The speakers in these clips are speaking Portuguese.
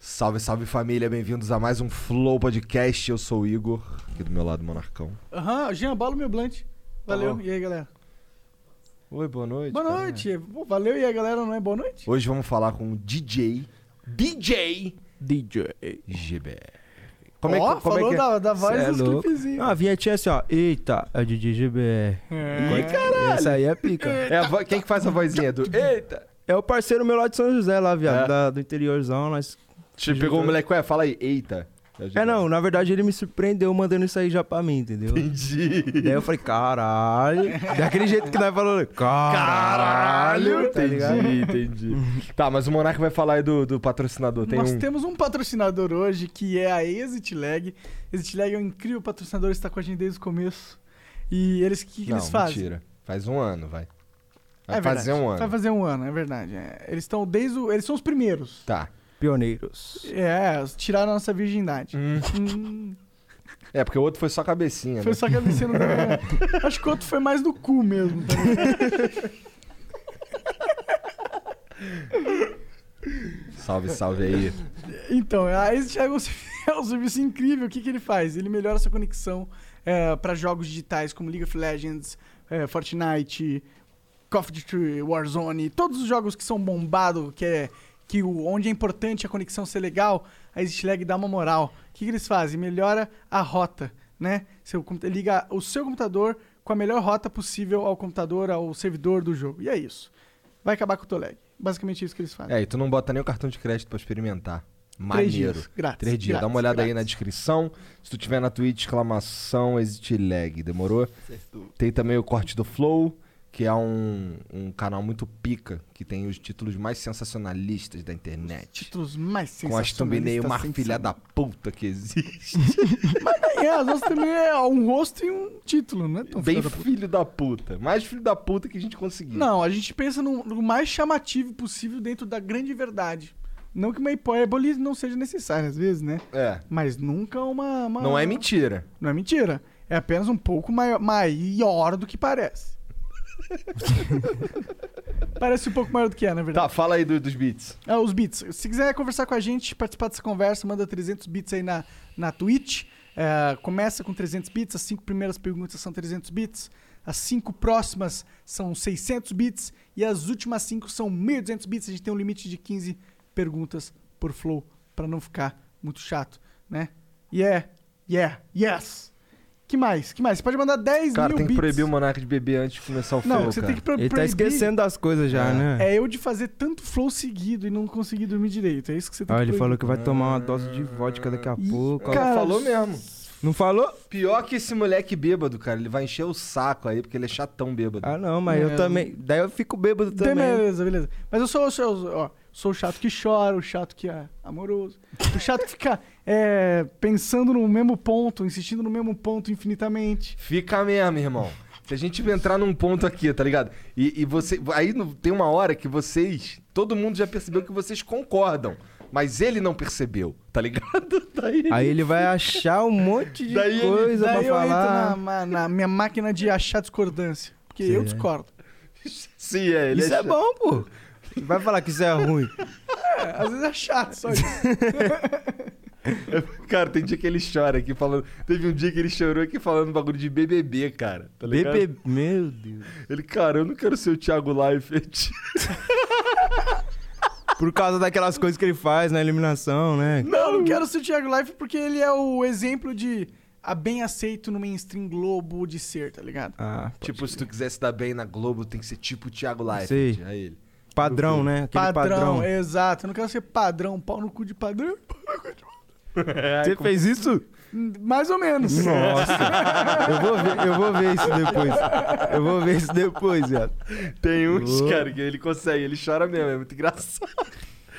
Salve, salve família, bem-vindos a mais um Flow Podcast. Eu sou o Igor, aqui do meu lado, Monarcão. Aham, Jean Balo meu blunt. Valeu. Tá bom. e aí, galera? Oi, boa noite. Boa cara. noite. Pô, valeu e aí, galera, não é boa noite? Hoje vamos falar com o DJ, DJ DJ. GB. é Ó, falou da, da voz Cê é dos louco. clipezinhos. Ah, vinha tia assim, ó. Eita, é DJ GBR. É. caralho. Essa aí é pica. É a vo- Quem que faz a vozinha do... Eita! É o parceiro meu lá de São José, lá, viado. É. da- do interiorzão. Nós... Te pegou o moleque, ué, fala aí, eita. É, não, na verdade ele me surpreendeu mandando isso aí já pra mim, entendeu? Entendi. Daí eu falei, caralho. Daquele jeito que nós falamos, caralho. Tá entendi, ligado? entendi. Tá, mas o Monarca vai falar aí do, do patrocinador. Tem Nós um... temos um patrocinador hoje que é a ExitLag. ExitLag é um incrível patrocinador, está com a gente desde o começo. E eles, o que, que não, eles fazem? mentira. Faz um ano, vai. Vai É verdade. fazer um ano. Vai fazer um ano, é verdade. É, Eles estão desde o... Eles são os primeiros. Tá. Pioneiros. É, tiraram a nossa virgindade. Hum. É, porque o outro foi só cabecinha, Foi né? só agradecendo. né? Acho que o outro foi mais do cu mesmo. tá ligado? Salve, salve aí. Então, a ExitLag é um servi- é um serviço incrível. O que, que ele faz? Ele melhora sua conexão para jogos digitais como League of Legends, eh, Fortnite, Call of Duty, Warzone, todos os jogos que são bombados, que é que o, onde é importante a conexão ser legal, a ExitLag dá uma moral. O que, que eles fazem? Melhora a rota, né? Seu compu- liga o seu computador com a melhor rota possível ao computador, ao servidor do jogo. E é isso. Vai acabar com o Tolag. Basicamente isso que eles fazem. É, e tu não bota nem o cartão de crédito pra experimentar. Três Maneiro. dias, grátis. Três dias. Dá uma olhada aí na descrição. Se tu tiver na Twitch, exclamação, exit lag. Demorou? Tem também o corte do Flow, que é um, um canal muito pica, que tem os títulos mais sensacionalistas da internet. Títulos mais Com as sensacionais. thumbnail, uma filha da puta que existe. É, as nossas também é um rosto e um título, né? Tão Bem filha da puta. filho da puta. Mais filho da puta que a gente conseguiu. Não, a gente pensa no, no mais chamativo possível dentro da grande verdade. Não que uma hipérbole não seja necessária às vezes, né? É. Mas nunca uma, uma- Não é mentira. Não é mentira. É apenas um pouco maior, maior do que parece. parece um pouco maior do que é, na verdade. Tá, fala aí do- dos beats. Ah, os bits. Se quiser conversar com a gente, participar dessa conversa, manda 300 bits aí na, na Twitch. É, começa com 300 bits, as cinco primeiras perguntas são 300 bits, as cinco próximas são 600 bits e as últimas cinco são 1.200 bits. A gente tem um limite de 15 perguntas por flow para não ficar muito chato, né? Yeah, yeah, é, yes. Que mais? Que mais? Você pode mandar 10 Cara, mil tem que bits. proibir o Monark de beber antes de começar o flow, Não, você cara. tem que pro- Ele proibir. tá esquecendo das coisas já, É. né? É eu de fazer tanto flow seguido e não conseguir dormir direito. É isso que você tem Ah, que ele proibir. falou que vai tomar uma dose de vodka daqui a Ih, pouco. ó. cara. Ela falou mesmo. Não falou? Pior que esse moleque bêbado, cara. Ele vai encher o saco aí, porque ele é chatão bêbado. Ah, não, mas É. eu também. Daí eu fico bêbado Tem- também. Então, Beleza, beleza. Mas eu sou, eu sou, eu sou- ó, sou o chato que chora, o chato que é amoroso, o chato que fica é, pensando no mesmo ponto, insistindo no mesmo ponto infinitamente. Fica mesmo, irmão. Se a gente entrar num ponto aqui, tá ligado? E, e você. Aí no- tem uma hora que vocês. Todo mundo já percebeu que vocês concordam. Mas ele não percebeu, tá ligado? Daí. Aí ele vai achar um monte de Daí ele- coisa Daí pra eu falar. entro na, ma- na minha máquina de achar discordância. Porque Sim, eu é. discordo. Sim, é, ele Isso é chato. bom, pô. Vai falar que isso é ruim. É, às vezes é chato, só isso. Cara, tem dia que ele chora aqui falando. Teve um dia que ele chorou aqui falando bagulho de BBB, cara. Tá ligado? Bebê, meu Deus. Ele, cara, eu não quero ser o Thiago Leifert. Por causa daquelas coisas que ele faz na eliminação, né? Não, não quero ser o Thiago Life porque ele é o exemplo de a bem aceito no mainstream globo de ser, tá ligado? Ah, Tipo, se tu quiser se dar bem na Globo, tem que ser tipo o Thiago Leifert. Sei. Aí ele. padrão, né? Aquele padrão, padrão. exato. Eu não quero ser padrão, pau no cu de padrão. Você fez isso? Mais ou menos. Nossa. eu, vou ver, eu vou ver isso depois. Eu vou ver isso depois, viado. Tem uns, Ô. cara, que ele consegue, ele chora mesmo, é muito engraçado.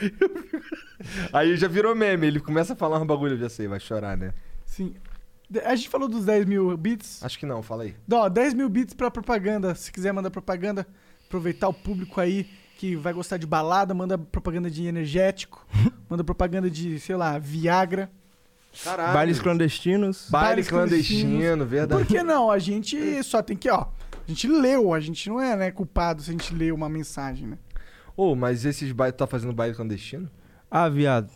Eu fico- Aí já virou meme, ele começa a falar um bagulho, eu já sei, vai chorar, né? Sim. De- A gente falou dos 10 mil bits. Acho que não, fala aí. Ó, 10 mil bits pra propaganda. Se quiser mandar propaganda, aproveitar o público aí que vai gostar de balada, manda propaganda de energético, manda propaganda de, sei lá, Viagra. Caralho. Bailes clandestinos. Baile Bailes clandestino, Por É, né? verdade. que não? A gente só tem que, ó. A gente leu, a gente não é né, culpado se a gente lê uma mensagem, né? Ô, mas esses bailes, tá fazendo baile clandestino? Ah, viado.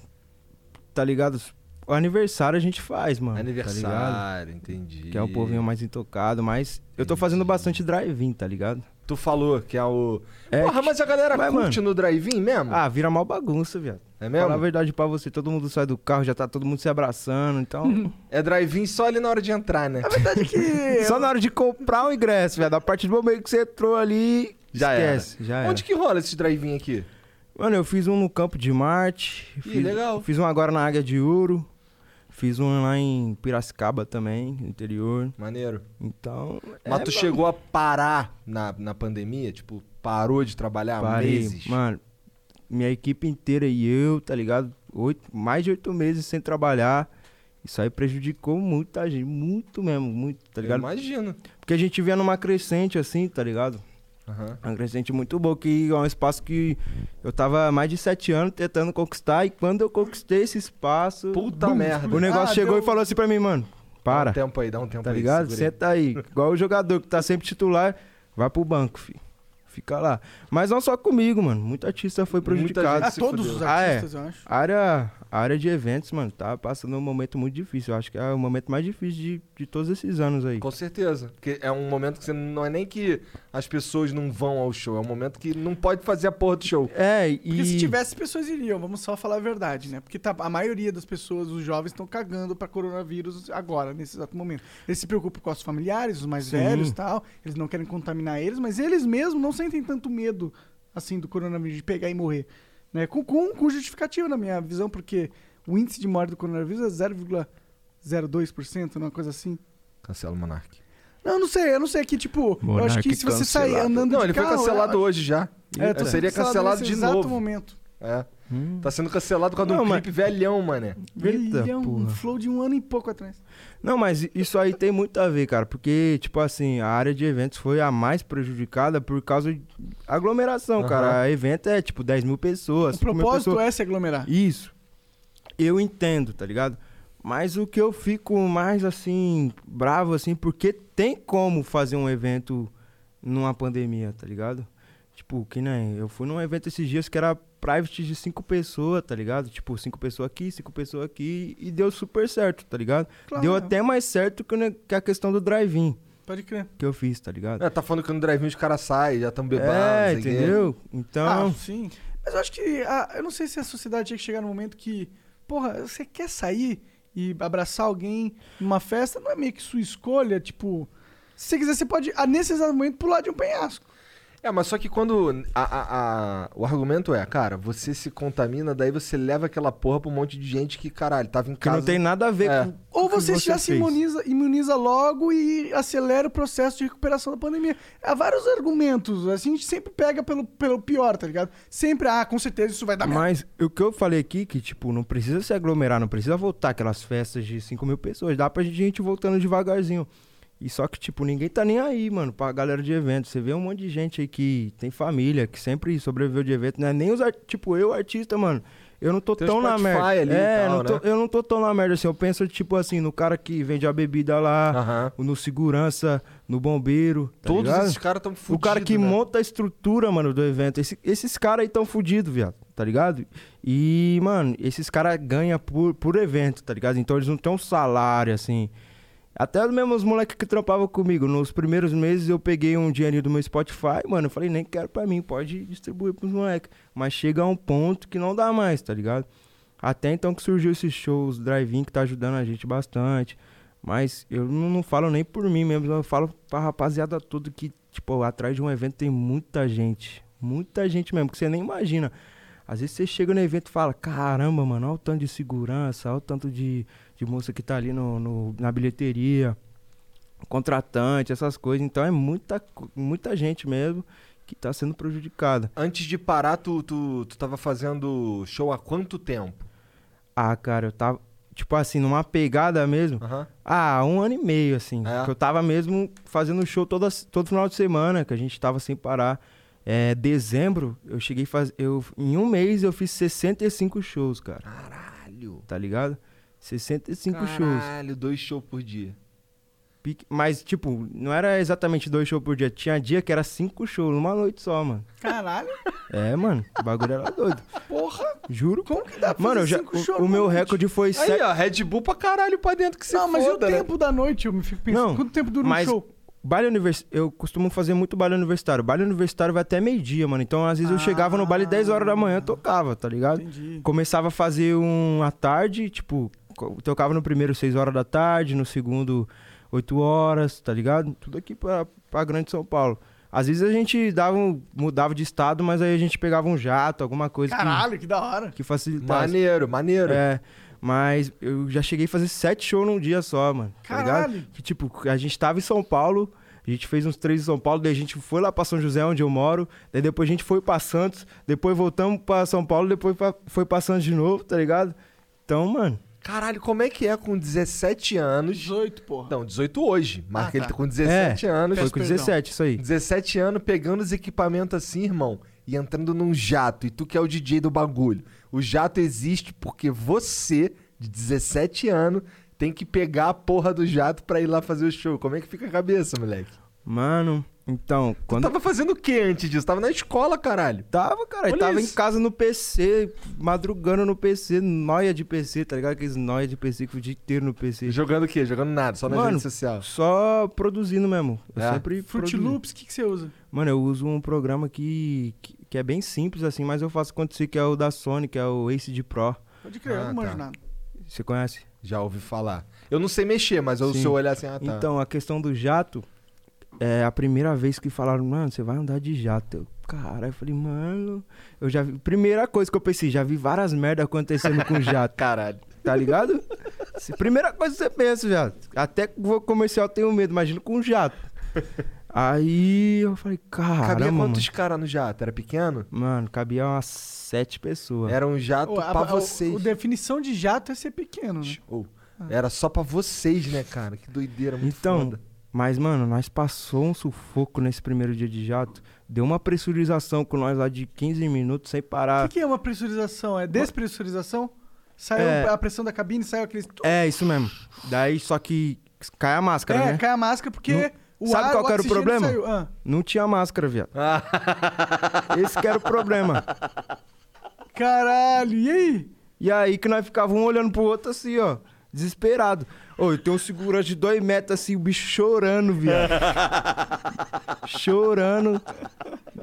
tá ligado? O aniversário a gente faz, mano. tá ligado? Aniversário, entendi. que é o povinho mais intocado, mas eu tô Entendi. fazendo bastante drive-in, tá ligado? Tu falou que é o. É Porra, que- mas a galera Mas, curte no drive-in mesmo? Ah, vira mal bagunça, viado. é Hum. mesmo? Falar a verdade pra você, todo mundo sai do carro, já tá todo mundo se abraçando, então. É drive-in só ali na hora de entrar, É né? verdade que. Só na hora de comprar o ingresso, velho. A partir do momento que você entrou ali. Já esquece, já era. Onde que rola esse drive-in aqui? Mano, eu fiz um no Campo de Marte. Ih, fiz, legal. Fiz um agora na Águia de Ouro. Fiz um lá em Piracicaba também, no interior. Maneiro. Então. Mas é, tu mano, chegou a parar na, na pandemia? Tipo, parou de trabalhar parei. meses? Mano, minha equipe inteira e eu, tá ligado? Oito, mais de oito meses sem trabalhar. Isso aí prejudicou muito a gente. Muito mesmo, muito, tá ligado? Eu imagino. Porque a gente vinha numa crescente assim, tá ligado? Aham. Uma crescente muito boa, que é um espaço que eu tava há mais de sete anos tentando conquistar, e quando eu conquistei esse espaço. Puta merda. um né? O negócio Ah, chegou deu- e falou assim pra mim, mano, Dá um para, tempo aí, dá um tempo tá aí. ligado? segura aí. Senta aí. Igual o jogador que tá sempre titular, vai pro banco, filho. Fica lá. Mas não só comigo, mano. Muito artista foi Muita prejudicado. Ah, se todos fudeu. os Ah, é. artistas, eu acho. A área, a área de eventos, mano, tá passando um momento muito difícil. Eu acho que é o momento mais difícil de, de todos esses anos aí. Com certeza. Porque é um momento que você não é nem que as pessoas não vão ao show, é um momento que não pode fazer a porra do show. É, e. Porque se tivesse, as pessoas iriam, vamos só falar a verdade, né? Porque tá- a maioria das pessoas, os jovens, estão cagando pra coronavírus agora, nesse exato momento. Eles se preocupam com os familiares, os mais Sim. velhos e tal, eles não querem contaminar eles, mas eles mesmos não sentem tanto medo, assim, do coronavírus, de pegar e morrer. Né? Com, com, com justificativa, na minha visão, porque o índice de morte do coronavírus é 0,02%, uma coisa assim. Cancela o Monark. Não, não sei, eu não sei que, tipo, eu acho Monark que se você sair cancelado. andando Não, de ele foi carro, cancelado eu- hoje já. É, Então tá seria cancelado nesse de exato novo. momento. É. Hum. Tá sendo cancelado por causa de Não, um mas- clipe velhão, mané. Eita, Bilhão, um porra. flow de um ano e pouco atrás. Não, mas isso aí tem muito a ver, cara, porque, tipo assim, a área de eventos foi a mais prejudicada por causa de aglomeração, Aham. cara. Evento é, tipo, 10 mil pessoas. O propósito pessoas. é se aglomerar. Isso. Eu entendo, tá ligado? Mas o que eu fico mais, assim, bravo, assim, porque tem como fazer um evento numa pandemia, tá ligado? Tipo, que nem eu fui num evento esses dias que era private de cinco pessoas, tá ligado? Tipo, cinco pessoas aqui, cinco pessoas aqui, e deu super certo, tá ligado? Claro, Deu é. até mais certo que, o ne- que a questão do drive-in Pode crer. que eu fiz, tá ligado? É, tá falando que no drive-in os caras saem, já estão bebendo. é, não sei o quê. entendeu? Então, Ah, sim. Mas eu acho que. ah, eu não sei se a sociedade tinha que chegar no momento que. Porra, você quer sair e abraçar alguém numa festa? Não é meio que sua escolha, tipo. Se você quiser, você pode, ah, nesse exato momento, pular de um penhasco. É, mas só que quando. a- a- a- o argumento é, cara, você se contamina, daí você leva aquela porra pra um monte de gente que, caralho, tava em que casa. não tem nada a ver É. com com Ou o que você, já se fez. imuniza, imuniza logo e acelera o processo de recuperação da pandemia. Há vários argumentos. assim, A gente sempre pega pelo, pelo pior, tá ligado? Sempre, ah, com certeza isso vai É. dar merda. Tá, Mas o que eu falei aqui, que, tipo, não precisa se aglomerar, não precisa voltar aquelas festas de 5 mil pessoas. Dá pra gente gente voltando devagarzinho. E só que, tipo, ninguém tá nem aí, mano, pra galera de evento. Você vê um monte de gente aí que tem família, que sempre sobreviveu de evento, né? Nem os ar... Tipo, eu, artista, mano, eu não tô Tem o tão na Spotify merda. ali e é, tal, não tô- né? eu não tô tão na merda assim. Eu penso, tipo assim, no cara que vende a bebida lá, Aham. no segurança, no bombeiro. tá Ah. Todos ligado? esses caras tão fudidos. o cara que né? monta a estrutura, mano, do evento. Esse- esses caras aí tão fudidos, viado, tá ligado? E, mano, esses caras ganham por, por evento, tá ligado? Então eles não têm um salário, assim. Até mesmo os moleques que trampavam comigo. Nos primeiros meses eu peguei um dinheirinho do meu Spotify, mano. Eu falei, nem quero pra mim, pode distribuir pros moleques. Mas chega a um ponto que não dá mais, tá ligado? Até então que surgiu esses shows drive-in que tá ajudando a gente bastante. Mas eu não, não falo nem por mim mesmo, eu falo pra rapaziada toda que, tipo, atrás de um evento tem muita gente. Muita gente mesmo, que você nem imagina. Às vezes você chega no evento e fala, caramba, mano, olha o tanto de segurança, olha o tanto de, de moça que tá ali no, no- na bilheteria, contratante, essas coisas. Então é muita, co- muita gente mesmo que tá sendo prejudicada. Antes de parar, tu, tu, tu tava fazendo show há quanto tempo? Ah, cara, eu tava, tipo assim, numa pegada mesmo. Aham. Ah, um ano e meio, assim. É? Que eu tava mesmo fazendo show todas, todo final de semana, que a gente tava sem parar. É, dezembro, eu cheguei faz... eu Em um mês eu fiz 65 shows, cara. Caralho. Tá ligado? 65 shows. Caralho, dois shows por dia. pique. Mas, tipo, não era exatamente dois shows por dia. Tinha dia que era cinco shows numa noite só, mano. Caralho, É, mano. O bagulho era doido. porra. Juro. Como que dá pra Mano, eu fazer já, cinco o- shows o, numa meu noite? recorde foi Aí, sete. ó, Red Bull pra caralho pra dentro que se Não, mas e o foda, né? tempo da noite? Eu me fico pensando. Não, Quanto tempo dura um mas- show? Baile univers... Eu costumo fazer muito baile universitário. Baile universitário vai até meio-dia, mano. Então, às vezes, eu chegava no baile 10 horas da manhã, tocava, tá ligado? Entendi. Começava a fazer um à tarde, tipo, co- tocava no primeiro 6 horas da tarde, no segundo 8 horas, tá ligado? Tudo aqui pra, pra Grande São Paulo. Às vezes a gente dava um- mudava de estado, mas aí a gente pegava um jato, alguma coisa que, Caralho, que da hora. que facilitasse. Maneiro, maneiro. É, mas eu já cheguei a fazer sete shows num dia só, mano. Tá ligado? Caralho. Que tipo, a gente tava em São Paulo, a gente fez uns três em São Paulo, daí a gente foi lá pra São José, onde eu moro, daí depois a gente foi pra Santos, depois voltamos pra São Paulo, depois pra- foi pra Santos de novo, tá ligado? Então, mano, Caralho, como é que é com 17 anos? 18, porra. Não, 18 hoje. Mas Ah, que ele tá. tá com É. 17 anos. foi com perdão. 17 isso aí. 17 anos pegando os equipamentos assim, irmão, e entrando num jato. E tu que é o DJ do bagulho. O jato existe porque você, de 17 anos, tem que pegar a porra do jato pra ir lá fazer o show. Como é que fica a cabeça, moleque? Mano, então, quando. Tava fazendo o que antes disso? Tava na escola, caralho. Tava, cara, Olha eu tava isso. em casa no PC, madrugando no PC, noia de PC, tá ligado? Aqueles noia de PC que fica o dia inteiro no PC. Jogando o quê? Jogando nada, só nas Mano, redes sociais. Só produzindo mesmo. Eu É. sempre Fruit produzi. Loops, o que, que você usa? Mano, eu uso um programa que, que, que é bem simples, assim, mas eu faço acontecer, que é o da Sony, que é o Ace de Pro. Pode crer, eu Ah, não manjo tá. nada. Você conhece? Já ouvi falar. Eu não sei mexer, mas eu, Sim. se eu olhar assim, ah tá. Então, a questão do jato, é a primeira vez que falaram, mano, você vai andar de jato. Eu, Caralho, eu falei, mano, eu já vi. Primeira coisa que eu pensei, já vi várias merdas acontecendo com jato, Caralho. tá ligado? Se- Primeira coisa que você pensa, jato. Até que vou comercial eu tenho medo, imagina com jato. Aí eu falei, Cabia caramba. Mano, quantos caras no jato? Era pequeno? mano, cabia umas sete pessoas. Era um Tá, jato Ô, a- pra a- o- vocês. o definição de jato é ser pequeno, né? Uhum. Ou, Era só pra vocês, né, cara? Que É doideira, muito Então, foda. mas, mano, nós passou um sufoco nesse primeiro dia de jato. Deu uma pressurização com nós lá de 15 minutos sem O parar. que, que é uma pressurização? É despressurização? Saiu É. a pressão da cabine, saiu aqueles. É, isso mesmo. Daí, só que cai a máscara, é, né? cai a máscara porque o Sabe ar, qual que era o oxigênio problema? Saiu. Ah, Não tinha máscara, viado. Esse que era o problema. caralho, e aí? E aí que nós ficava um olhando pro outro assim, ó. Desesperado. Ô, eu tenho um segurança de dois metros assim, o bicho chorando, viado. chorando.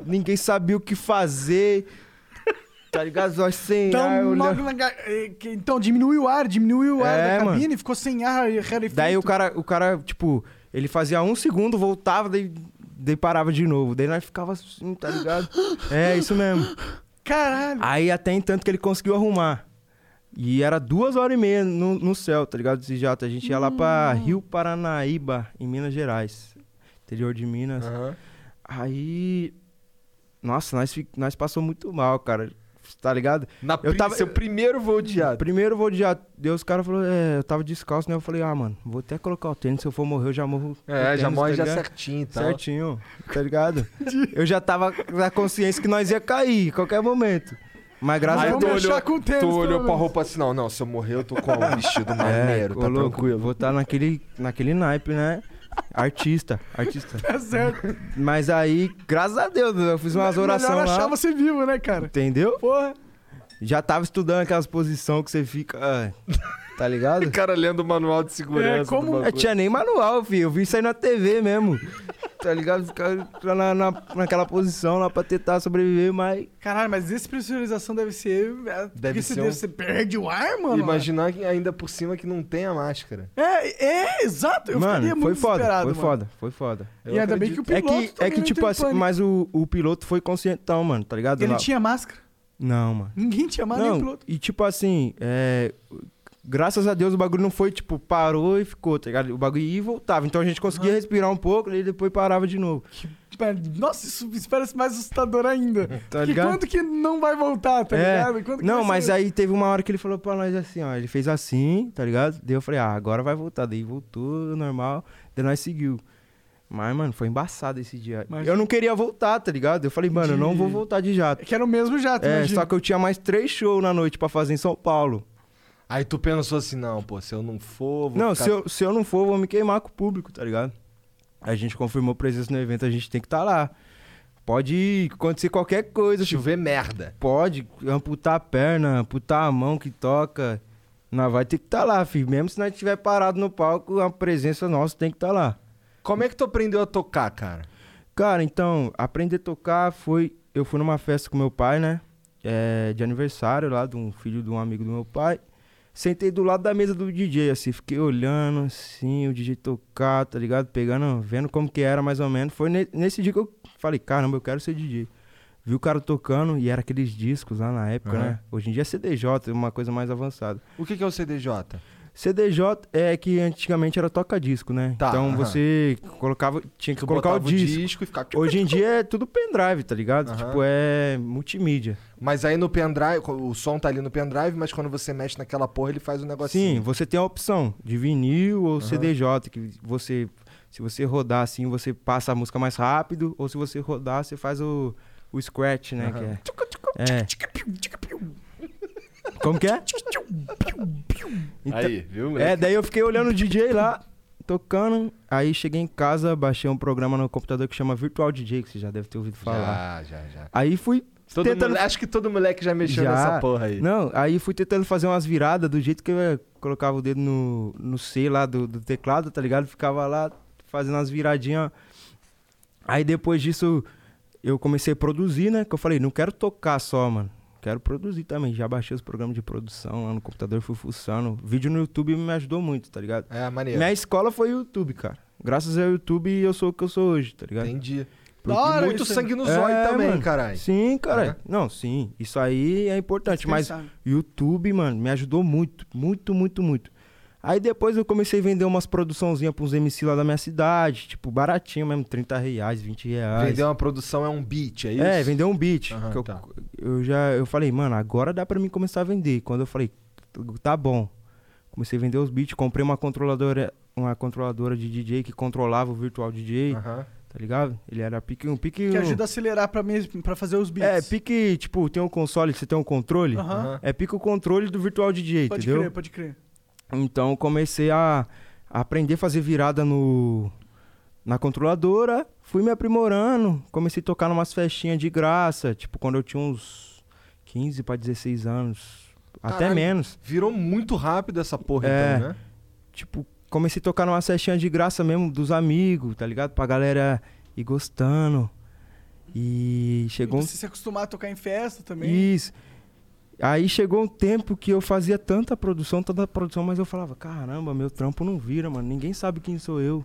Ninguém sabia o que fazer. Tá ligado? Nós sem Então, ar, olhando. logo na ga- eh, que- então diminuiu o ar, diminuiu o ar É, da mano. cabine, ficou sem ar, rarefeito. Daí o cara, o cara, tipo, ele fazia um segundo, voltava, daí, daí parava de novo. Daí nós ficava assim, tá ligado? É, isso mesmo. Caralho! Aí até em tanto que ele conseguiu arrumar. E era duas horas e meia no, no céu, tá ligado? Desse jato. A gente ia lá pra Rio Paranaíba, em Minas Gerais. Interior de Minas. Aham. Aí. Nossa, nós, fi- nós passou muito mal, cara. Tá ligado? Na Eu pri- tava- Seu primeiro voo de jato. Primeiro vou de jato. Daí os caras falaram, é, eu tava descalço, né? Eu falei, ah, mano, vou até colocar o tênis, se eu for morrer, eu já morro. com o É, já tênis, morre tá já ligado? certinho e tal. Certinho, tá ligado? eu já tava na consciência que nós ia cair a qualquer momento. Mas graças Aí a Vamos tu Deus. deixar olhou, com o tênis, tu pelo olhou pra menos. roupa assim, não, não, se eu morrer eu tô com um vestido maneiro, É, ô, tá louco, tranquilo. Vou estar naquele, naquele naipe, né? Artista, artista. Tá certo. Mas aí, graças a Deus, eu fiz umas Melhor orações achar é lá. você vivo, né, cara? Entendeu? Porra. Já tava estudando aquelas posições que você fica. ah, Tá ligado? O cara lendo o manual de segurança. É, como- do bagulho. Não tinha nem manual, filho. Eu vi isso aí na TV mesmo. Tá ligado? Ficar na, na, naquela posição lá pra tentar sobreviver, mas. Caralho, mas despressurização deve ser. é, porque ser você, um- você perde o ar, mano. Imaginar que ainda por cima que não tem a máscara. É, é, exato. Eu mano, ficaria foi muito foda, desesperado. foi mano. foda, foi foda. Eu e ainda bem acredito. que o É piloto que, é também que não tipo teve assim, pânico. mas o, o piloto foi conscientão, mano, tá ligado? Ele Não- tinha máscara? Não, mano. Ninguém tinha máscara, nem o Não, piloto. e tipo assim, é, graças a Deus o bagulho não foi tipo, parou e ficou, tá ligado? O bagulho ia e voltava. Então a gente conseguia respirar um pouco e depois parava de novo. Tipo, Nossa, isso, isso parece mais assustador ainda. Tá Porque ligado? quando que não vai voltar, tá É. ligado? Quando que Não, vai mas ser? aí teve uma hora que ele falou pra nós assim, ó. Ele fez assim, tá ligado? Daí eu falei, ah, agora vai voltar. Daí voltou, normal. Daí nós seguiu. Mas, mano, foi embaçado esse dia. Mas- Eu não queria voltar, tá ligado? Eu falei, mano, eu não De- vou voltar de jato. É que era o mesmo jato, É, imagina. só que eu tinha mais três shows na noite pra fazer em São Paulo. Aí tu pensou assim, não, pô, se eu não for, vou Não, ficar- se eu, se eu não for, eu vou me queimar com o público, tá ligado? A gente confirmou presença no evento, a gente tem que estar lá. Pode acontecer qualquer coisa, se tipo, chover merda. pode amputar a perna, amputar a mão que toca. Nós vai ter que estar lá, filho. Mesmo se nós estiver parado no palco, a presença nossa tem que estar lá. Como é que tu aprendeu a tocar, cara? Cara, então, aprender a tocar foi. Eu fui numa festa com meu pai, né? É, de aniversário lá de um filho de um amigo do meu pai. Sentei do lado da mesa do DJ, assim, fiquei olhando, assim, o DJ tocar, tá ligado? Pegando, vendo como que era mais ou menos. Foi ne- nesse dia que eu falei, caramba, eu quero ser DJ. Vi o cara tocando e era aqueles discos lá na época, Aham. né? Hoje em dia é CDJ, uma coisa mais avançada. O que, que é o CDJ? CDJ é que antigamente era toca-disco, né? Tá, então aham. você colocava, tinha que colocar o botava disco. e ficava... Hoje em dia é tudo pendrive, tá ligado? Aham. Tipo, é multimídia. Mas aí no pendrive, o som tá ali no pendrive, mas quando você mexe naquela porra, ele faz um negocinho. Sim, você tem a opção de vinil ou CDJ, que você. Se você rodar assim, você passa a música mais rápido, ou se você rodar, você faz o, o scratch, né? Aham. Que é. é. Como que é? Então- Aí, viu? É, daí eu fiquei olhando o DJ lá, tocando. Aí cheguei em casa, baixei um programa no computador que chama Virtual DJ, que você já deve ter ouvido falar. Já, já, já. Aí fui Todo Tentando- mole- É? Acho que todo moleque já mexeu Já. nessa porra aí. Não, aí fui tentando fazer umas viradas do jeito que eu colocava o dedo no, no C lá do, do teclado, tá ligado? Ficava lá fazendo umas viradinhas. Aí depois disso eu comecei a produzir, né? Que eu falei, não quero tocar só, mano. Quero produzir também. Já baixei os programas de produção lá no computador, fui fuçando. Vídeo no YouTube me ajudou muito, tá ligado? É, maneiro. Minha escola foi o YouTube, cara. Graças ao YouTube eu sou o que eu sou hoje, tá ligado? Entendi. Da hora muito isso aí. sangue no zóio É, também, mano. caralho. Sim, cara. Aham. Não, sim. Isso aí é importante, mas Sabe? YouTube, mano, me ajudou muito, muito, muito, muito. Aí depois eu comecei a vender umas produçãozinhas pros MC lá da minha cidade, tipo, baratinho mesmo, 30 reais, 20 reais. Vender uma produção é um beat, é isso? É, vender um beat. Aham, que eu, tá. eu já eu falei, mano, agora dá pra mim começar a vender. Quando eu falei, tá bom. Comecei a vender os beats, comprei uma controladora, uma controladora de DJ que controlava o virtual DJ, Aham. tá ligado? Ele era pique um pique Ah. Que um- ajuda a acelerar pra, mes... pra fazer os beats. É, pique, tipo, tem um console, você tem um controle. Aham. aham. É pique o controle do virtual DJ, Pode entendeu? crer, pode crer. Então eu comecei a a aprender a fazer virada no na controladora, fui me aprimorando, comecei a tocar numas festinhas de graça, tipo quando eu tinha uns 15 para 16 anos, até Caralho. menos. Virou muito rápido essa porra, É. então, né? Tipo, comecei a tocar numas festinhas de graça mesmo dos amigos, tá ligado? Pra galera ir gostando. E chegou E um você se acostumar a tocar em festa também. Isso. Aí chegou um tempo que eu fazia tanta produção, tanta produção, mas eu falava, caramba, meu trampo não vira, mano. Ninguém sabe quem sou eu.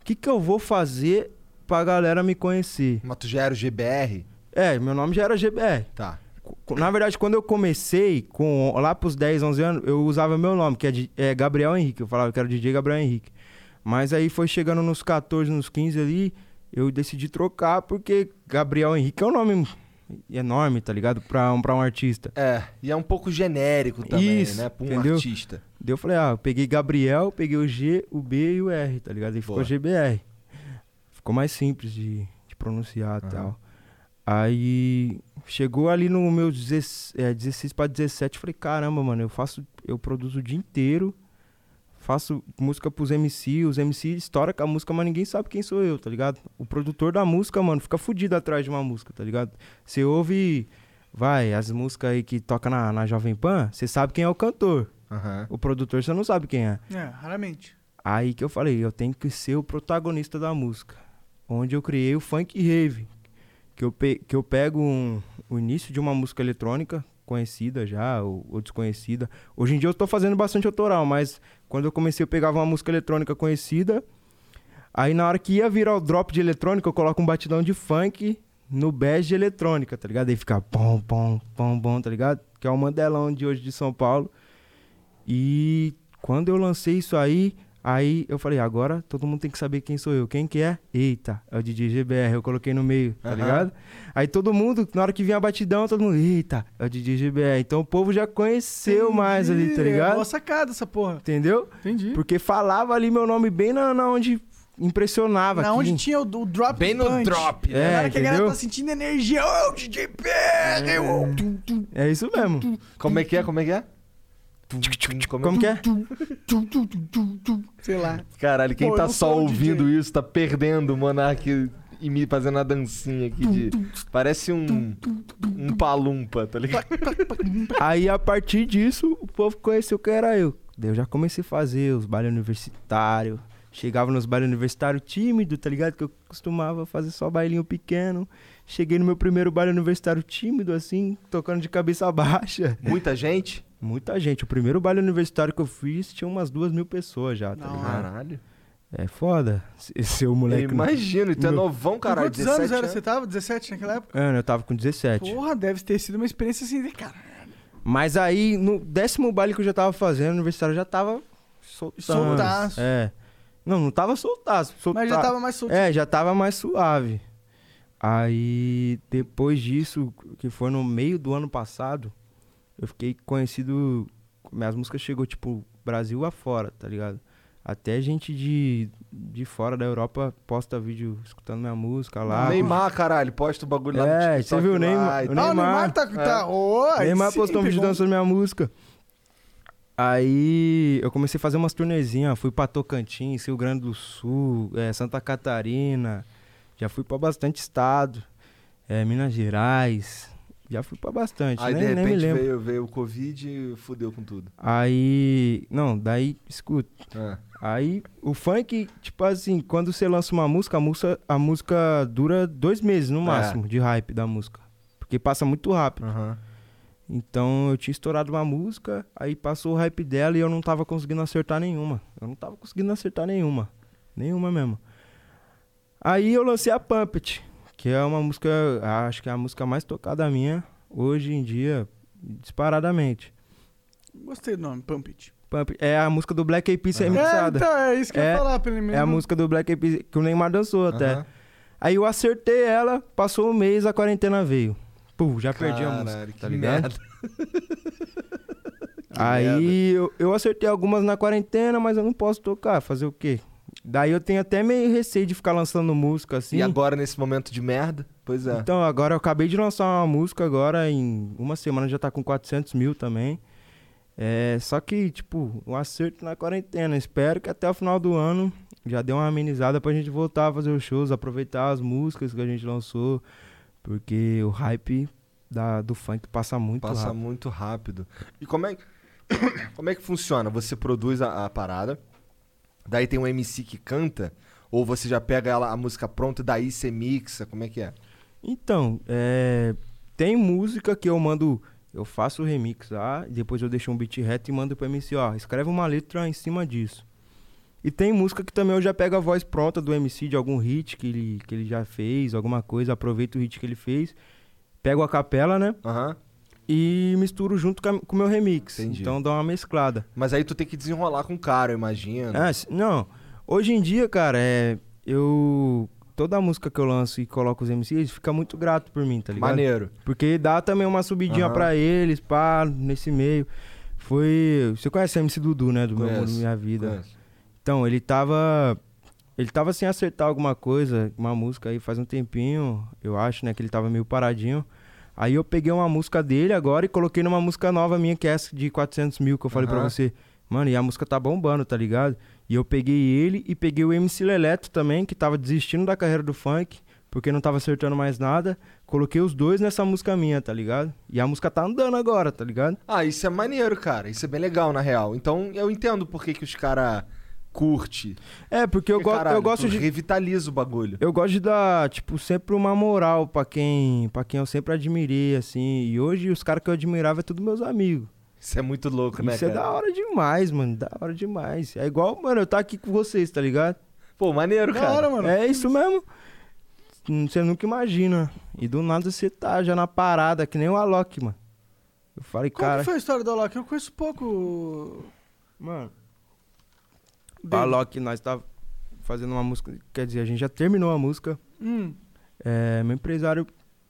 O que, que eu vou fazer pra galera me conhecer? Mas tu já era o GBR? É, meu nome já era GBR. Tá. É, Co- Na verdade, quando eu comecei, com, lá pros 10, 11 anos, eu usava meu nome, que é, Di- é Gabriel Henrique. Eu falava que era DJ Gabriel Henrique. Mas aí foi chegando nos 14, nos 15 ali, eu decidi trocar, porque Gabriel Henrique é um nome enorme, tá ligado? Pra, um- pra um artista. É, e é um pouco genérico também, Isso, né? Pra um entendeu? artista. Daí eu falei, ah, eu peguei Gabriel, peguei o G, o B e o R, tá ligado? E ficou Boa. GBR. Ficou mais simples de, de pronunciar e Aham. tal. Aí chegou ali no meu 16, é, 16 pra 17, eu falei, caramba, mano, eu faço, eu produzo o dia inteiro, faço música pros MC, os MC estoura com a música, mas ninguém sabe quem sou eu, tá ligado? O produtor da música, mano, fica fudido atrás de uma música, tá ligado? Você ouve, vai, as músicas aí que toca na, na Jovem Pan, você sabe quem é o cantor. Aham. O produtor você não sabe quem é. É, raramente. Aí que eu falei, eu tenho que ser o protagonista da música. Onde eu criei o funk rave. Que eu, pe- que eu pego um- o início de uma música eletrônica, conhecida já, ou, ou desconhecida. Hoje em dia eu tô fazendo bastante autoral, mas quando eu comecei eu pegava uma música eletrônica conhecida. Aí na hora que ia virar o drop de eletrônica, eu coloco um batidão de funk no bass de eletrônica, tá ligado? Aí fica pom, pom, pom, pom, tá ligado? Que é o Mandelão de hoje de São Paulo. E quando eu lancei isso aí, aí eu falei, agora todo mundo tem que saber quem sou eu. Quem que é? Eita, é o DJ GBR, eu coloquei no meio, tá Aham. ligado? Aí todo mundo, na hora que vinha a batidão, todo mundo, eita, é o DJ GBR. Então o povo já conheceu mais ali, tá Entendi, É ligado? boa sacada essa porra. Entendeu? Entendi. Porque falava ali meu nome bem na, na onde impressionava. Na que- onde tinha o, o drop Bem no punch. drop, É, né? Na hora que a galera entendeu? tá sentindo energia. Ô, DJ Perry! ô, tum, tum. É isso mesmo. Como é que é? Como é que é? Como que é? Tum, tum, tum, tum, tum. Sei lá. Caralho, quem Pô, eu tá não só sou um DJ. ouvindo isso tá perdendo o Monark e me fazendo a dancinha aqui de. Parece um. Um palumpa, tá ligado? Aí a partir disso, o povo conheceu quem era eu. Daí eu já comecei a fazer os bailes universitários. Chegava nos bailes universitários tímido, tá ligado? Que eu costumava fazer só bailinho pequeno. Cheguei no meu primeiro baile universitário tímido, assim, tocando de cabeça baixa. Muita gente? Muita gente. O primeiro baile universitário que eu fiz tinha umas duas mil pessoas já, tá Não. ligado? Caralho. É foda. se- Seu moleque. Eu não- imagino, e tu é Meu- novão, Com caralho. Quantos anos 17 era? Você tá tava? 17 naquela época? Mano, eu tava com 17. Porra, deve ter sido uma experiência assim, de cara. Mas aí, no décimo baile que eu já tava fazendo, o universitário já tava soltando. Soltaço. É. Não, não tava soltaço. solta- Mas já tava mais solto. É, já tava mais suave. Aí, depois disso, que foi no meio do ano passado, eu fiquei conhecido. Minhas músicas chegou, tipo, Brasil afora, tá ligado? Até gente de, de fora da Europa posta vídeo escutando minha música lá. Neymar, caralho, posta o bagulho lá É, no TikTok. você viu o lá Neymar? e É, O tal. Ah, o Neymar Neymar. tá. tá oh, aí Neymar sim, postou um vídeo pegou- dançando minha música. Aí eu comecei a fazer umas turnezinhas, fui pra Tocantins, Rio Grande do Sul, eh, Santa Catarina, já fui pra bastante estado, eh, Minas Gerais, já fui pra bastante, tá- Aí, nem, de nem me repente, lembro. veio, veio o Covid e fudeu com tudo. Aí, não, daí, escuta, Ah, aí o funk, tipo assim, quando você lança uma música, a música, a música dura dois meses no É. máximo de hype da música, porque passa muito rápido. aham. Então eu tinha estourado uma música, aí passou o hype dela e eu não tava conseguindo acertar nenhuma. Eu não tava conseguindo acertar nenhuma. Nenhuma mesmo. Aí eu lancei a Puppet, que é uma música, acho que é a música mais tocada minha hoje em dia, disparadamente. um, Gostei do nome, Pump It. Puppet é a múca do Black Eyed Peas remixada. É, então, é isso que eu É- ia falar, pelo menos. É a música do Black Eyed Peas que o Neymar dançou até. Aham. Aí eu acertei ela, passou um mês, a quarentena veio. Pô, já perdi a Caralho, música, que tá ligado? merda. Que merda. Aí eu, eu acertei algumas na quarentena, mas eu não posso tocar. Fazer o quê? Daí eu tenho até meio receio de ficar lançando música assim. E agora, nesse momento de merda? Pois é. Então, agora eu acabei de lançar uma música agora, em uma semana já tá com 400 mil também. É, só que, tipo, um acerto na quarentena. Espero que até o final do ano já dê uma amenizada pra gente voltar a fazer os shows, aproveitar as músicas que a gente lançou. Porque o hype da- do funk passa muito Passa rápido. muito rápido. E como é, como é que funciona? Você produz a, a parada, daí tem um MC que canta, ou você já pega ela, a música pronta e daí você mixa? Como é que é? Então, é, tem música que eu mando, eu faço o remix lá, e depois eu deixo um beat reto e mando pro MC, ó, escreve uma letra em cima disso. E tem música que também eu já pego a voz pronta do MC de algum hit que ele, que ele já fez, alguma coisa, aproveito o hit que ele fez, pego a capela, né, Aham. e misturo junto com a- com o meu remix. Entendi. Então dá uma mesclada. Mas aí tu tem que desenrolar com o cara, eu imagino. Ah, s- não. Hoje em dia, cara, é, eu... Toda música que eu lanço e coloco os MCs, eles ficam muito grato por mim, tá ligado? Maneiro. Porque dá também uma subidinha Aham. pra eles, pá, nesse meio. Foi. Você conhece MC Dudu, né? Do meu Conheço, mundo, minha vida. Conheço. Então, ele tava. Ele tava sem acertar alguma coisa, uma música aí faz um tempinho, eu acho, né? Que ele tava meio paradinho. Aí eu peguei uma música dele agora e coloquei numa música nova minha, que é essa de 400 mil que eu falei pra Aham. você. Mano, e a música tá bombando, tá ligado? E eu peguei ele e peguei o MC Leleto também, que tava desistindo da carreira do funk, porque não tava acertando mais nada. Coloquei os dois nessa música minha, tá ligado? E a música tá andando agora, tá ligado? Ah, isso é maneiro, cara. Isso é bem legal, na real. Então eu entendo por que, que os caras curte. É, porque eu, Porque, go caralho, eu gosto tu de. Revitaliza o bagulho. Eu gosto de dar, tipo, sempre uma moral pra quem, pra quem eu sempre admirei, assim. E hoje os caras que eu admirava é tudo meus amigos. Isso é muito louco, né, Isso é cara? da hora demais, mano. Da hora demais. É igual, mano, eu tá aqui com vocês, tá ligado? Pô, maneiro, Da cara. hora, mano. É isso mesmo. Hum, Você nunca imagina. E do nada você tá já na parada, que nem o Alok, mano. Eu falei, Qual cara. que foi a história do Alok? Eu conheço pouco. Mano. O dele. Alok, nós tava fazendo uma música. Quer dizer, a gente já terminou a música. Hum. É, meu empresário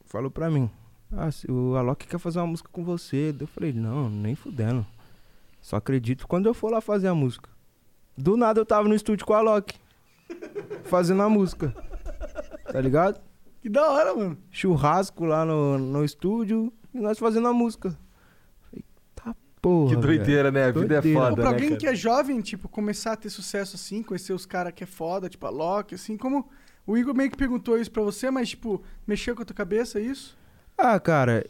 falou pra mim: ah, se o Alok quer fazer uma música com você. Daí Eu falei: Não, nem fudendo. Só acredito quando eu for lá fazer a música. Do nada eu tava no estúdio com o Alok, fazendo a música. Tá ligado? Que da hora, mano. Churrasco lá no, no estúdio e nós fazendo a música. Falei: Tá Porra. Que doideira, né? A vida Doideira. é Ou foda, pra né, alguém cara? que é jovem, tipo, começar a ter sucesso assim, conhecer os caras que é foda, tipo a Loki, assim, como. O Igor meio que perguntou isso pra você, mas, tipo, mexeu com a tua cabeça é isso? Ah, cara,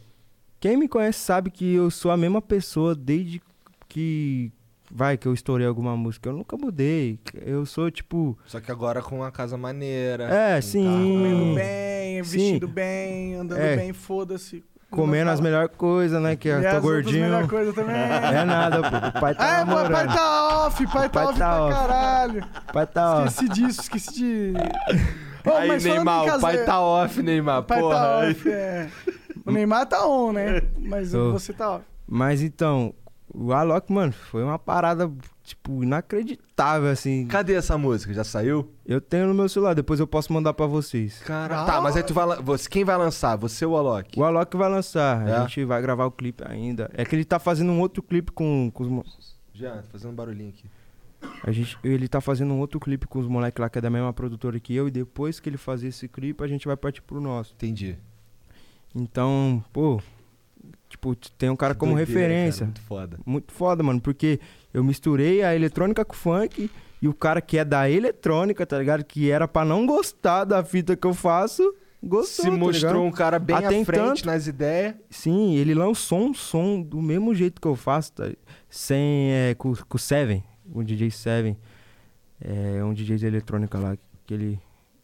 quem me conhece sabe que eu sou a mesma pessoa desde que. Vai, que eu estourei alguma música. Eu nunca mudei. Eu sou tipo. Só que agora com uma casa maneira. É, um sim. carro. Comendo Hum. bem, Sim. vestido bem, andando É. bem, foda-se. Comendo as melhores coisas, né? Que eu E as tô outras gordinho. melhor coisa também. É nada, pô. O pai tá Ah, meu pai namorando. tá off, pai tá Pai off tá pra off. caralho. O pai tá, ó. Esqueci disso, esqueci de. Oh, Aí, mas falando em Neymar, casa- o é- pai tá off, Neymar, O pai porra. tá off, é. O Neymar tá on, né? Mas Tô. você tá off. Mas então, o Alok, mano, foi uma parada, tipo, inacreditável, assim. Cadê essa música? Já saiu? Eu tenho no meu celular, depois eu posso mandar pra vocês. Cara, tá, mas aí tu vai. lan- Você, quem vai lançar? Você ou o Alok? O Alok vai lançar, É? a gente vai gravar o clipe ainda. É que ele tá fazendo um outro clipe com, com os. mo- Já, tô fazendo um barulhinho aqui. A gente, ele tá fazendo um outro clipe com os moleques lá que é da mesma produtora que eu, e depois que ele fazer esse clipe, a gente vai partir pro nosso. Entendi. Então, pô, tipo, tem um cara Que como doideira, cara, referência. muito foda. Muito foda, mano, porque eu misturei a eletrônica com o funk e o cara que é da eletrônica, tá ligado? Que era pra não gostar da fita que eu faço, gostou, Se tá mostrou ligado? um cara bem Até à frente tanto- nas ideias. Sim, ele lançou um som do mesmo jeito que eu faço, tá? sem, é, com, com o Seven, o DJ Seven, é um DJ de eletrônica lá, que ele,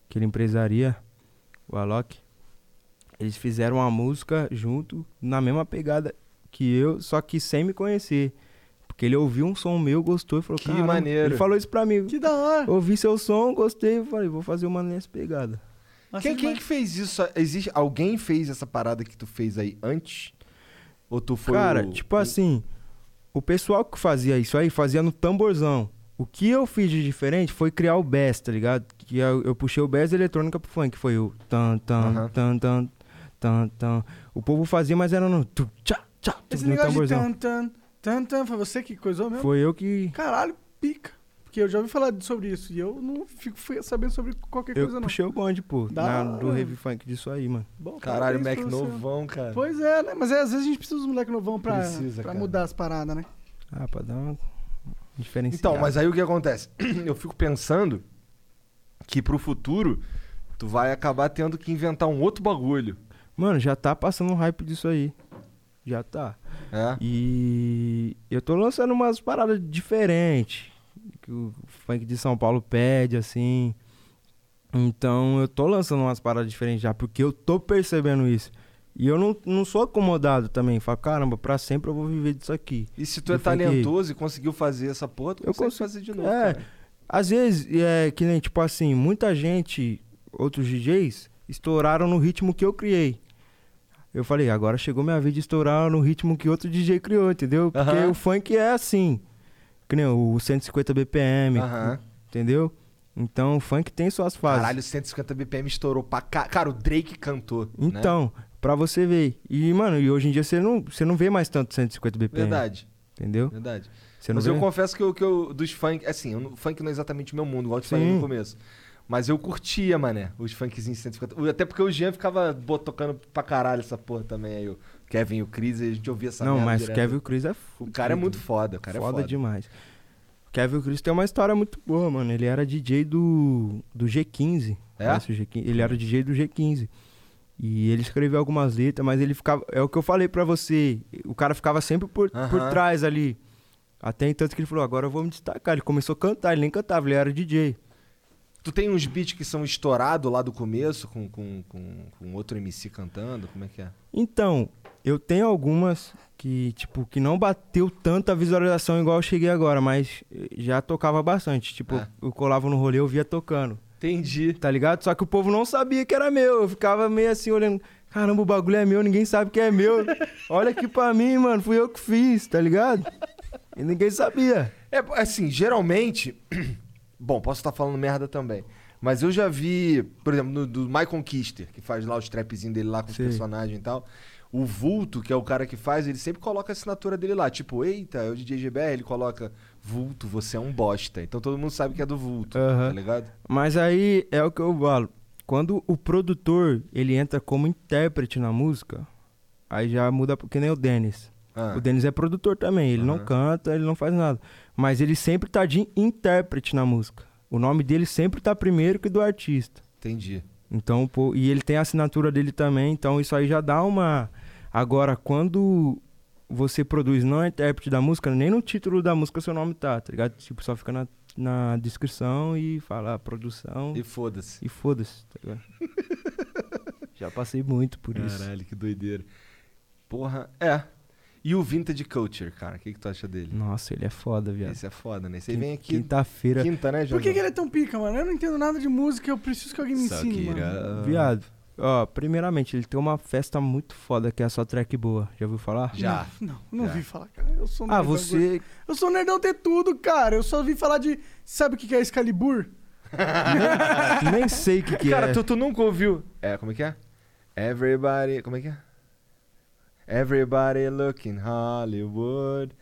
que ele empresaria, o Alok. Eles fizeram uma música junto, na mesma pegada que eu, só que sem me conhecer. Porque ele ouviu um som meu, gostou e falou, Que "Caramba." maneiro. Ele falou isso pra mim. Que da hora. Ouvi seu som, gostei, falei, vou fazer uma nessa pegada. Nossa, Quem, quem demais. que fez isso? Existe, alguém fez essa parada que tu fez aí antes? Ou tu foi Cara, o- um tipo o- assim, o pessoal que fazia isso aí fazia no tamborzão. O que eu fiz de diferente foi criar o bass, tá ligado? Que eu, eu puxei o bass eletrônica pro funk, foi o tan tan Aham. tan tan tan tan. O povo fazia, mas era no tu tchá tchá tu, Esse no negócio de tamborzão. tan, né? tan, tan, tan, foi você que coisou mesmo? Foi eu que Caralho, pica. Porque eu já ouvi falar sobre isso e eu não fico fui sabendo sobre qualquer eu coisa, não. puxei o bonde, pô, Da na- hora, do mano. rave funk disso aí, mano. Bom, Caralho, Mac parabéns pra você. novão, cara. Pois é, né? Mas é, às vezes a gente precisa dos moleques novão pra, Precisa, pra cara. mudar as paradas, né? Ah, pra dar uma diferenciada. Então, mas aí o que acontece? Eu fico pensando que pro futuro tu vai acabar tendo que inventar um outro bagulho. Mano, já tá passando um hype disso aí. Já tá. É? E eu tô lançando umas paradas diferentes que o funk de São Paulo pede, assim. Então eu tô lançando umas paradas diferentes já, porque eu tô percebendo isso. E eu não, não sou acomodado também. Falo, caramba, pra sempre eu vou viver disso aqui. E se tu é Do funk- talentoso e conseguiu fazer essa porra, tu Eu consegue consigo- fazer de novo. é. cara. Às vezes, é que nem, tipo assim, muita gente, outros DJs, estouraram no ritmo que eu criei. Eu falei, agora chegou minha vez de estourar no ritmo que outro DJ criou, entendeu? Porque Aham. o funk é assim. Que nem o 150 BPM, Aham. entendeu? Então o funk tem suas fases. Caralho, 150 BPM estourou pra cá. Cara, o Drake cantou. Né? então, pra você ver. E, mano, e hoje em dia você não, você não vê mais tanto 150 BPM. Verdade, Entendeu? verdade. Você não Mas vê. eu confesso que eu, que eu dos funk, assim, eu não- funk não é exatamente meu mundo, igual eu te falei no Sim. começo. Mas eu curtia, mané, os funkzinhos 150. Até porque o Jean ficava bot- tocando pra caralho essa porra também. Aí o Kevin e o Chris, a gente ouvia essa Não, merda mas o direto. Kevin e o Chris é O cara é muito foda, o cara foda, é foda. demais. Kevin Chris tem uma história muito boa, mano. Ele era DJ do, do G15. É? Conhece o G15? Ele era DJ do G15. E ele escreveu algumas letras, mas ele ficava. É o que eu falei pra você. O cara ficava sempre por, por Aham. trás ali. Até tanto que ele falou: agora eu vou me destacar. Ele começou a cantar, ele nem cantava, ele era DJ. Tu tem uns beats que são estourados lá do começo, com, com, com, com outro MC cantando, como é que é? Então, eu tenho algumas que, tipo, que não bateu tanta visualização igual eu cheguei agora, mas eh, já tocava bastante. Tipo, Ah. eu colava no rolê, eu via tocando. Entendi. tá ligado? Só que o povo não sabia que era meu. Eu ficava meio assim olhando, caramba, o bagulho é meu, ninguém sabe que é meu. Olha aqui pra mim, mano, fui eu que fiz, tá ligado? E ninguém sabia. É, assim, geralmente. Bom, posso estar falando merda também. Mas eu já vi, por exemplo, no, do Michael Kister, que faz lá os trapzinhos dele lá com Sim. os personagens e tal. O Vulto, que é o cara que faz, ele sempre coloca a assinatura dele lá. Tipo, eita, é o DJ GBR, ele coloca Vulto, você é um bosta. Então todo mundo sabe que é do Vulto, Aham. tá ligado? Mas aí é o que eu falo. Quando o produtor, ele entra como intérprete na música, aí já muda, porque nem o Dennis. Ah. O Denis é produtor também, ele não Aham. canta, ele não faz nada. Mas ele sempre tá de intérprete na música. O nome dele sempre tá primeiro que do artista. Entendi. Então, pô, e ele tem a assinatura dele também, então isso aí já dá uma. Agora, quando você produz não é intérprete da música, nem no título da música seu nome tá, tá ligado? Tipo, só fica na, na descrição e fala ah, produção E e, foda-se. foda-se, tá ligado? já passei muito por isso. Caralho, que doideira. Porra, é. E o Vintage Culture, cara, o que, que tu acha dele? Nossa, ele é foda, viado. Esse é foda, né? Esse aí Quin- vem aqui Quinta-feira. quinta, né, Jornal? Por que, que ele é tão pica, mano? Eu não entendo nada de música, eu preciso que alguém me ensine, mano. tá Viado. Ó, primeiramente, ele tem uma festa muito foda que é a sua track boa. Já ouviu falar? Já. tá Não, não Já. vi falar, cara. Eu sou um Ah, nerdão gordo. você. Eu sou um nerdão ter tudo, cara. Eu só vi falar de. Sabe o que que é Excalibur? Nem sei o que, que Cara, é. tu, tu nunca ouviu. É, como é que é? Everybody. Como é que é? Everybody looking Hollywood.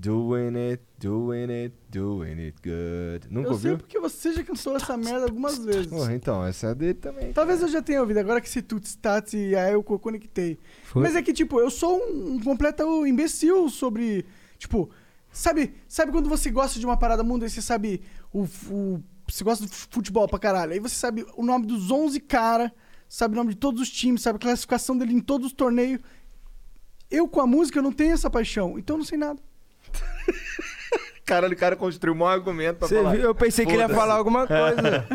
Doing it, doing it, doing it good. Nunca eu sei ouviu? porque você já cantou essa merda algumas vezes. Porra, então, essa é dele também. Talvez eu já tenha ouvido, agora que esse tuts tats e aí eu co- conectei. Foi? Mas é que, tipo, eu sou um, um completo imbecil sobre. Tipo, sabe, sabe quando você gosta de uma parada mundo e você sabe o, o- Você gosta de futebol pra caralho. Aí você sabe o nome dos 11 caras, sabe o nome de todos os times, sabe a classificação dele em todos os torneios. Eu com a música eu não tenho essa paixão, então eu não sei nada. Caralho, o cara construiu um argumento pra Você falar. viu? Eu pensei que ele ia Foda-se. falar alguma coisa.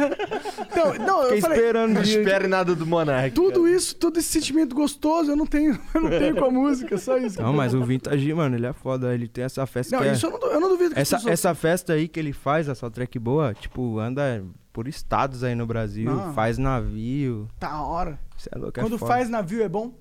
Então, não, Fiquei É. eu falei. esperando. Não de- espere nada do Monark. Tudo isso, todo esse sentimento gostoso, eu não tenho, eu não tenho com a música, só isso. Não, mas o Vintage, mano, ele é foda. Ele tem essa festa Não, que é- isso eu não, du- eu não duvido que as Essa, pessoas- essa festa aí que ele faz, essa track boa, tipo, anda por estados aí no Brasil, Não. faz navio. Tá na hora. Você é louco, é Ah. Quando foda. faz navio é bom?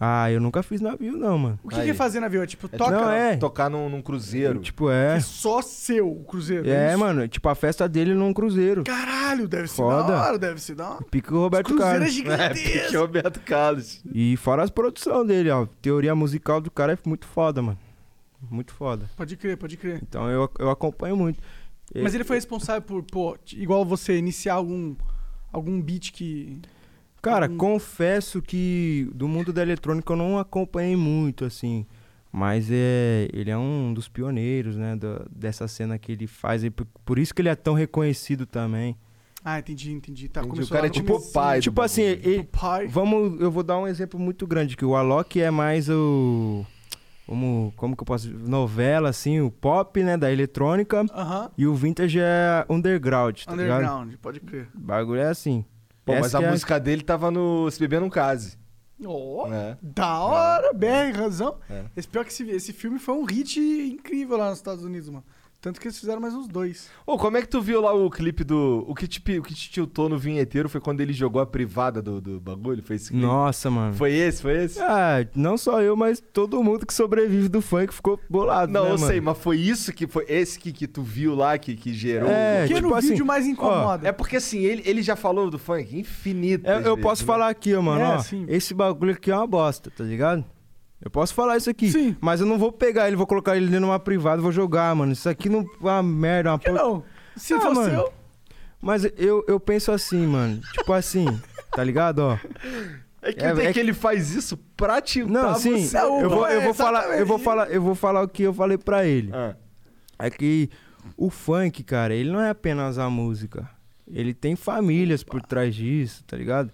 Ah, eu nunca fiz navio, não, mano. O que, que Aí. é fazer navio? É tipo, tipo- toca Não, é... é. Tocar num, num cruzeiro. Tipo, é. só seu o cruzeiro. É, isso? mano, tipo, a festa dele num cruzeiro. Caralho, deve ser Foda. da hora, deve ser da hora. Pica o Roberto cruzeiro é Carlos. Pique gigantesco. Roberto Carlos. E fora as produções dele, ó. Teoria musical do cara é muito foda, mano. Muito foda. Pode crer, pode crer. Então eu, eu acompanho muito. E- Mas ele foi responsável por, pô, t- igual você, iniciar algum, algum beat que... Cara, Hum. confesso que do mundo da eletrônica eu não acompanhei muito, assim. Mas é, ele é um dos pioneiros, né? da- dessa cena que ele faz. E por, por isso que ele é tão reconhecido também. Ah, entendi, entendi. Tá, Entendi, o começou cara lá é no tipo comecinho. o pai do tipo assim, bagulho. ele- Pai. vamos, eu vou dar um exemplo muito grande, que o Alok é mais o. Como, como que eu posso. Novela, assim, o pop, né? Da eletrônica. Aham. E o vintage é underground, tá ligado? Underground, pode crer. O bagulho é assim. Pô, mas Essa a que é música dele tava no Se Beber Num Case. Ó, né? É. da hora, BR, razão. É. Esse pior que esse, esse filme foi um hit incrível lá nos Estados Unidos, mano. Tanto que eles fizeram mais uns dois. Ô, como é que tu viu lá o clipe do. O que te, pi- o que te tiltou no vinheteiro foi quando ele jogou a privada do, do bagulho? Foi esse clipe? Nossa, mano. Foi esse, foi esse? Ah, não só eu, mas todo mundo que sobrevive do funk ficou bolado. Não, né, eu mano? sei, mas foi isso que foi esse que, que tu viu lá que, que gerou. É, o- Porque tipo no assim, vídeo mais incomoda. É porque assim, ele, ele já falou do funk infinito. É, né? Eu, eu posso falar aqui, ó, mano. É, ó, sim. esse bagulho aqui é uma bosta, tá ligado? Eu posso falar isso aqui. Sim. Mas eu não vou pegar ele, vou colocar ele numa privada e vou jogar, mano. Isso aqui não é uma merda, uma Por que por- não? Se Ah, fosse mano. eu. Mas eu, eu penso assim, mano. tipo assim, tá ligado, ó? É que, É, é é que ele faz isso pra tiltar Não, você. sim. é Eu o- vou, é, eu vou falar, eu vou exatamente. falar, eu vou falar o que eu falei pra ele. Ah, É que o funk, cara, ele não é apenas a música. Ele tem famílias por trás disso, tá ligado?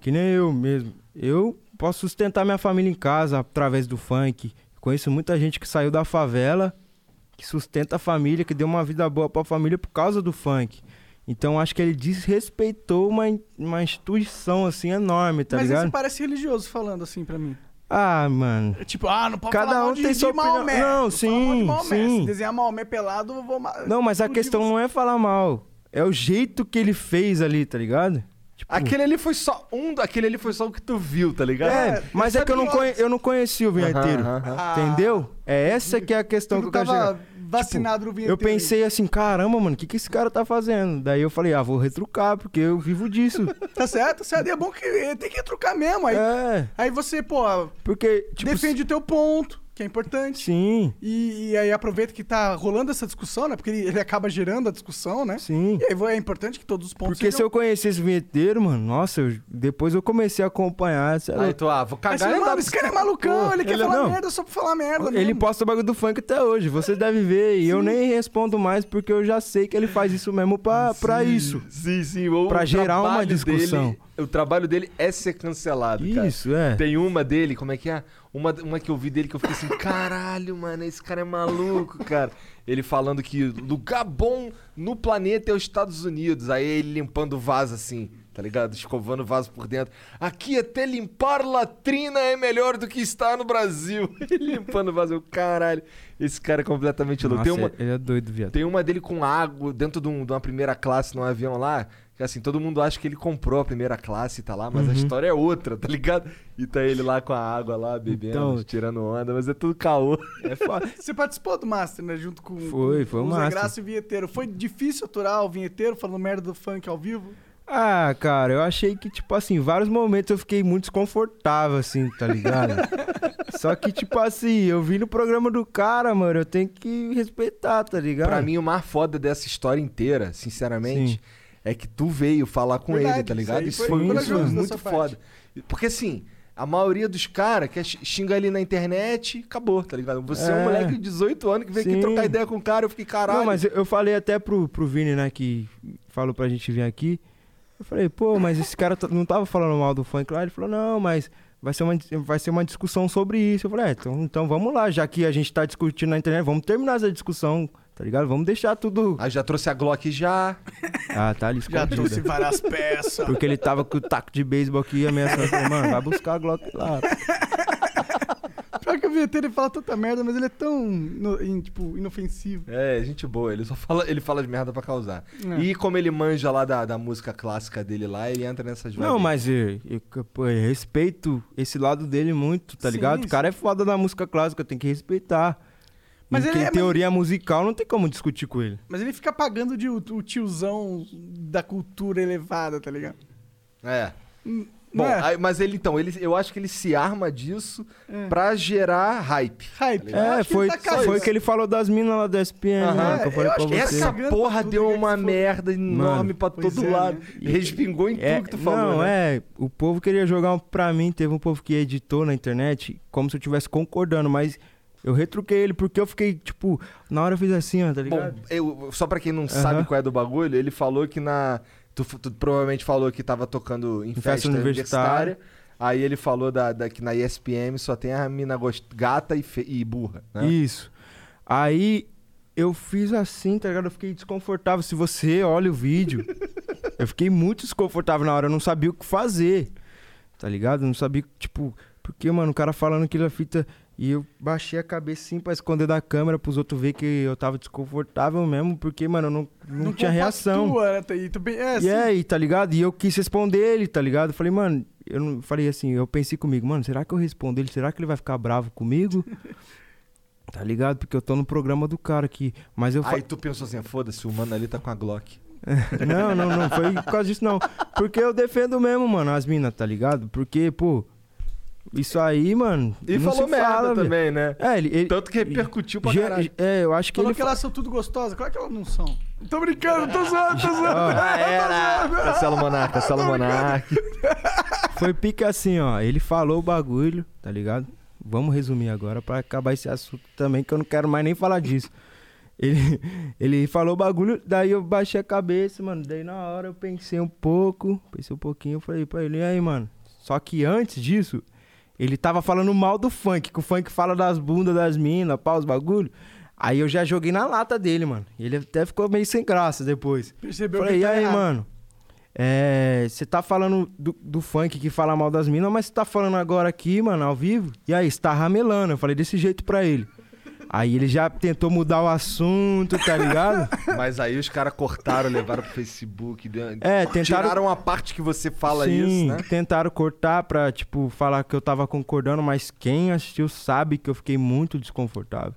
Que nem eu mesmo. Eu posso sustentar minha família em casa através do funk. Conheço muita gente que saiu da favela, que sustenta a família, que deu uma vida boa pra família por causa do funk. Então acho que ele desrespeitou uma, in- uma instituição assim enorme, tá mas ligado? esse parece religioso falando assim pra mim. Ah, mano. É tipo, ah, não pode Cada falar mal um de, tem de sua opinião. Maomé. Não, pode falar mal de sim, Maomé. sim. Se desenhar Maomé pelado, eu vou... ma- Não, mas a explodir questão Tipo você. não é falar mal. É o jeito que ele fez ali, tá ligado? Tipo, Aquele ali foi só um. do- Aquele ali foi só o que tu viu, tá ligado? É, mas é que eu não, conhe- eu não conheci o vinheteiro. Aham, aham. Ah, Entendeu? É essa que é a questão Tu que não eu quero tava chegar. vacinado no vinheteiro. Eu pensei assim, caramba, mano, o que, que esse cara tá fazendo? Daí eu falei, ah, vou retrucar, porque eu vivo disso. Tá certo, tá certo. E é bom que eh, tem que trucar mesmo. Aí, é, aí você, pô, porque, tipo, defende o teu ponto. que é importante. Sim, E, e aí aproveita que tá rolando essa discussão, né? Porque ele, ele acaba gerando a discussão, né? sim. E aí é importante que todos os pontos Porque se sejam... eu conhecesse o vinheteiro, mano, nossa, eu- depois eu comecei a acompanhar. é sei lá. Aí tu, ah, vou Aí você, cagar e mano, andar esse cara é malucão, ele, quer ele é- falar não. merda só pra falar merda ele mesmo. posta o bagulho do funk até hoje, vocês devem ver. E eu nem respondo mais porque eu já sei que ele faz isso mesmo pra, pra isso. Sim, sim. Ou Pra o gerar uma trabalho discussão. dele- o trabalho dele é ser cancelado, cara. Isso, é. Tem uma dele, como é que é? Uma, uma que eu vi dele que eu fiquei assim, caralho, mano, esse cara é maluco, cara. Ele falando que lugar bom no planeta é os Estados Unidos. Aí ele limpando o vaso assim, tá ligado? Escovando o vaso por dentro. Aqui até limpar latrina é melhor do que estar no Brasil. Ele limpando o vaso, eu, caralho. Esse cara é completamente louco. Tem Nossa, uma, Ele é doido, viado. tem uma dele com água dentro de, um- de uma primeira classe num avião lá. Que assim, todo mundo acha que ele comprou a primeira classe e tá lá, mas Uhum. a história é outra, tá ligado? E tá ele lá com a água lá, bebendo, Então- tirando onda, mas é tudo caô. É foda. Você participou do Master, né? Junto com, Foi, foi com o Zé Master. Graça e o Vinheteiro. Foi difícil aturar o Vinheteiro falando merda do funk ao vivo? Ah, cara, eu achei que, tipo assim, em vários momentos eu fiquei muito desconfortável, assim, tá ligado? Só que, tipo assim, eu vim no programa do cara, mano, eu tenho que respeitar, tá ligado? Pra mim, o mais foda dessa história inteira, sinceramente, Sim. é que tu veio falar com Verdade, ele, tá isso ligado? aí Isso, foi foi, isso corajoso foi da muito sua parte. foda. Porque assim, a maioria dos caras quer x- xingar ele na internet, acabou, tá ligado? Você é, É. um moleque de 18 anos que veio aqui Sim. trocar ideia com o cara, eu fiquei, caralho. Não, mas eu, eu falei até pro, pro Vini, né, que falou pra gente vir aqui. Eu falei, pô, mas esse cara tá- não tava falando mal do funk lá. Ele falou, não, mas vai ser uma, dis- vai ser uma discussão sobre isso. Eu falei, é, então, então vamos lá, já que a gente tá discutindo na internet, vamos terminar essa discussão, tá ligado? Vamos deixar tudo. Aí já trouxe a Glock já. Ah, tá ali Já escondido. trouxe várias peças. Porque ele tava com o taco de beisebol aqui e ameaçando. Eu falei, Mano, vai buscar a Glock lá. Pior que o Vinheteiro ele fala tanta merda, mas ele é tão, ino- in- tipo, inofensivo. É, gente boa, ele só fala, ele fala de merda pra causar. É. E como ele manja lá da, da música clássica dele lá, ele entra nessas vibes. Não, mas eu, eu- pô, eu respeito esse lado dele muito, tá Sim, ligado? O cara é foda da música clássica, tem que respeitar. Mas Mas ele ele é- teoria musical não tem como discutir com ele. Mas ele fica pagando de o, o tiozão da cultura elevada, tá ligado? É. N- Bom, não é? aí- mas ele então, ele, eu acho que ele se arma disso É. pra gerar hype. Hype. Eu É, acho que foi, ele tá cagando. foi o que ele falou das minas lá da SPN, Aham. mano, né, que eu É, falei eu pra acho que você. Essa Cagando porra tudo, deu né, uma que se for- merda enorme pra Pois todo é, lado. né? Respingou em tudo É, que tu falou. não, né? é, o povo queria jogar um- pra mim, teve um povo que editou na internet, como se eu estivesse concordando, mas eu retruquei ele porque eu fiquei, tipo, na hora eu fiz assim, ó, tá Bom, ligado? eu- só pra quem não sabe qual é do bagulho, ele falou que na. Tu, tu provavelmente falou que tava tocando em, festa, universitária. Aí ele falou da, da- que na ESPM só tem a mina gost- gata e, fe- e burra, né? Isso. Aí eu fiz assim, tá ligado? Eu fiquei desconfortável. Se você olha o vídeo, eu fiquei muito desconfortável na hora. Eu não sabia o que fazer, tá ligado? Eu não sabia, tipo, porque, mano, o cara falando aquilo a fita. E eu baixei a cabeça assim pra esconder da câmera pros outros ver que eu tava desconfortável mesmo, porque, mano, eu não, não, tinha reação. compactua, né, Thaí? Tu bem- é, E assim, aí, tá ligado? E eu quis responder ele, tá ligado? Eu falei, mano, eu não falei assim, eu pensei comigo, mano, será que eu respondo ele? Será que ele vai ficar bravo comigo? tá ligado? Porque eu tô no programa do cara aqui. Mas eu Aí falei. tu pensou assim, foda-se, o mano ali tá com a Glock. não, não, não, foi por causa disso, não. Porque eu defendo mesmo, mano, as minas, tá ligado? Porque, pô, isso aí, mano. E não falou se merda fala, velho. também, né? É, ele. ele Tanto que repercutiu pra Ge- caralho. É, eu acho que Falou ele. que elas são tudo gostosas. Claro que elas não são. Tô brincando, tô zoando, tô zoando. Ah, era! Cancela o Monarca, cancela o Monarca. Foi pique assim, ó. Ele falou o bagulho, tá ligado? Vamos resumir agora pra acabar esse assunto também, que eu não quero mais nem falar disso. Ele, ele falou o bagulho, daí eu baixei a cabeça, mano. Daí na hora eu pensei um pouco, pensei um pouquinho, eu falei pra ele, e aí, mano? Só que antes disso, ele tava falando mal do funk, que o funk fala das bundas das minas, pau, os bagulho. Aí eu já joguei na lata dele, mano. Ele até ficou meio sem graça depois. Percebeu Falei, que e tá aí, errado. mano? É, Você tá falando do, do funk que fala mal das minas, mas você tá falando agora aqui, mano, ao vivo. E aí, você tá ramelando. Eu falei desse jeito pra ele. Aí ele já tentou mudar o assunto, tá ligado? Mas aí os caras cortaram, levaram pro Facebook. Deu... É, tentaram. Tiraram a parte que você fala Sim, isso, né? Tentaram cortar pra, tipo, falar que eu tava concordando, mas quem assistiu sabe que eu fiquei muito desconfortável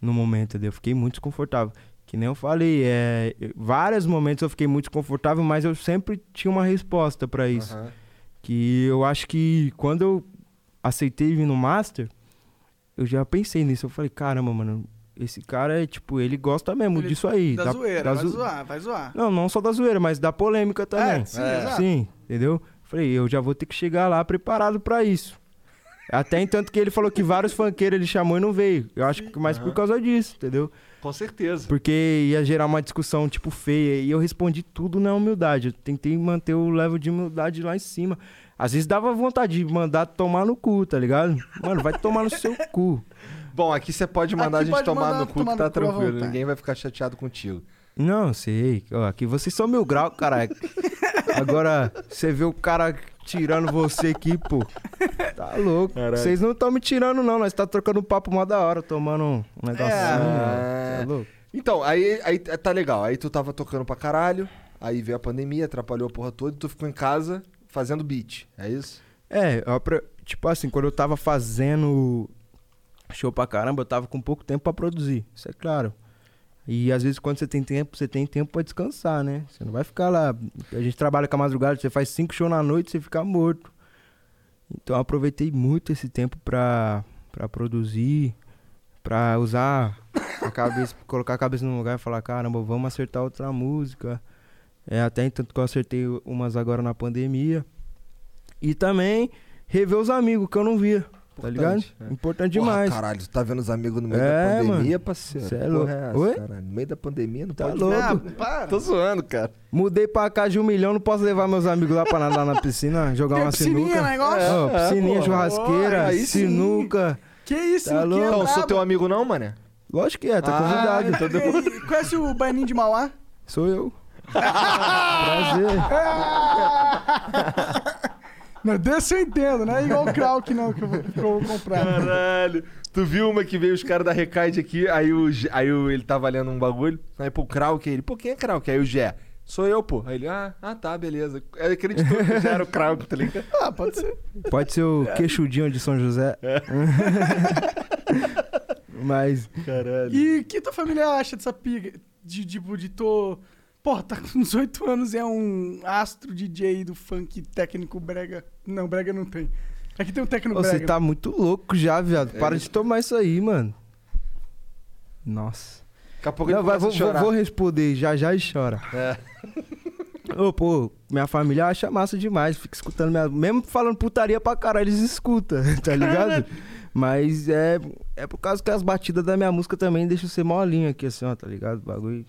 no momento, entendeu? Eu fiquei muito desconfortável. Que nem eu falei, é, eu- vários momentos eu fiquei muito desconfortável, mas eu sempre tinha uma resposta pra isso. Aham. Que eu acho que quando eu aceitei vir no Master, eu já pensei nisso. Eu falei, caramba, mano, esse cara é tipo, ele gosta mesmo Ele- disso aí. Da, Tá zoeira, vai zo- zoar, vai zoar. Não, não só da zoeira, mas da polêmica também. É, sim, É. exato. Sim, entendeu? Falei, eu já vou ter que chegar lá preparado pra isso. Até em tanto que ele falou que vários funkeiros ele chamou e não veio. Eu acho que mais por Aham. causa disso, entendeu? Com certeza. Porque ia gerar uma discussão, tipo, feia. E eu respondi tudo na humildade. Eu tentei manter o level de humildade lá em cima. Às vezes dava vontade de mandar tomar no cu, tá ligado? Mano, vai tomar no seu cu. Bom, aqui você pode mandar Aqui a gente pode tomar mandar no cu tomar que tá no cu à tranquilo. vontade. Ninguém vai ficar chateado contigo. Não, sei. Ó, Aqui vocês são mil grau, caralho. Agora, você vê o cara tirando você aqui, pô. Tá louco. Caralho. Vocês não estão me tirando, não. Nós tá trocando um papo mó da hora, tomando um negocinho. É. Tá louco? Então, aí, aí tá legal. Aí tu tava tocando pra caralho, aí veio a pandemia, atrapalhou a porra toda e tu ficou em casa fazendo beat. É isso? É, eu apre- tipo assim, quando eu tava fazendo show pra caramba, eu tava com pouco tempo pra produzir, isso é claro. E às vezes quando você tem tempo, você tem tempo pra descansar, né? Você não vai ficar lá. A gente trabalha com a madrugada, você faz cinco shows na noite, você fica morto. Então eu aproveitei muito esse tempo pra, pra produzir, pra usar a cabeça, colocar a cabeça no lugar e falar, caramba, vamos acertar outra música. É, até entanto que eu acertei umas agora na pandemia. E também rever os amigos que eu não via. Tá ligado? Importante, é. Importante Porra, demais. caralho, tu tá vendo os amigos no meio da É, pandemia, parceiro? Cê é Porra louco. essa, Oi? caralho? No meio da pandemia não Tá pode... louco. Ah, para. Tô zoando, cara. Mudei pra casa de um milhão, não posso levar meus amigos lá pra nadar na piscina, jogar Tem uma piscininha, sinuca. negócio? Ó, É, piscininha, pô. churrasqueira, Aí sim. sinuca. Que isso, Tá que é louco. Então, brabo. sou teu amigo não, mané? Lógico que é, tá Ah, convidado. então depois- E aí, Conhece o Baininho de Mauá? Sou eu. Prazer. Não, desse eu entendo, né? Igual o Krauk, não, que eu vou, que eu vou comprar. Caralho. Tu viu uma que veio os caras da Recaide aqui, aí, o, G- aí o- ele tava lendo um bagulho, aí pô, Krauk, aí ele, pô, quem é Krauk? Aí o Gé, sou eu, pô. Aí ele, ah, ah tá, beleza. Ele acreditou que já era o Krauk, tá ligado? Ah, pode ser. Pode ser o queixudinho de São José. Mas, Caralho. E o que tua família acha dessa piga? De, tipo, de tô... Porra, tá com 18 anos e é um astro DJ do funk técnico brega. Não, brega não tem. Aqui tem um técnico ô, você brega. tá muito louco já, viado. Para de tomar isso aí, mano. Nossa. Daqui a pouco Não, ele vai, começa vou, a chorar. vou responder já já e chora. É. Ô, pô, minha família acha massa demais, fica escutando minha... Mesmo falando putaria pra caralho, eles escutam, tá ligado? Mas é, é por causa que as batidas da minha música também deixam ser molinho aqui, assim, ó, tá ligado? Bagulho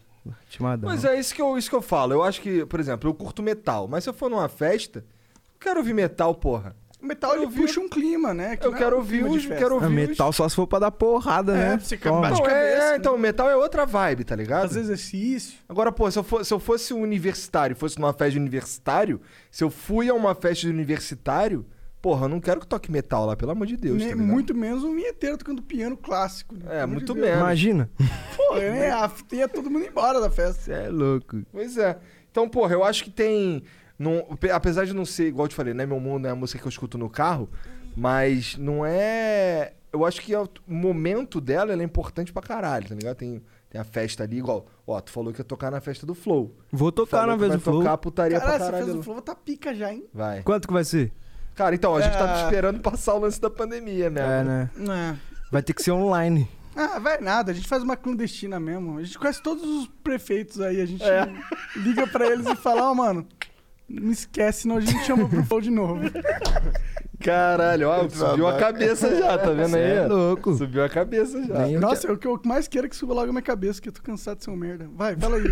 timadão. Mas é isso que, eu, isso que eu falo. Eu acho que, por exemplo, eu curto metal, mas se eu for numa festa, eu quero ouvir metal, porra. O metal, Eu ele vi- puxa um clima, né? Que Eu não é quero um ouvir clima de os- festa. quero Ah, ouvir metal só se for pra dar porrada, É, né? você fica Toma. bate- Não, é, cabeça, é, né? então, metal é outra vibe, tá ligado? Fazer exercício. Agora, pô, se eu, for- se eu fosse um universitário, fosse numa festa de universitário, se eu fui a uma festa de universitário, porra, eu não quero que toque metal lá, pelo amor de Deus, nem- tá ligado? muito menos um vinheteiro tocando piano clássico. né? É, Pelo amor muito de Deus. menos. Imagina. Pô, né? A- ia todo mundo embora da festa. Você é louco. Pois é. Então, porra, eu acho que tem... não- pe- apesar de não ser, igual eu te falei, né? Meu mundo é a música que eu escuto no carro, mas não é... Eu acho que é o o momento dela ela é importante pra caralho, tá ligado? Tem, tem a festa ali, igual... Ó, tu falou que ia tocar na festa do Flow. Vou tocar Falou na que vez vai do Flow. tocar putaria Caralho, pra essa caralho. festa do Flow tá pica já, hein? Vai. Quanto que vai ser? Cara, então, a gente É. tava esperando passar o lance da pandemia, né? É, né? Vai ter que ser online. Ah, vai nada, a gente faz uma clandestina mesmo. A gente conhece todos os prefeitos aí, a gente É. liga pra eles e fala, ó, mano, não esquece, senão a gente chama pro Flow de novo. Caralho, ó, subiu a cabeça já, tá vendo Você é aí? louco. Subiu a cabeça já. Nem eu te- Nossa, o que eu mais quero é que suba logo a minha cabeça, que eu tô cansado de ser um merda. Vai, fala aí.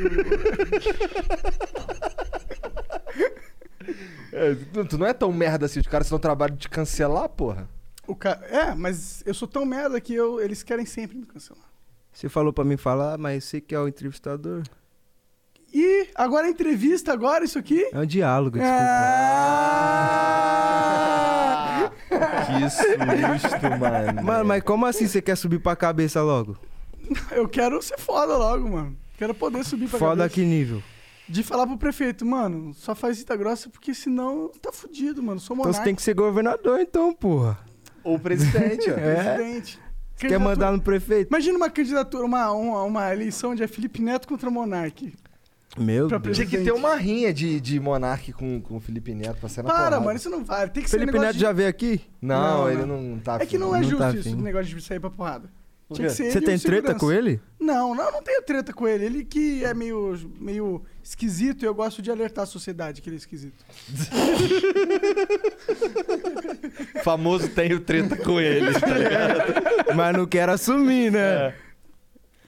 É, tu- tu não é tão merda assim, os caras estão trabalho de cancelar, porra. o ca... É, mas eu sou tão merda que eu... eles querem sempre me cancelar. Você falou pra mim falar, mas você que é o entrevistador. E agora a entrevista, agora isso aqui? É um diálogo, desculpa. Ah! Que susto, mano. Mano, mas como assim você quer subir pra cabeça logo? Eu quero ser foda logo, mano. Quero poder subir pra Foda cabeça. que nível. Então De falar pro prefeito, mano, só faz Ita Grossa porque senão tá fudido, mano. Sou Então monarca. você tem que ser governador, então, porra. O presidente, ó. É. presidente. Você quer Candidatura- mandar no prefeito? Tá Imagina uma candidatura, uma, uma, uma eleição onde é Felipe Neto contra Monark. Meu Pra Deus. Tinha que ter uma rinha de, de Monark com, com o Felipe Neto pra ser na Para, porrada. mano, isso não vai. Tem que ser um Felipe negócio Neto de... já veio aqui? Não, Não, ele não. não tá É que afim, não é Não justo tá isso, afim. esse negócio de sair pra porrada. Por Tinha quê? que ser Você ele e tem o treta segurança. com ele? Não, não, não tenho treta com ele. Ele que é meio, meio esquisito e eu gosto de alertar a sociedade que ele é esquisito. Famoso tenho treta com ele. Mas não quero assumir, né?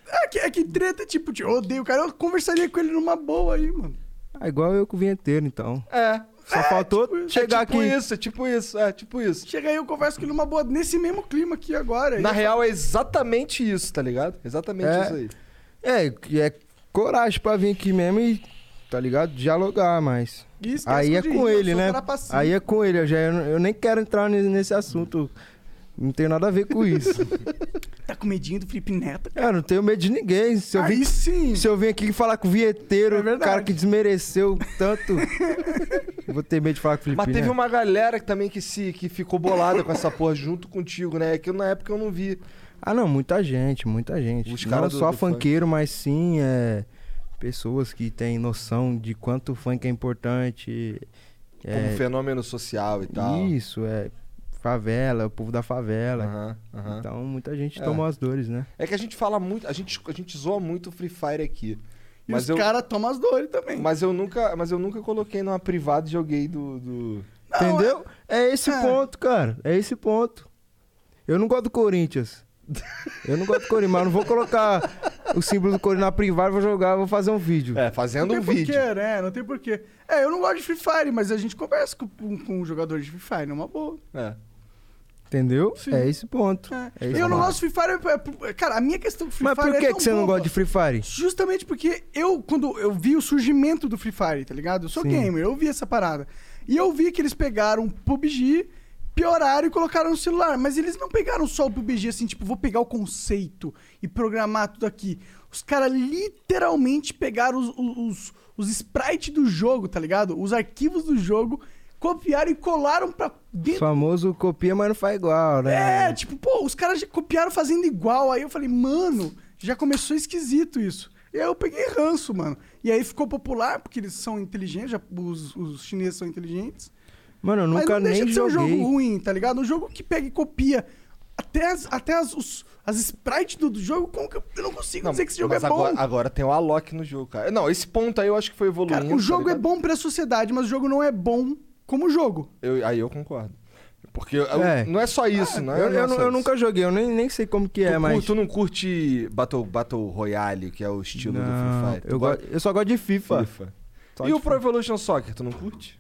É que, é que treta, tipo, de odeio o cara. Eu conversaria com ele numa boa aí, mano. Ah, igual eu com o vinheteiro, então. É. Só faltou chegar é tipo aqui. isso, é tipo isso, é tipo isso. Chega aí, eu converso com ele numa boa, nesse mesmo clima aqui agora. Na E- real, é exatamente isso, tá ligado? Exatamente É. isso aí. É, que é coragem pra vir aqui mesmo e, tá ligado? Dialogar, mas. e esquece Aí é de com rir, eu ele, sou um né? trapacinho. Aí é com ele, eu, já, eu, eu nem quero entrar ne- nesse assunto. Não tenho nada a ver com isso. Tá com medinho do Felipe Neto? eu não tenho medo de ninguém. Se eu, aí vim, sim. se eu vim aqui falar com o É vinheteiro, o verdade. cara que desmereceu tanto. vou ter medo de falar com o Felipe. né? Mas teve né? Neto. uma galera que também que, se, que ficou bolada com essa porra junto contigo, né? Que eu, na época eu não vi. Ah, não, muita gente, muita gente. Os não caras do- só do funkeiro, mas sim é, pessoas que têm noção de quanto o funk é importante. Como É, fenômeno social e tal. isso, é favela, o povo da favela. Aham, aham. Então muita gente É. tomou as dores, né? É que a gente fala muito, a gente, a gente zoa muito o Free Fire aqui. E Mas os eu, caras tomam as dores também. mas eu nunca, mas eu nunca coloquei numa privada e joguei do, do- Não, Entendeu? É, esse É. ponto, cara. É esse ponto. Eu não gosto do Corinthians. Eu não gosto do Corinthians, mas eu não vou colocar o símbolo do Corinthians na privada, vou jogar, vou fazer um vídeo. É, Não fazendo tem um vídeo. porquê, né? Não tem porquê. É, eu não gosto de Free Fire, mas a gente conversa com, com, com um jogador de Free Fire, numa boa. É. Entendeu? Sim. É esse ponto. É. É isso, eu não mano. gosto de Free Fire. é- é- Cara, a minha questão com Free Mas Fire. por que, é tão que você não boba. gosta de Free Fire? Justamente porque eu, quando eu vi o surgimento do Free Fire, tá ligado? Eu sou Sim. gamer, eu vi essa parada. E eu vi que eles pegaram PUBG, pioraram e colocaram no celular. Mas eles não pegaram só o PUBG assim, tipo, vou pegar o conceito e programar tudo aqui. Os caras literalmente pegaram os, os, os sprites do jogo, tá ligado? Os arquivos do jogo, copiaram e colaram pra dentro Famoso copia, mas não faz igual, né? é, tipo, pô, os caras já copiaram fazendo igual. Aí eu falei, mano, já começou esquisito isso. E aí eu peguei ranço, mano. E aí ficou popular, porque eles são inteligentes, já- os, os chineses são inteligentes. Mano, eu mas nunca não deixa nem de ser um joguei. jogo ruim, tá ligado? Um jogo que pega e copia. Até as, até as, os- as sprites do, do jogo, como que eu, eu não consigo dizer que esse jogo é mas agora, bom? agora tem o Alok no jogo, cara. Não, esse ponto aí eu acho que foi evoluindo. Cara, o tá jogo é ligado? bom pra sociedade, mas o jogo não é bom como jogo. Eu- aí eu concordo. Porque eu- É. não é só isso, né? Eu, Não é eu, só nu- eu isso. nunca joguei, eu nem, nem sei como que Tu, é, cur- mas. tu não curte Battle, Battle Royale, que é o estilo do Não, Free Fire? Tu eu, gosta gosto- eu só gosto de FIFA. de FIFA. Só E de o Pro Evolution Soccer, tu não curte?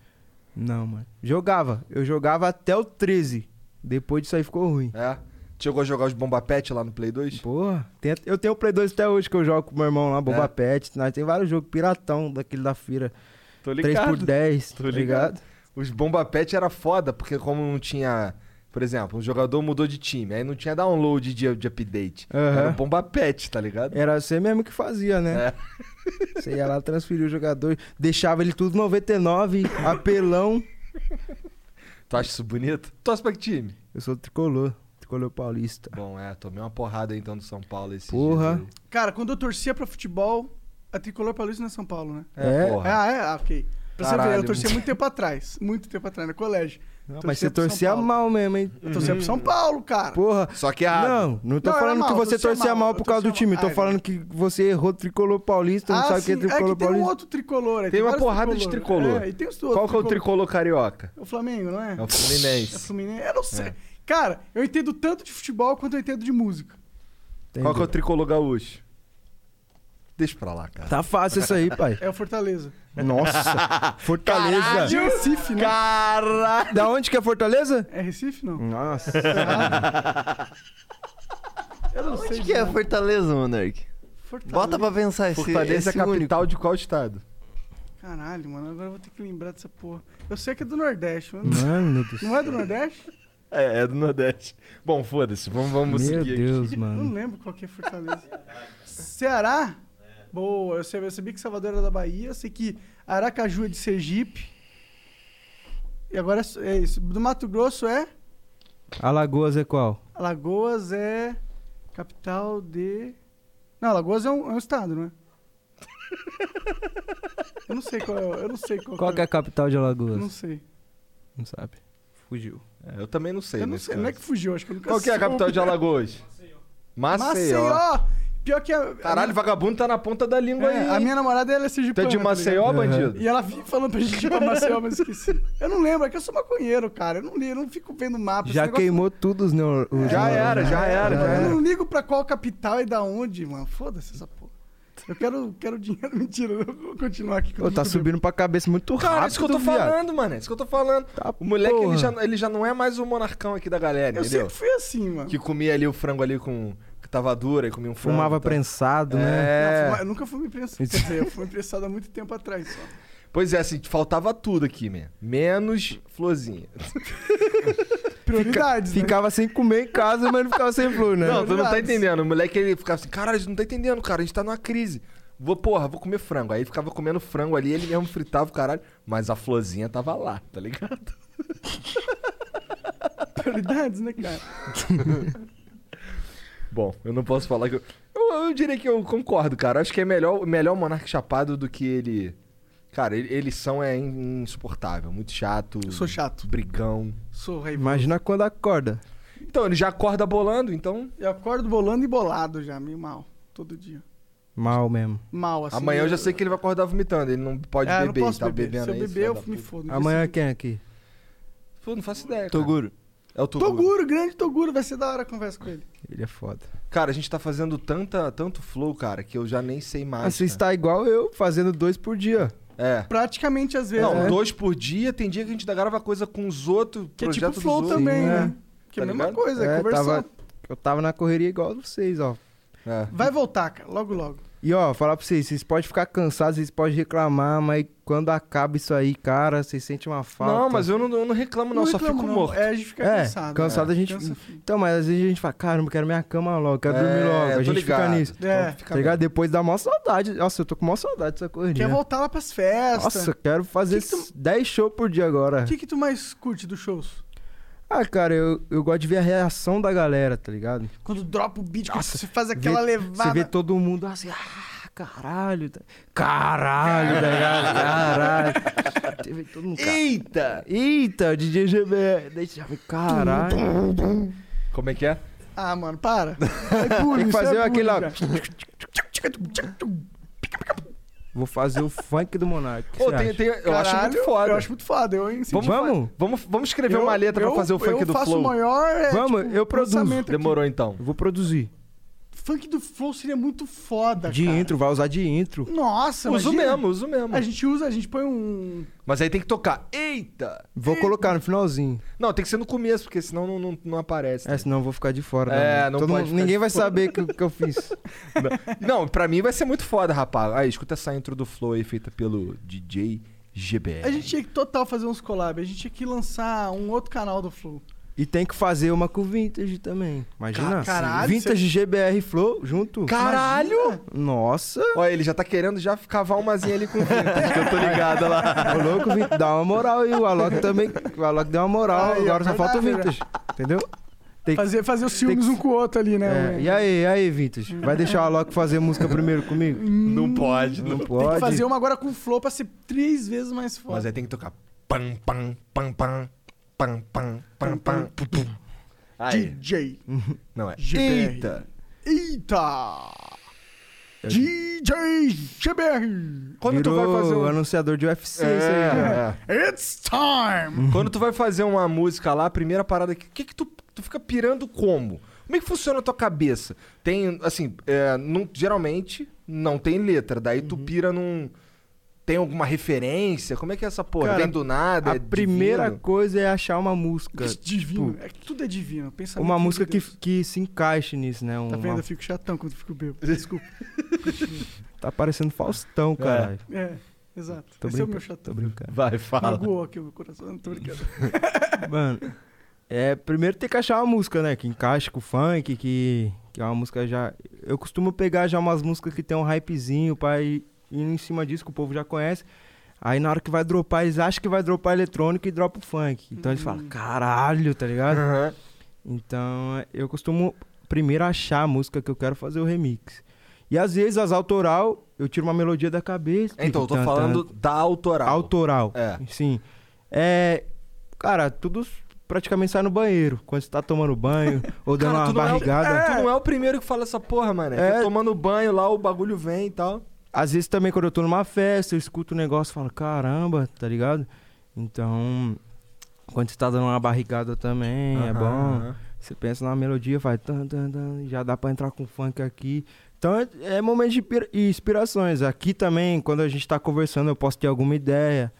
Não, mano. Jogava. Eu jogava até o 13. Depois disso aí ficou ruim. É. Tu Chegou a jogar os Bomba Pet lá no Play 2? Porra, tem- eu tenho o Play 2 até hoje que eu jogo com meu irmão lá, Boba É. Pet. Nós tem vários jogos piratão daquele da feira. Tô 3x10, Tô tá ligado. ligado? Os Bomba Pet era foda, porque como não tinha. Por exemplo, um jogador mudou de time, aí não tinha download de, de update. Aham. Era o Bomba Pet, tá ligado? Era você mesmo que fazia, É. né? Você ia lá, transferia o jogador, deixava ele tudo 99, apelão. Tu acha isso bonito? Tu acha pra que time? Eu sou tricolor, tricolor paulista. Bom, é, tomei uma porrada então do São Paulo esse Porra. Cara, quando eu torcia pra futebol, a Tricolor Paulista não é São Paulo, né? É, É? porra. Ah, é? Ah, ok. Pra você ver, Caralho. eu torcia muito tempo atrás. Muito tempo atrás, no colégio. Não, Torcia mas você pro São torcia Paulo. mal mesmo, hein? Eu torcia pro São Paulo, cara. Porra. Só que ah, errado. Não, não tô Não, era falando mal, que você torcia torcia mal, mal eu por causa do torcia time. mal. Tô Ah, falando que você errou tricolor paulista, não ah, sabe o que é sim. é tricolor que tem um paulista. outro tricolor. aí, Tem uma vários porrada de tricolor. É, e tem os outros Qual que é o tricolor carioca? É o Flamengo, não é? É o É o Fluminense. Fluminense. Eu não sei. Cara, eu entendo tanto de futebol quanto eu entendo de música. Qual que é o tricolor gaúcho? Deixa pra lá, cara. Tá fácil isso aí, pai. É o Fortaleza. Nossa, Fortaleza. De Recife, né? Cara! Da onde que é Fortaleza? É Recife, não? Tá Nossa. Eu não sei. Onde que é Fortaleza, Monark? Fortaleza. Bota pra pensar esse, Fortaleza é esse capital único. de qual estado? Caralho, mano. Agora eu vou ter que lembrar dessa porra. Eu sei que é do Nordeste, mano. Mano do céu. Não é do Nordeste? É, é do Nordeste. Bom, foda-se, vamos, vamos Meu seguir Deus, Não mano. lembro qual que é Fortaleza. Ceará? É. Boa, eu sabia, eu sabia que Salvador era da Bahia, eu sei que Aracaju é de Sergipe. E agora é- é isso. Do Mato Grosso é? Alagoas é qual? Alagoas é capital de. Não, Alagoas é um, é um estado, não é? Eu não sei qual é. o- Eu não sei qual, Qual que é a capital de Eu não Alagoas? sei. Não sabe. Fugiu. É, eu também não sei. eu não nesse sei. Não é que caso. fugiu, acho que eu nunca Qual que é a soube. capital de Alagoas? Maceió. Maceió! Pior que a. Caralho, vagabundo tá na ponta da língua É, aí. a minha namorada ela é Tu é sergipana. de tá Maceió, ligado? bandido? E ela vinha falando pra gente ir pra Maceió, mas eu esqueci. Eu não lembro, é que eu sou maconheiro, cara. Eu não, li- eu não fico vendo mapa. Já esse negócio- queimou tudo os neurônios. Já era, já era, já né? Eu era. não ligo pra qual capital e da onde, mano. Foda-se essa porra. Eu quero, quero dinheiro. Mentira, eu vou continuar aqui. que eu Ô, tá fico subindo pra cabeça muito rápido. Cara, isso que eu tô viado. falando, mano. Isso que eu tô falando. Tá, O moleque, ele porra. já, ele já não é mais o monarcão aqui da galera, bêbado. Eu entendeu? sempre fui assim, mano. Que comia ali o frango ali com... Que tava dura e comia um frango. Fumava tá? prensado, né? Não, É. fuma- Eu nunca fui me imprensado. Quer dizer, eu fui imprensado há muito tempo atrás só. Pois é, assim, faltava tudo aqui, man. Menos florzinha. Prioridades, né? Ficava sem comer em casa, mas não ficava sem flor, né? Não, tu não tá verdade. entendendo. O moleque, ele ficava assim, caralho, a gente não tá entendendo, cara. A gente tá numa crise. Vou, porra, vou comer frango. Aí ficava comendo frango ali, ele mesmo fritava o caralho. Mas a florzinha tava lá, tá ligado? Prioridades, né, cara? Bom, eu não posso falar que eu... Eu, eu diria que eu concordo, cara. Acho que é melhor, melhor o Monarca Chapado do que ele... Cara, ele- eles são é in- insuportável. Muito chato. Eu sou chato. Brigão. Sou raivoso. Imagina quando acorda. Então, ele já acorda bolando, então... Eu acordo bolando e bolado já, meio mal. Todo dia. Mal mesmo. Mal, assim. amanhã eu já sei que ele vai acordar vomitando. Ele não pode É, eu não beber. posso ele tá beber. bebendo Se eu aí, beber, filho eu da me puta. fodo. Amanhã quem é aqui? Pô, não faço ideia, cara. Toguro. É o Toguro. Toguro, grande Toguro. Vai ser da hora a conversa com ele. Ele é foda. Cara, a gente tá fazendo tanta, tanto flow, cara, que eu já nem sei mais. Ah, você cara. está igual eu, fazendo dois por dia. É. Praticamente, às vezes. Não, né? dois por dia, tem dia que a gente ainda grava coisa com os outros, Que é projeto tipo dos flow outros. também, Sim, né? né? Que Tá é a mesma ligado? coisa, é, É, conversão. tava- Eu tava na correria igual a vocês, ó. É. Vai voltar, cara, logo logo. E ó, falar pra vocês, vocês podem ficar cansados, vocês podem reclamar, mas quando acaba isso aí, cara, vocês sentem uma falta. Não, mas eu não, eu não reclamo, não, eu só reclamo, fico não. morto. É, a gente fica É, cansado. cansado né? a gente- Cansa, filho. Então, mas às vezes a gente fala, caramba, eu quero minha cama logo, quero dormir logo. A É, tô gente fica ligado. nisso. É. Fica Tá ligado? Depois dá mó saudade. Nossa, eu tô com mó saudade dessa correria. Quer voltar lá pras festas. Nossa, eu quero fazer Que que tu- 10 shows por dia agora. O que, que tu mais curte dos shows? Ah, cara, eu, eu gosto de ver a reação da galera, tá ligado? Quando dropa o beat, quando Nossa, você faz aquela vê- levada. Você vê todo mundo assim, ah, caralho. tá- Caralho, tá ligado? Caralho. Você vê todo mundo, cara- Eita! Eita, DJ GB. Daí você já vê, caralho. Como é que é? Ah, mano, para. É bullying, Tem que isso fazer é aquele lá. bullying, cara. Vou fazer o funk do Monark. Pô, tem- tem- eu acho Caralho, muito foda. Eu acho muito foda. Eu incentivo. Vamos? Vamos? Vamos, vamos escrever Eu- uma letra eu- pra fazer o funk eu do faço flow. o maior. é, Vamos, tipo, eu produzo. lançamento aqui. Demorou então. Eu vou produzir. tipo, Funk do flow seria muito foda. De cara. intro, vai usar de intro. Nossa, Uso imagina. mesmo, uso mesmo. A gente usa, a gente põe um. Mas aí tem que tocar. Eita! Vou colocar no finalzinho. Não, tem que ser no começo, porque senão não, não, não aparece. né? É, senão eu vou ficar de fora. É, né? não Todo pode mundo- ficar Ninguém de vai fora. saber que, que eu fiz. Não, pra mim vai ser muito foda, rapaz. Aí, escuta essa intro do Flow aí feita pelo DJ GBR. A gente tinha que total fazer uns collabs. A gente tinha que lançar um outro canal do Flow. E tem que fazer uma com vintage também. Imagina. Ca- caralho, vintage GBR Flow junto. Caralho! Nossa. Ó, ele já tá querendo já cavar umazinha ali com o vintage, que eu tô ligado lá. Ô, louco, vin- dá uma moral aí. O Alok também. O Alok deu uma moral. Aí, agora é só falta o verdade, vintage. Entendeu? Tem que- Fazer, fazer os ciúmes que- um com o outro ali, né? É, Ué? e aí, e aí, vintage? Vai deixar o Alok fazer música primeiro comigo? Não pode, Não Tem pode. que fazer uma agora com o Flow pra ser três vezes mais Mas foda. aí tem que tocar. Pam, pam, pam, pam. Pam, pam, pam, pam. pum, pum. Aí. DJ. Hum. Não é. GBR. Eita! Eita! DJ GBR! Quando tu Virou vai fazer um... anunciador de UFC É, isso aí, cara. é. It's time! Quando tu vai fazer uma música lá, a primeira parada que. que, que tu, tu fica pirando como? Como é que funciona a tua cabeça? Tem, assim, é, não- geralmente não tem letra, daí Uhum. tu pira num. Tem alguma referência? Como é que é essa porra? Cara, Vem do nada? é A primeira divino? coisa é achar uma música. Isso é divino. É que tudo é divino. Pensamento tipo, Uma de música que, Deus. que se encaixe nisso, né? Tá Uma- vendo? Eu fico chatão quando eu fico bêbado. Desculpa. Tá parecendo Faustão, caralho. É, exato. Tô Esse é o brincando, meu Tô chatão. brincando. Vai, fala. Magoou aqui o meu coração. Não tô brincando. Mano, é, primeiro tem que achar uma música, né? Que encaixe com o funk, que, que é uma música já... Eu costumo pegar já umas músicas que tem um hypezinho pra ir, ir em cima disso, que o povo já conhece. Aí na hora que vai dropar, eles acham que vai dropar eletrônico e dropa o funk. Então eles Hum. falam, caralho, tá ligado? Aham. Então eu costumo primeiro achar a música que eu quero fazer o remix. E às vezes as autoral, eu tiro uma melodia da cabeça. Então, eu tô Tan, tan, falando da autoral. Autoral. É. Sim. É. Cara, tudo praticamente sai no banheiro. Quando você tá tomando banho ou dando Cara, tu uma não é o- barrigada. Tu não é o primeiro que fala essa porra, mano. É. É. Tomando banho lá, o bagulho vem e tal. Às vezes também quando eu tô numa festa, eu escuto um negócio e falo, caramba, tá ligado? Então, quando você tá dando uma barrigada também, é bom. Aham. Você pensa numa melodia, faz tan, tan, tan, já dá pra entrar com funk aqui. Então é, é momento de inspira- e inspirações. Aqui também, quando a gente tá conversando, eu posso ter alguma ideia.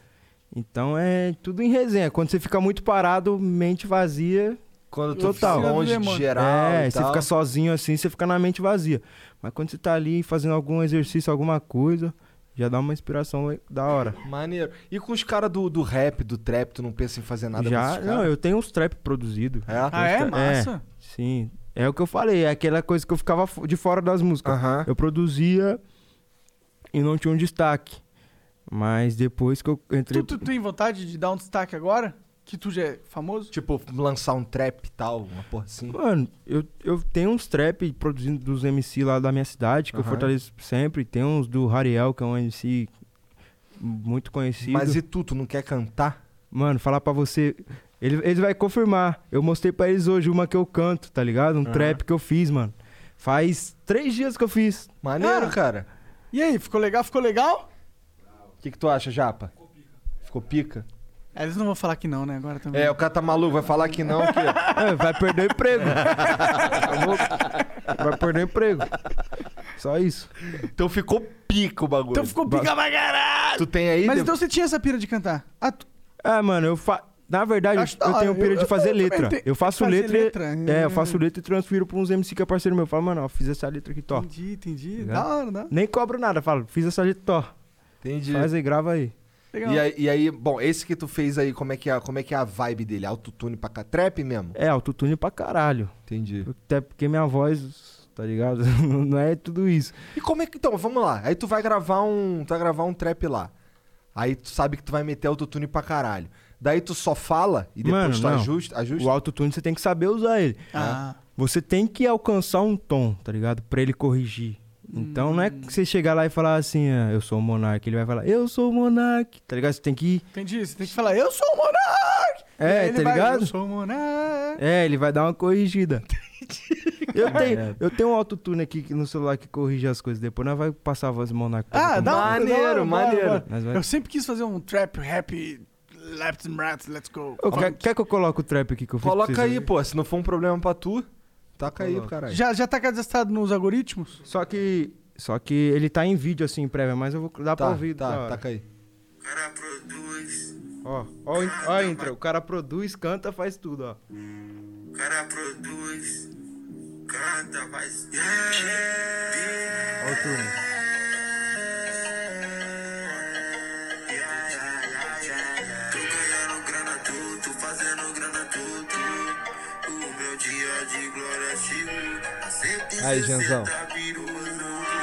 Então é tudo em resenha. Quando você fica muito parado, mente vazia. Quando tu Total. tá longe de geral. é, e você tal. fica sozinho assim, você fica na mente vazia. Mas quando você tá ali fazendo algum exercício, alguma coisa, já dá uma inspiração le- da hora. Maneiro. E com os caras do, do rap, do trap, tu não pensa em fazer nada com já, esses não, caras? eu tenho uns trap produzido. É? Ah, é? Gosta- Massa. Sim. É o que eu falei, é aquela coisa que eu ficava fo- de fora das músicas. Aham. Eu produzia e não tinha um destaque. Mas depois que eu entrei. Tu, tu tem vontade de dar um destaque agora? Que tu já é famoso? Tipo, lançar um trap e tal, uma porra assim. Mano, eu, eu tenho uns trap produzindo dos MC lá da minha cidade, que eu Aham. fortaleço sempre. Tem uns do Rariel, que é um MC muito conhecido. Mas e tu, tu não quer cantar? Mano, falar pra você. Ele, ele vai confirmar. Eu mostrei pra eles hoje uma que eu canto, tá ligado? Um Aham. trap que eu fiz, mano. Faz três dias que eu fiz. Ah. Maneiro, cara. E aí, ficou legal? Ficou legal? O que, que tu acha, Japa? Ficou pica? É, Eles não vão falar que não, né? Agora também. É, o cara tá maluco, vai falar que não, que. É, vai perder o emprego. Acabou. vai perder o emprego. Só isso. Então ficou pica o bagulho. Então ficou pica pra caralho! Tu tem aí. Mas de- então você tinha essa pira de cantar? Ah, tu... É, mano, eu fa... Na verdade, Acho eu, da hora. tenho pira Eu- de fazer eu também letra. tenho- Eu faço fazer letra, letra. Hum. É, eu faço letra e transfiro pra uns MC que é parceiro meu. Eu falo, mano, ó, Tá fiz essa letra aqui, tó. Entendi, entendi. Legal. Da hora, né? Nem cobro nada, falo, fiz essa letra, tó. Entendi. Faz aí, grava aí. Legal. E aí, e aí, bom, esse que tu fez aí, como é que é, como é, que é a vibe dele? Autotune pra cá? Trap mesmo? É, autotune pra caralho. Entendi. Até porque minha voz, tá ligado? Não é tudo isso. E como é que. Então, vamos lá. Aí tu vai gravar um. Tu vai gravar um trap lá. Aí tu sabe que tu vai meter autotune pra caralho. Daí tu só fala e depois Mano, tu não. ajusta. O ajusta. autotune você tem que saber usar ele. Ah, Você tem que alcançar um tom, tá ligado? Pra ele corrigir. Então não é Hum. que você chegar lá e falar assim, ah, eu sou o Monark. Ele vai falar, eu sou o Monark, tá ligado? Você tem que. entendi. Você tem que falar, eu sou o Monark! É, E aí ele tá vai, ligado? Eu sou o Monark! É, ele vai dar uma corrigida. eu, tenho, eu tenho um autotune aqui que- no celular que corrige as coisas. Depois nós vai passar a voz do Monark. pra Ah, todo dá mundo. um Maneiro, da hora, maneiro. bora, bora. Nós vai- Eu sempre quis fazer um trap rap, left and right, let's go. Ô, quer, quer que eu coloque o trap aqui que eu fiz pra Coloca vocês aí, ouvirem? pô. Se não for um problema pra tu, taca aí, Coloca. caralho. Já, já tá cadastrado nos algoritmos? Só que. Só que ele tá em vídeo assim, em prévia, mas eu vou dar pra Tá, ouvir. da tá, hora. taca aí. Ó, ó, o in- ó a intro. O cara produz, canta, faz tudo, ó. O cara produz, canta, faz. Yeah, Ó o túnel. yeah, yeah, yeah, yeah. Tô ganhando grana, tu, tu fazendo grana, tu, tu. O meu dia de glória chegou. A 160 Aí, Genzão. virou lucro.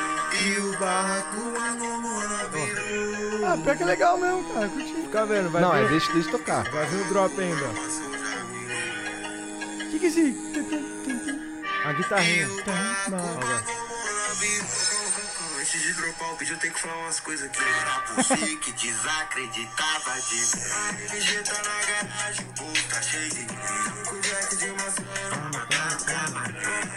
E o barraco a gomona virou. Ah, pior que é legal mesmo, cara. Curti. Fica vendo, vai Não, ver. é deixa, deixa tocar. Vai vir o drop ainda. O que que é esse... A guitarrinha. Antes de dropar o vídeo, eu tenho que falar umas coisas aqui. Pra você é que desacreditava de mim. Que jeito tá na garagem, o povo tá cheio de mim. Com jack de maçã,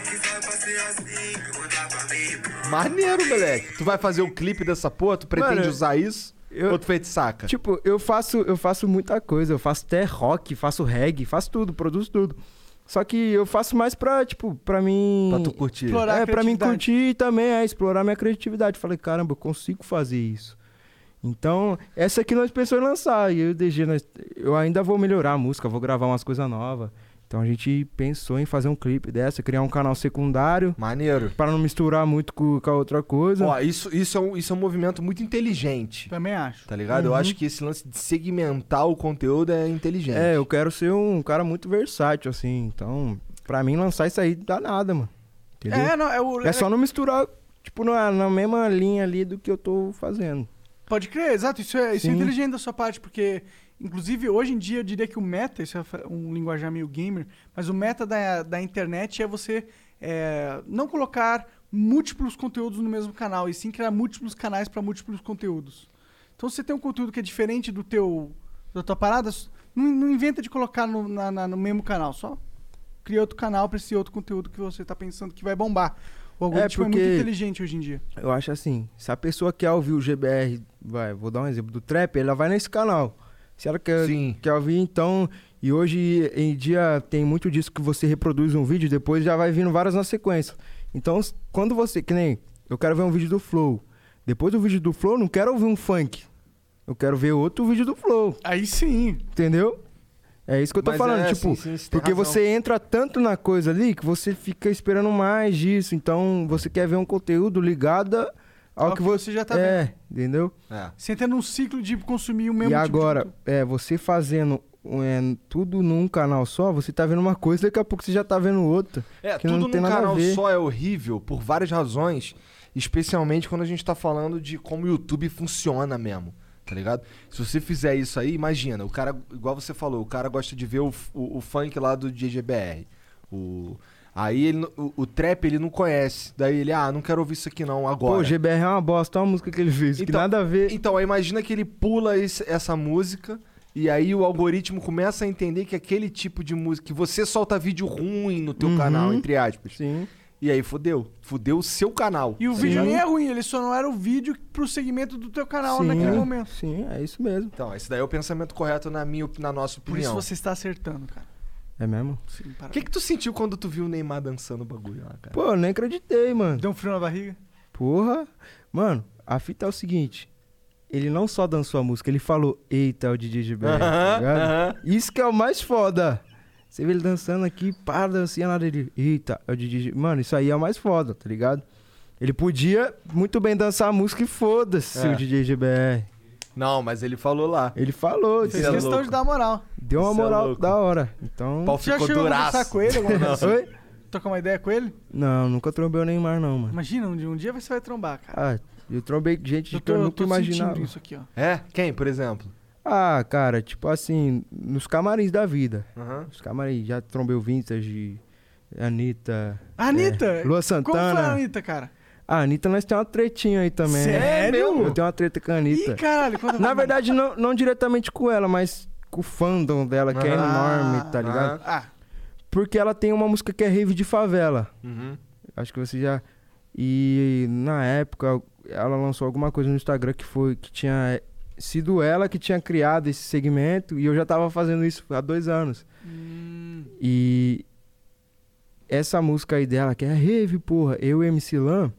que vai passear assim, perguntar pra mim. Maneiro, moleque. Tu vai fazer o clipe dessa porra? Tu pretende Mano, usar isso? eu- Ou tu fez de saca? Tipo, eu faço, eu faço muita coisa. Eu faço até rock, faço reggae, faço tudo, produzo tudo. Só que eu faço mais pra, tipo, pra mim. pra tu curtir. Explorar a é, pra mim criatividade. curtir e também é explorar minha criatividade. Falei, caramba, eu consigo fazer isso. Então, essa aqui nós pensamos em lançar. E eu e o DG, nós, eu ainda vou melhorar a música, vou gravar umas coisas novas. Então a gente pensou em fazer um clipe dessa, criar um canal secundário. Maneiro. Pra não misturar muito com, com a outra coisa. Ó, isso, isso, é um, isso é um movimento muito inteligente. Também acho. Tá ligado? Uhum. Eu acho que esse lance de segmentar o conteúdo é inteligente. é, eu quero ser um cara muito versátil, assim. Então, pra mim, lançar isso aí dá nada, mano. Entendeu? É, não, é o... É, só não misturar, tipo, na, na mesma linha ali do que eu tô fazendo. Pode crer, exato. Isso é, isso é Sim. inteligente da sua parte, porque, inclusive, hoje em dia eu diria que o meta, isso é fa- um linguajar meio gamer, mas o meta da, da internet é você é, não colocar múltiplos conteúdos no mesmo canal, e sim criar múltiplos canais para múltiplos conteúdos. Então, se você tem um conteúdo que é diferente do teu da tua parada, s- não, não inventa de colocar no, na- na- no mesmo canal, só cria outro canal para esse outro conteúdo que você tá pensando que vai bombar. O algoritmo é, porque- muito inteligente hoje em dia. Eu acho assim, se a pessoa quer ouvir o GBR, vai, vou dar um exemplo do trap, ela vai nesse canal. Se ela quer, Sim. quer ouvir, então. E hoje em dia tem muito disso que você reproduz um vídeo, depois já vai vindo várias na sequência. Então, s- quando você. Que nem, eu quero ver um vídeo do Flow. Depois do vídeo do Flow, eu não quero ouvir um funk. Eu quero ver outro vídeo do Flow, Aí sim. entendeu? É isso que eu tô Mas falando, é, tipo. sim, sim, você tem Porque razão. você entra tanto na coisa ali que você fica esperando mais disso. Então, você quer ver um conteúdo ligado ao Ao que que você você já tá é, entendeu? É. Você entra num ciclo de consumir o mesmo E tipo de agora, conteúdo. é, você fazendo é, tudo num canal só, você tá vendo uma coisa, daqui a pouco você já tá vendo outra. É, Que tudo não tem num nada a canal ver. só é horrível por várias razões, especialmente quando a gente tá falando de como o YouTube funciona mesmo, tá ligado? Se você fizer isso aí, imagina, o cara, igual você falou, o cara gosta de ver o, f- o- o funk lá do DJBR. O, aí ele, não- o, o trap ele não conhece, daí ele, ah, não quero ouvir isso aqui não agora. Pô, GBR é uma bosta, olha a música que ele fez, que Então- nada a ver. Então, aí imagina que ele pula esse- essa música e aí o algoritmo começa a entender que aquele tipo de música, que você solta vídeo ruim no teu Uhum. canal, entre aspas. Sim. E aí fudeu. Fudeu o seu canal. E o tá vídeo ligado? nem é ruim, ele só não era o vídeo pro segmento do teu canal sim, naquele momento. Sim, é isso mesmo. Então, esse daí é o pensamento correto na minha, op- na nossa Por isso opinião. você está acertando, cara. É mesmo? Sim, O parabéns. que que tu sentiu quando tu viu o Neymar dançando o bagulho lá, cara? Pô, eu nem acreditei, mano. Deu um frio na barriga? Porra. Mano, a fita é o seguinte. Ele não só dançou a música, ele falou, eita, é o DJ GBR, tá ligado? Isso que é o mais foda. Você vê ele dançando aqui, pá, dancinha lá dele. Eita, é o Didi. Mano, isso aí é o mais foda, tá ligado? Ele podia muito bem dançar a música e foda-se É. o DJ GBR. Não, mas ele falou lá. Ele falou, Isso Fez é disse- questão louco. de dar moral. deu uma isso é moral louco. da hora. Então. O pau Você já ficou chegou a conversar duraço. com ele alguma vez? Oi? Tocar uma ideia com ele? Não, nunca trombei o Neymar, não, mano. Imagina, um dia, um dia você vai trombar, cara. Ah, eu trombei gente que eu nunca imaginava. sentindo isso aqui, ó. É? Quem, por exemplo? Ah, cara, tipo assim, nos camarins da vida. Aham. Os camarins, já trombei o Vintage, Anitta. Anitta! é, Lua Como foi a Santana. Anitta, cara? A Anitta, nós temos uma tretinha aí também. né? Sério? Eu tenho uma treta com a Ih, Anitta. caralho, quando Na verdade, não, não diretamente com ela, mas com o fandom dela, que é Ah, enorme, tá ligado? ah. Ah, Porque ela tem uma música que é rave de favela. Uhum. Acho que você já. E na época, ela lançou alguma coisa no Instagram que foi que tinha sido ela que tinha criado esse segmento e eu já tava fazendo isso há dois anos. hum, E essa música aí dela, que é Rave, porra, eu e MC Lan,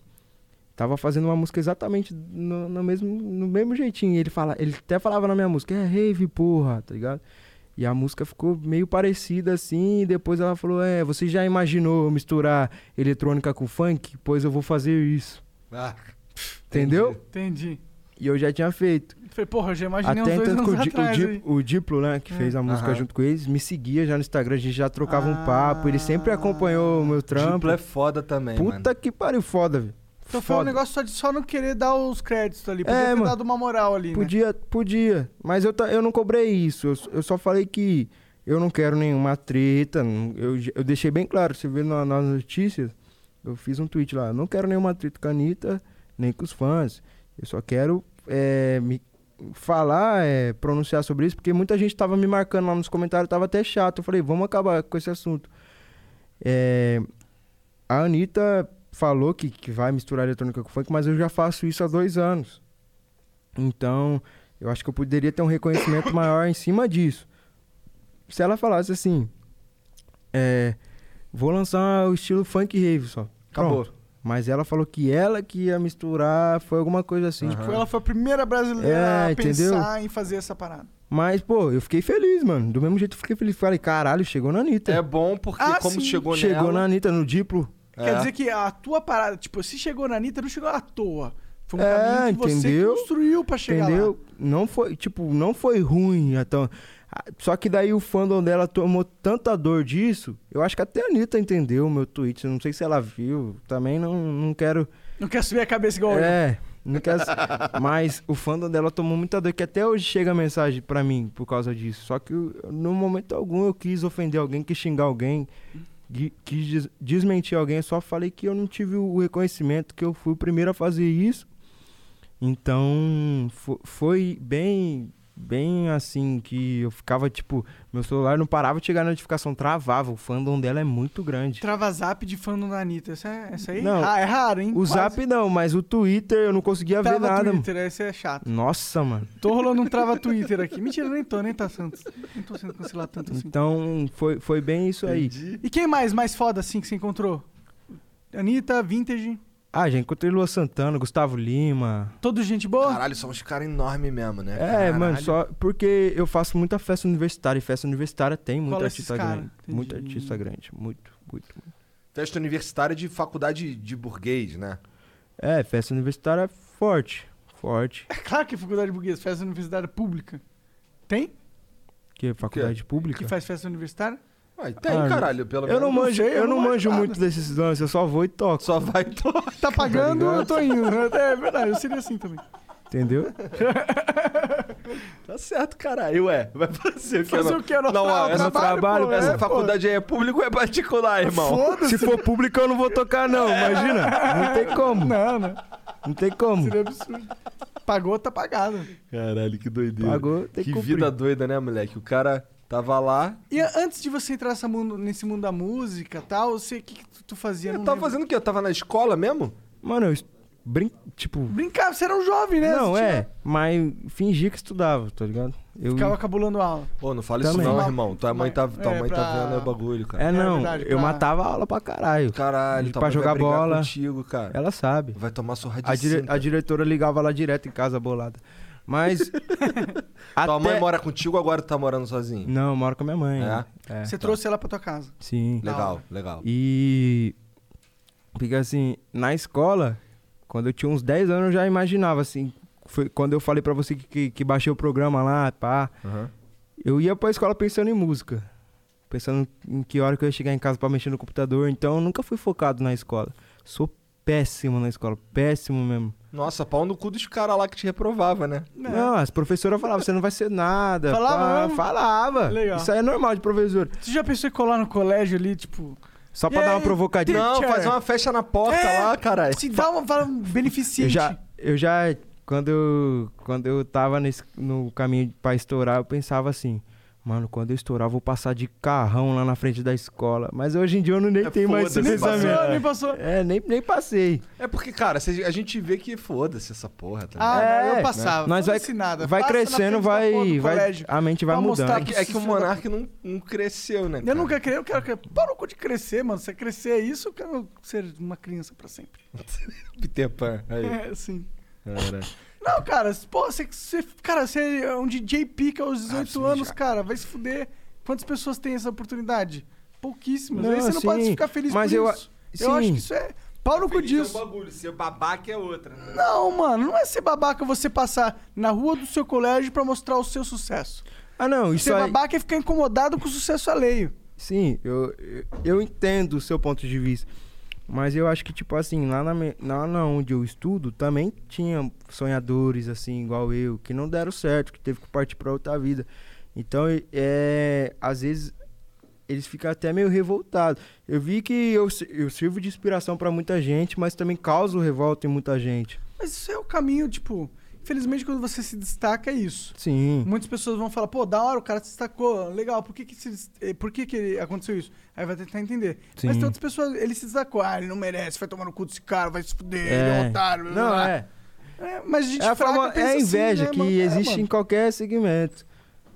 tava fazendo uma música exatamente no, no mesmo, no mesmo jeitinho. E Ele, fala, ele até falava na minha música, é Rave, porra, tá ligado? E a música ficou meio parecida assim, e depois ela falou, é, você já imaginou eu misturar eletrônica com funk? Pois eu vou fazer isso. Ah, Entendeu? entendi. entendi. E eu já tinha feito. Falei, porra, eu já imaginei Até uns dois tanto que anos o, Di- o atrás. Di- aí. o Diplo, né, que fez a música Aham. junto com eles, me seguia já no Instagram, a gente já trocava Ah. um papo, ele sempre acompanhou o meu trampo. Diplo é foda também, mano. Puta que pariu, foda, velho. Então foi um Foda. negócio só de só não querer dar os créditos ali. Podia É, ter mano. dado uma moral ali, né? Podia, podia. Mas eu, ta- eu não cobrei isso. Eu, s- eu só falei que eu não quero nenhuma treta. não- Eu, j- eu deixei bem claro, você vê na- nas notícias, eu fiz um tweet lá. Não quero nenhuma treta com a Anitta, nem com os fãs. Eu só quero é, me falar, é, pronunciar sobre isso, porque muita gente tava me marcando lá nos comentários, tava até chato. Eu falei, vamos acabar com esse assunto. É, a Anitta falou que, que vai misturar eletrônica com funk, mas eu já faço isso há dois anos. Então, eu acho que eu poderia ter um reconhecimento maior em cima disso. Se ela falasse assim, é, vou lançar o estilo funk rave só. Acabou. Pronto. Mas ela falou que ela que ia misturar, foi alguma coisa assim. Aham. tipo, Foi- Ela foi a primeira brasileira É, a pensar entendeu? em fazer essa parada. Mas, pô, eu fiquei feliz, mano. Do mesmo jeito eu fiquei feliz. Falei, caralho, chegou na Anitta. É bom porque Ah, como sim. chegou, chegou na nela... Anitta, no Diplo. Quer É. dizer que a tua parada, tipo, se chegou na Anitta, não chegou à toa. Foi um É, caminho que entendeu? você construiu pra chegar entendeu? lá. Não foi, tipo, não foi ruim. Então, Ah, só que daí o fandom dela tomou tanta dor disso. Eu acho que até a Anitta entendeu o meu tweet. eu Não sei se ela viu. Também não, não quero. Não quer subir a cabeça igual eu. né? É, não quero. Mas o fandom dela tomou muita dor. Que até hoje chega mensagem pra mim por causa disso. Só que eu- no momento algum eu quis ofender alguém, quis xingar alguém. gui- quis des- desmentir alguém, só falei que eu não tive o reconhecimento, que eu fui o primeiro a fazer isso. Então, fo- foi bem bem assim que eu ficava tipo, meu celular não parava de chegar a notificação, travava, o fandom dela é muito grande. Trava zap de fandom da Anitta. Essa, essa aí Não. Ah, é raro, hein? O Zap não, mas o Twitter eu não conseguia trava ver nada. mano. Twitter, essa é chata. Nossa, mano. Tô rolando um trava Twitter aqui. Mentira, nem tô, nem tá Santos. Nem tô sendo cancelado tanto assim. Então, foi, foi bem isso aí. E quem mais, mais foda assim que você encontrou? Anitta, Vintage, Ah, já encontrei Lua Santana, Gustavo Lima. todos gente boa? Caralho, são uns caras enormes mesmo, né? É, Caralho. mano, só porque eu faço muita festa universitária e festa universitária tem muito Cola é esses artista cara, grande. Muito entendi. artista grande, muito, muito, muito. Festa universitária de faculdade de burguês, né? É, festa universitária forte, forte. É claro que é faculdade burguesa, festa universitária pública. Tem? Que é faculdade pública. Que faz festa universitária? Ué, tem, Ah, caralho, pelo Eu menos. não não manjo, sei, eu eu não não manjo manjo nada. muito desses lances, eu só vou e toco, Só vai to... Tá pagando, ligado? eu tô indo. É verdade, eu seria assim também. entendeu? Tá certo, caralho. Ué, vai fazer o que? Fazer não? o que? Não, Não, é, ó, essa trabalho, pô, Essa é, faculdade aí é público ou é particular, irmão? Se for público eu não vou tocar não, imagina. Não tem pô. como, Não, não. não tem como. Seria absurdo. Pagou, tá pagado. Caralho, que doideira. Pagou, que tem que cumprir. vida doida, né, moleque? O cara tava lá, E a- antes de você entrar nessa mundo- nesse mundo da música e tal, você- o que, que tu, tu fazia? Eu Não tava lembro. fazendo o quê? Eu tava na escola mesmo? Mano, eu es- brin... tipo, Brincava, você era um jovem, né? não Você tinha- é, mas fingi que estudava, tá ligado? Eu Ficava cabulando aula. Pô, não fala Também. isso não, Mas- irmão. Tua mãe tá, tua é, mãe pra- tá vendo o bagulho, cara. É, não, verdade, eu pra- matava a aula pra caralho. Caralho, tá Pra jogar bola. contigo, cara. Ela sabe. Vai tomar surra de A, dire- cinta. a diretora ligava lá direto em casa, bolada. Mas. Tua até... mãe mora contigo ou agora tu tá morando sozinho? Não, eu moro com a minha mãe. É? É, Você trouxe ela pra tua casa. Sim. Legal, legal. E. Porque assim, na escola, quando eu tinha uns 10 anos, eu já imaginava, assim. Foi quando eu falei pra você que, que, que baixei o programa lá, pá. Aham. Eu ia pra escola pensando em música. Pensando em que hora que eu ia chegar em casa pra mexer no computador. Então eu nunca fui focado na escola. Sou péssimo na escola, péssimo mesmo. Nossa, pau no cu dos caras lá que te reprovava, né? Não, as professoras falavam, você não vai ser nada. Falava pá." mesmo? falava. Legal. Isso aí é normal de professor. Você já pensou em colar no colégio ali, tipo. Só E pra dar aí, uma provocadinha. Não, Teacher. faz uma festa na porta É. lá, caralho. Se dá uma fala um eu beneficente. já, eu já, quando eu, quando eu tava nesse, no caminho pra estourar, eu pensava assim, mano, quando eu estourar, eu vou passar de carrão lá na frente da escola. Mas hoje em dia eu não nem É, tenho mais esse foda-se, Nem passou, né? pensamento. passou, nem passou. É, nem, nem passei. É porque, cara, cê- a gente vê que foda-se essa porra, tá Ah, ligado? não, eu É, passava. Nós vai, Foda-se nada. vai Passa na crescendo, frente da porra vai, do vai, colégio. a mente vai Pra mostrar mudando. É que, é que o Filho da- Monark não, não cresceu, né? Eu cara? nunca creio, eu quero que. Para o cu de crescer, mano. Se crescer é isso, eu quero ser uma criança pra sempre. Peter Pan. Aí, É, sim. cara. Não, cara, pô, você, você- cara, você é um DJ pica Ah, aos 18 sim, anos, já. cara, vai se fuder. Quantas pessoas têm essa oportunidade? Pouquíssimas. Não, Aí você não sim, pode ficar feliz mas por eu a- isso. Eu acho sim. que isso é pau no cu disso. um bagulho, ser babaca é outra. Né? Não, mano, não é ser babaca você passar na rua do seu colégio pra mostrar o seu sucesso. Ah, não, isso ser aí... babaca é ficar incomodado com o sucesso alheio. Sim, eu, eu- eu entendo o seu ponto de vista. Mas eu acho que, tipo assim, lá na, me- lá na onde eu estudo, também tinha sonhadores, assim, igual eu, que não deram certo, que teve que partir pra outra vida. Então, e- é, às vezes, eles ficam até meio revoltados. Eu vi que eu, si- eu sirvo de inspiração pra muita gente, mas também causo revolta em muita gente. Mas isso é o caminho, tipo, infelizmente quando você se destaca é isso. Sim. Muitas pessoas vão falar, pô, da hora, o cara se destacou, legal, por que que, se dest- eh, por que, que ele- aconteceu isso? Aí vai tentar entender. Mas Sim. tem outras pessoas, ele se destacou, ah, ele não merece, vai tomar no cu desse cara, vai se fuder, ele é um É. otário. blá, Não, blá, blá. é. É, mas a gente É a, fraca fama- é pensa a assim, inveja né, que mano? É, existe em mano. qualquer segmento.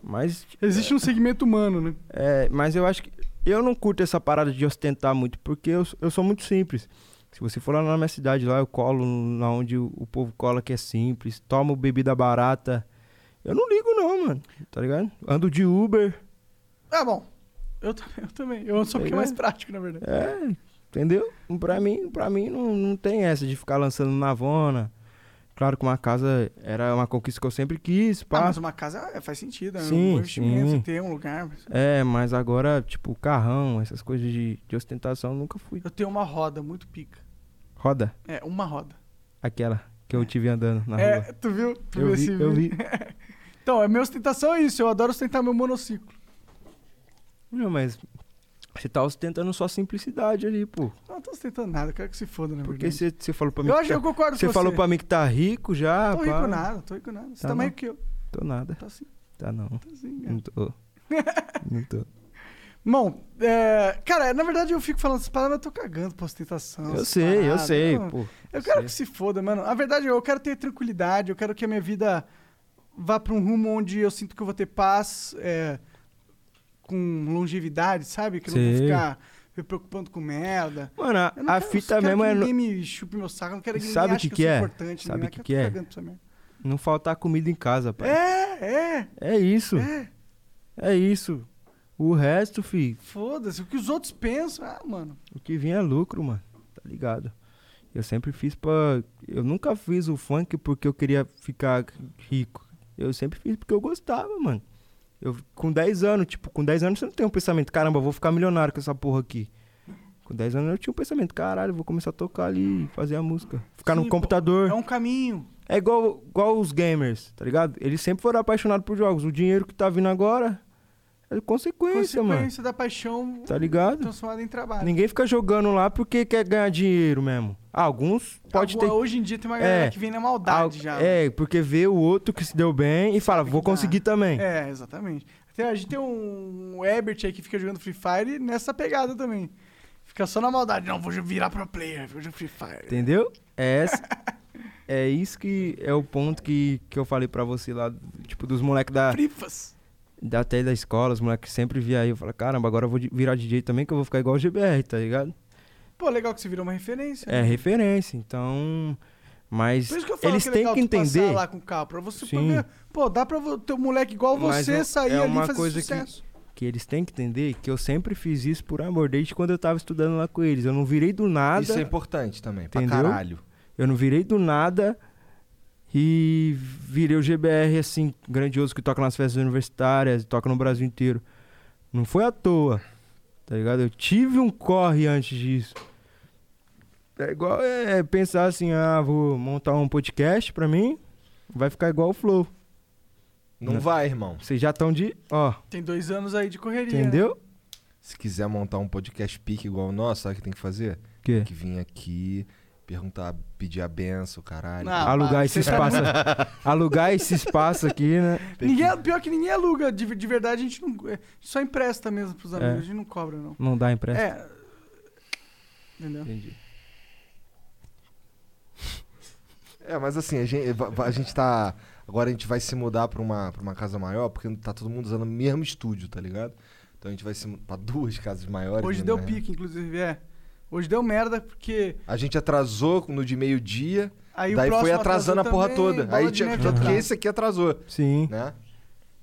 Mas Existe um segmento humano, né? É, mas eu acho que. Eu não curto essa parada de ostentar muito, porque eu, eu sou muito simples. Se você for lá na minha cidade, lá eu colo na onde o, o povo cola que é simples, tomo bebida barata. Eu não ligo, não, mano. Tá ligado? Ando de Uber. Ah, bom. Eu também, eu também. Eu sou um pouquinho Legal. mais prático, na verdade. É, entendeu? Pra mim, pra mim não, não tem essa de ficar lançando navona. Claro que uma casa era uma conquista que eu sempre quis, Ah, pá. mas uma casa é, faz sentido, é um Sim, bom investimento, sim. você ter um lugar. mas- É, mas agora, tipo, carrão, essas coisas de, de ostentação, eu nunca fui. Eu tenho uma roda muito pica. Roda, É, uma roda. aquela que eu tive andando na rua. é, tu viu? Tu viu Eu vi, esse eu vi. vídeo? Então, a minha ostentação é isso, eu adoro ostentar meu monociclo. Não, mas Você tá ostentando sua simplicidade ali, pô. Não, não tô ostentando nada, eu quero que se foda, na Porque verdade. você você falou pra mim Eu que acho que tá- eu concordo Você com falou você. pra mim que tá rico já, Tô pá. rico nada, tô rico nada. Você Tá tá, meio não. que eu. Tô nada. Tá assim, Tá não. tá assim. cara. Não tô. Não tô. Bom, é, cara, na verdade eu fico falando essas palavras, eu tô cagando pra ostentação. Eu essas sei, eu paradas. sei, Não, pô. Eu quero sei. que se foda, mano. A verdade é, eu quero ter tranquilidade, eu quero que a minha vida vá pra um rumo onde eu sinto que eu vou ter paz é, com longevidade, sabe? Que eu não vou Sei. ficar me preocupando com merda. Mano, a, Eu não a quero- fita quero mesmo que é não, ninguém me chupe meu saco, eu não quero que ninguém Sabe ache que que, eu é? sou importante. Sabe ninguém que acha que eu tô é? cagando pra essa merda. não faltar comida em casa, pai. É, é. É, isso. É. É isso. O resto, fi, Foda-se, o que os outros pensam. Ah, mano. o que vinha é lucro, mano. Tá ligado? Eu sempre fiz pra. Eu nunca fiz o funk porque eu queria ficar rico. Eu sempre fiz porque eu gostava, mano. Eu, com 10 anos, tipo, com 10 anos você não tem um pensamento, caramba, eu vou ficar milionário com essa porra aqui. Com 10 anos eu tinha um pensamento, caralho, eu vou começar a tocar ali, fazer a música. Ficar Sim, no pô, computador. É um caminho. É igual, igual os gamers, tá ligado? Eles sempre foram apaixonados por jogos. O dinheiro que tá vindo agora é consequência, mano. Consequência da paixão Tá ligado? transformada em trabalho. Ninguém fica jogando lá porque quer ganhar dinheiro mesmo. Alguns pode Alguma- ter. Hoje em dia tem uma galera É. que vem na maldade al- já. né? É, porque vê o outro que se deu bem e fala, que vou dá." conseguir também. É, exatamente. Tem- a gente tem um Ebert aí que fica jogando Free Fire nessa pegada também. Fica só na maldade. Não, vou virar pro player, vou jogar Free Fire. Entendeu? É, essa- é isso que é o ponto que, que eu falei pra você lá, tipo, dos moleques da. Frifas. da- até da escola, os moleques sempre via aí. Eu falo, caramba, agora eu vou di- virar DJ também, que eu vou ficar igual o GBR, tá ligado? Pô, legal que você virou uma referência. É né? referência, então. Mas Por isso que eu falo eles que é têm legal que tu passar entender. lá com o carro, pra você pra Sim. ver, pô, dá pra vo- ter um moleque igual Mas você é- sair é ali e uma fazer coisa que- sucesso. Que eles têm que entender que eu sempre fiz isso por amor, desde quando eu tava estudando lá com eles. Eu não virei do nada. Isso é importante também, pra Entendeu? caralho. Eu não virei do nada e virei o GBR assim, grandioso, que toca nas festas universitárias, toca no Brasil inteiro. Não foi à toa, tá ligado? Eu tive um corre antes disso. É igual é, pensar assim, ah, vou montar um podcast pra mim, vai ficar igual o Flow. Não, Não. vai, irmão. Vocês já estão de. Ó, Tem dois anos aí de correria. né? entendeu? Se quiser montar um podcast pique igual o nosso, sabe o que tem que fazer? Que? Tem que vir aqui, perguntar, pedir a benção, caralho. Não. Ah, alugar para, esse você tá espaço. alugar esse espaço aqui, né? né? Ninguém, pior que ninguém aluga. De, de verdade, a gente não. é, Só empresta mesmo pros amigos, É. a gente não cobra, não. Não dá empréstimo. É. Entendeu? Entendi. É, mas assim, a gente, va- va- a gente tá. Agora a gente vai se mudar pra uma, pra uma casa maior, porque tá todo mundo usando o mesmo estúdio, tá ligado? Então a gente vai se mu- pra duas casas maiores. Hoje né, deu mas- pique, inclusive, é. Hoje deu merda, porque A gente atrasou no de meio-dia, aí daí o próximo foi atrasando a atrasou porra também, toda. bola Aí de tinha, neve tanto que atrás. esse aqui atrasou, Sim. né?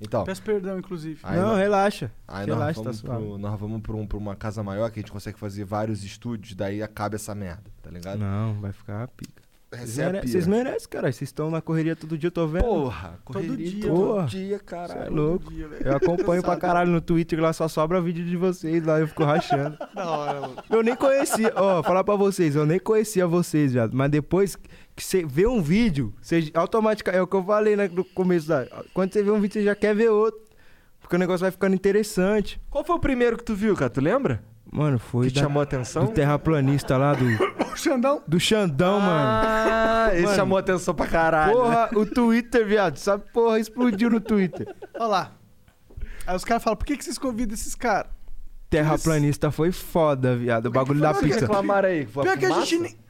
Então, Peço perdão, inclusive. aí, não, nó- relaxa. aí nós, relaxa, tá vamos suave. pro, nós vamos pra, um- pra uma casa maior que a gente consegue fazer vários estúdios, daí acaba essa merda, tá ligado? Não, vai ficar pica. Vocês, Essa é a mere- pira. vocês merecem, cara. Vocês estão na correria todo dia, eu tô vendo. Porra, correria dia, todo porra. dia, Cê é caralho. louco. Todo dia, velho. Eu acompanho pra Cansado. caralho no Twitter, lá só sobra vídeo de vocês, lá eu fico rachando. Da hora, mano. Eu nem conhecia, ó, falar pra vocês, eu nem conhecia vocês, viado. Mas depois que você vê um vídeo, você automaticamente, é o que eu falei né, no começo, da, quando você vê um vídeo, você já quer ver outro. Porque o negócio vai ficando interessante. Qual foi o primeiro que tu viu, cara? Tu lembra? Mano, foi que te da, chamou a do atenção? terraplanista lá, do, O Xandão. do Xandão, mano. Ah, esse Mano. chamou a atenção pra caralho. Porra, o Twitter, viado, essa porra explodiu no Twitter. Olha lá. Aí os caras falam, por que, que vocês convidam esses caras? Terraplanista foi foda, viado. O bagulho da Por que pizza. reclamaram aí? Foi Pior que a fumaça? gente nem,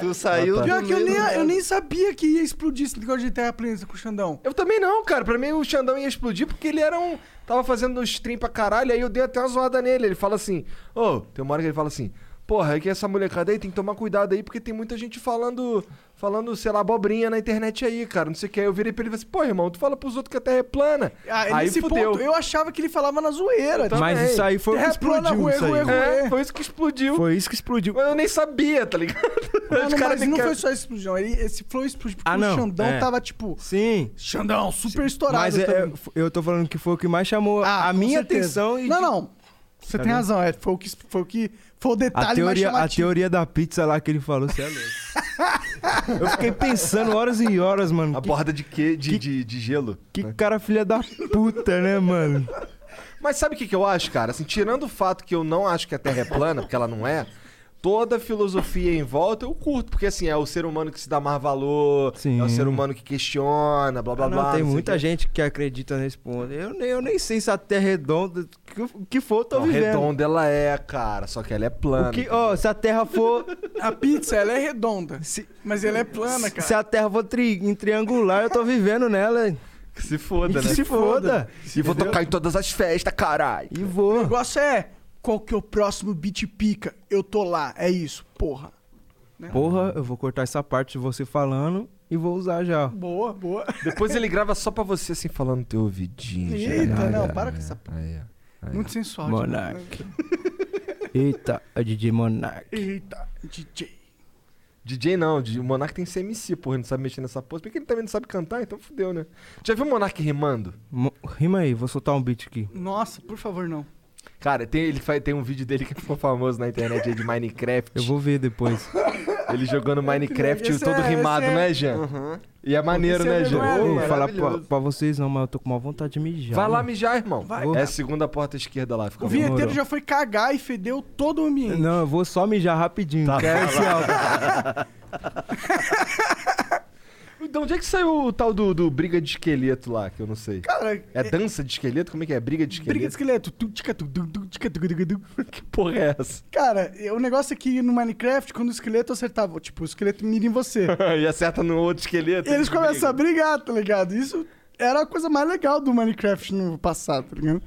Tu saiu Ah, tá. do pior que eu nem, meio do- eu nem sabia que ia explodir esse negócio de terraplanista com o Xandão. Eu também não, cara. Pra mim o Xandão ia explodir porque ele era um. Tava fazendo um stream pra caralho, aí eu dei até uma zoada nele. Ele fala assim: Ô, tem uma hora que ele fala assim: Porra, é que essa molecada aí tem que tomar cuidado aí porque tem muita gente falando, falando, sei lá, abobrinha na internet aí, cara. Não sei o que. Aí eu virei pra ele e falei assim: Pô, irmão, tu fala pros outros que a terra é plana. Ah, aí nesse fudeu. ponto, eu achava que ele falava na zoeira. Tipo, Então- Mas também. isso aí foi o que Terra plana, explodiu. ruê, Isso ruê, aí. ruê. É, foi isso que explodiu. Foi isso que explodiu. Mas eu nem sabia, tá ligado? Não, Os não, caras mas têm não que- foi só esse explosão. Ele, esse flow explodiu porque Ah, o não, Xandão é. tava tipo. Sim. Xandão, super estourado. Mas é- também. é- eu tô falando que foi o que mais chamou Ah, a com minha certeza. atenção. E Não, não. Você Tá tem vendo? razão. É, foi, o que, foi o que. Foi o detalhe A teoria, a mais chamativo. teoria da pizza lá que ele falou, você é louco. Eu fiquei pensando horas e horas, mano. A que borda de quê? De, que- de, de gelo. que cara filha da puta, né, mano? Mas sabe o que, que eu acho, cara? Assim, tirando o fato que eu não acho que a Terra é plana, porque ela não é, toda a filosofia em volta eu curto, porque assim, é o ser humano que se dá mais valor, Sim. é o ser humano que questiona, blá blá Ah, não, blá. tem não sei o muita quê. gente que acredita nesse ponto. Eu, nem- eu nem sei se a Terra é redonda, o que, o que for, eu tô Não, vivendo. redonda ela é, cara, só que ela é plana. O que, ó, se a Terra for. A pizza, ela é redonda, se, mas ela é plana, cara. se a Terra for tri- em triangular, eu tô vivendo nela. Que se E foda, que né? se foda. E vou tocar em todas as festas, caralho. E O vou. negócio é, qual que é o próximo beat pica? Eu tô lá, é isso, porra. Porra, eu vou cortar essa parte de você falando e vou usar já. Boa, boa. Depois ele grava só pra você, assim, falando no teu ouvidinho. Eita, caralho. não, para com essa... Aí, é. Muito né? sensual. Monark. Eita, a DJ Monark. Eita, DJ. DJ não, o Monark tem CMC, porra, ele não sabe mexer nessa porra. Porque ele também não sabe cantar, então fudeu, né? Já viu o Monark rimando? Mo- Rima aí, vou soltar um beat aqui. Nossa, por favor, não. Cara, tem, ele faz, tem um vídeo dele que ficou famoso na internet aí de Minecraft. Eu vou ver depois. Ele jogando Minecraft Esse todo é- rimado, esse é- né, Jean? E é maneiro, Esse é né, Jean? vergonha, Ô, Não mano. vou fala- falar pra, pra vocês não, mas eu tô com uma vontade de mijar. Vai lá mijar, irmão. Vai, é a segunda porta esquerda lá. Fica O vendo. vinheteiro Demorou. já foi cagar e fedeu todo o ambiente. Não, eu vou só mijar rapidinho. Tá Quero esse álcool. Então, onde é que saiu o tal do, do briga de esqueleto lá, que eu não sei? Cara, É dança de esqueleto? Como é que é? Briga de esqueleto? briga de esqueleto. Tu, tica, tu, du, du, tica, tu, du, du, du. Que porra é essa? Cara, o negócio é que no Minecraft, quando o esqueleto acertava, tipo, o esqueleto mira em você. e acerta no outro esqueleto. né? E eles começam a brigar, tá ligado? Isso era a coisa mais legal do Minecraft no passado, tá ligado?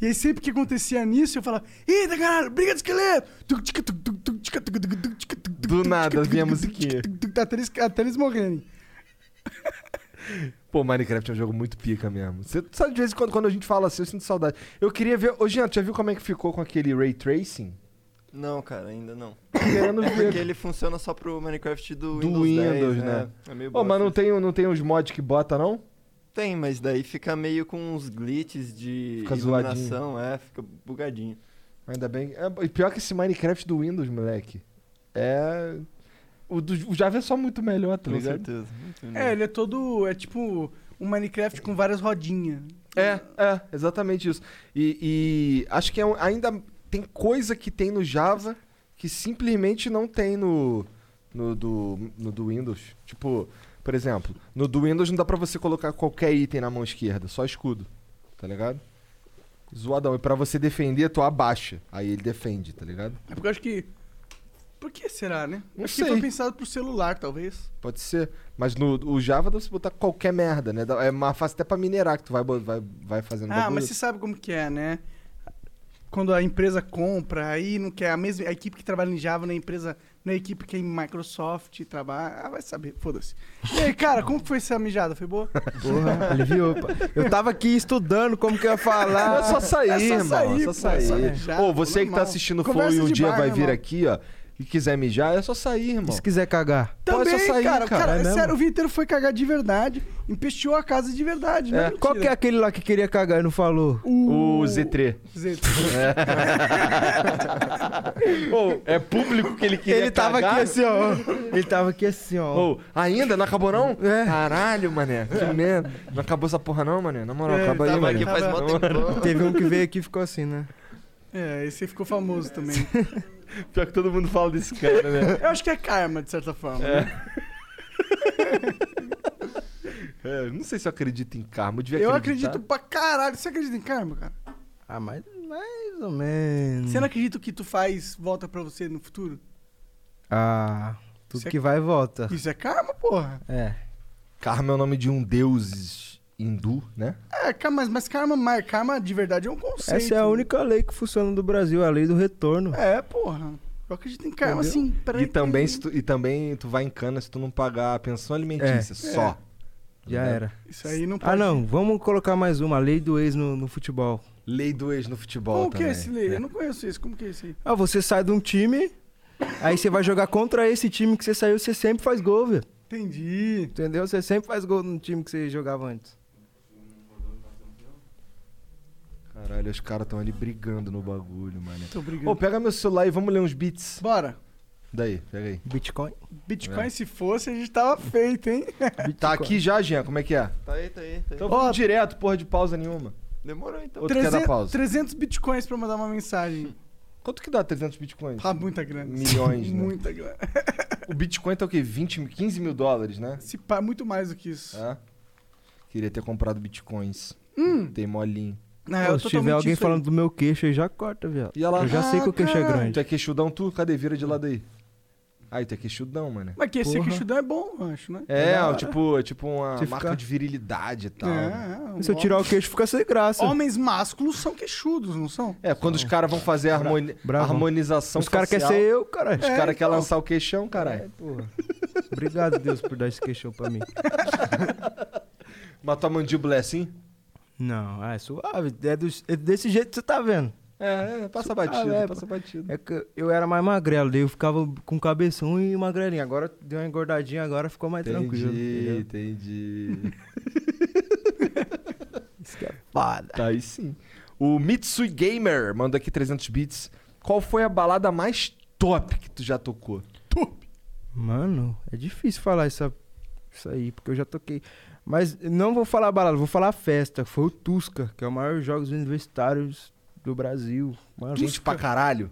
E aí sempre que acontecia nisso, eu falava, eita caralho, briga de esqueleto! Tuc, tica, tuc, tuc, tuc, tica, tuc, tuc, tuc, tica, tuc, tuc, Do tuc, nada, tica, tuc, vinha a tuc, tuc, musiquinha. tuc, tuc, tuc, Até eles, até eles morrerem. Pô, Minecraft é um jogo muito pica mesmo. Você sabe de vez em quando, quando a gente fala assim, eu sinto saudade. Eu queria ver. Ô, Jean, tu já viu como é que ficou com aquele ray tracing? Não, cara, ainda não. Tô Querendo É ver. porque ele funciona só pro Minecraft do, Do Windows, Windows, 10, né? É, é meio Ô, mas não bosta. tem, não tem os mods que bota, não? Tem, mas daí fica meio com uns glitches de Fica iluminação, é, fica bugadinho. Ainda bem. É, e pior que esse Minecraft do Windows, moleque. É. O, do, o Java é só muito melhor, tá Com ligado? certeza. né? Muito É, ele é todo. É tipo um Minecraft com várias rodinhas. É, é, exatamente isso. E, e acho que é um- ainda tem coisa que tem no Java que simplesmente não tem no, no, do, no do Windows. Tipo, por exemplo, no do Windows não dá pra você colocar qualquer item na mão esquerda, só escudo, tá ligado? Zoadão. E pra você defender, tu abaixa. Aí ele defende, tá ligado? É porque eu acho que. Por que será, né? Não acho sei. que foi pensado pro celular, talvez. Pode ser. Mas no o Java dá pra você botar qualquer merda, né? Dá- É mais fácil até pra minerar, que tu vai, bo- vai, vai fazendo Ah, um bagulho. mas você sabe como que é, né? Quando a empresa compra, aí não quer a mesma a equipe que trabalha em Java na empresa, na equipe que é em Microsoft trabalha, ah, vai saber, foda-se. E aí, cara, como que foi essa mijada? Foi boa? Porra, aliviou. pá. Eu tava aqui estudando como que eu ia falar. É só sair, É só irmão. sair, é só pô, sair. só mijar, Ou você que tá normal. assistindo o Flow Conversa e um de dia bar, vai né, vir irmão? aqui, ó, e quiser mijar, é só sair, E irmão. se quiser cagar. Pode Também, só sair, cara, o cara, cara, é mesmo? sério, o vinheteiro foi cagar de verdade, empesteou a casa de verdade, né? É. Mentira. Qual que é aquele lá que queria cagar e não falou? O Z3. Z- Ou é público que ele queria ele tava cagar? aqui assim, ó. Ele tava aqui assim, ó. Ou, ainda? Não acabou não? É. Caralho, mané. Que merda. Não acabou essa porra não, mané? Na moral, É, acaba aí, Tava mané. Tá aqui faz mó tempão. Teve um que veio aqui e ficou assim, né? É, esse aí ficou famoso também. Pior que todo mundo fala desse cara, né? Eu acho que é karma, de certa forma. né? É, não sei se eu acredito em karma. Eu, devia Eu acreditar. acredito pra caralho. Você acredita em karma, cara? Ah, mas mais ou Hum. menos. Você não acredita que tu faz volta pra você no futuro? Ah, tudo Você- que vai volta. Isso é karma, porra. É. Karma é o nome de um deus hindu, né? É, karma, mas, mas karma, mas karma de verdade é um conceito. Essa é a única lei que funciona no Brasil, a lei do retorno. É, porra. Eu acredito em karma, Entendeu? assim. pra- E também, se tu, e também tu vai em cana se tu não pagar a pensão alimentícia, só. Tá Já era. Isso aí não pode... Ah, não, vamos colocar mais uma, a lei do ex no, no futebol. Lei do ex no futebol Como que também. é esse lei? É. Eu não conheço isso. Como que é esse aí? Ah, você sai de um time, aí você vai jogar contra esse time que você saiu, você sempre faz gol, velho. Entendi. Entendeu? Você sempre faz gol no time que você jogava antes. Caralho, os caras estão ali brigando no bagulho, mano. Muito obrigado. Ô, pega meu celular e vamos ler uns beats. Bora. Daí, pega aí. Bitcoin? É. Bitcoin, se fosse, a gente tava feito, hein? Tá aqui já, Jean, como é que é? Tá aí, tá aí, tá aí. Então Ó. vamos direto, porra de pausa nenhuma. Demorou então. Outro quer dar pausa. 300 bitcoins pra mandar uma mensagem. Quanto que dá 300 bitcoins? Ah, muita grana. Milhões, né? Muita grana. O bitcoin tá o quê? 20, mil- 15 mil dólares, né? Se pá, muito mais do que isso. É. Queria ter comprado bitcoins. Tem molinho. Na Pô, real, se É, totalmente tiver alguém isso falando do meu queixo aí, já corta, viado. E ela- Eu já sei que o queixo caralho. é grande. Tu é queixudão, tu? Cadê? Vira de lado aí. Aí, tu é queixudão, mano. Aí. Mas que esse Porra. queixudão é bom, eu acho, né? É, ó, tipo, é tipo uma Você marca fica- de virilidade e tal. né? É, Se eu tirar o queixo, fica sem graça. Homens másculos são queixudos, não são? É, quando os caras vão fazer a harmoni- Bravão. harmonização Os caras querem facial, ser eu, É, então. caralho. Os caras querem lançar o queixão, caralho. porra. Obrigado, Deus, por dar esse queixão pra mim. Mas tua mandíbula é assim? Não, é suave. É, do- é desse jeito que você tá vendo. É, é passa Ah, batida, é, passa batida. É que eu era mais magrelo, daí eu ficava com cabeção e magrelinho. Agora deu uma engordadinha, agora ficou mais tranquilo. Entendi, entendeu? entendi. Isso que é foda. Tá aí sim. O Mitsui Gamer manda aqui 300 bits. Qual foi a balada mais top que tu já tocou? Mano, é difícil falar essa, isso aí, porque eu já toquei. Mas não vou falar balada, vou falar festa. Foi o Tusca, que é o maior jogos universitários do Brasil. Mano, Gente pra caralho.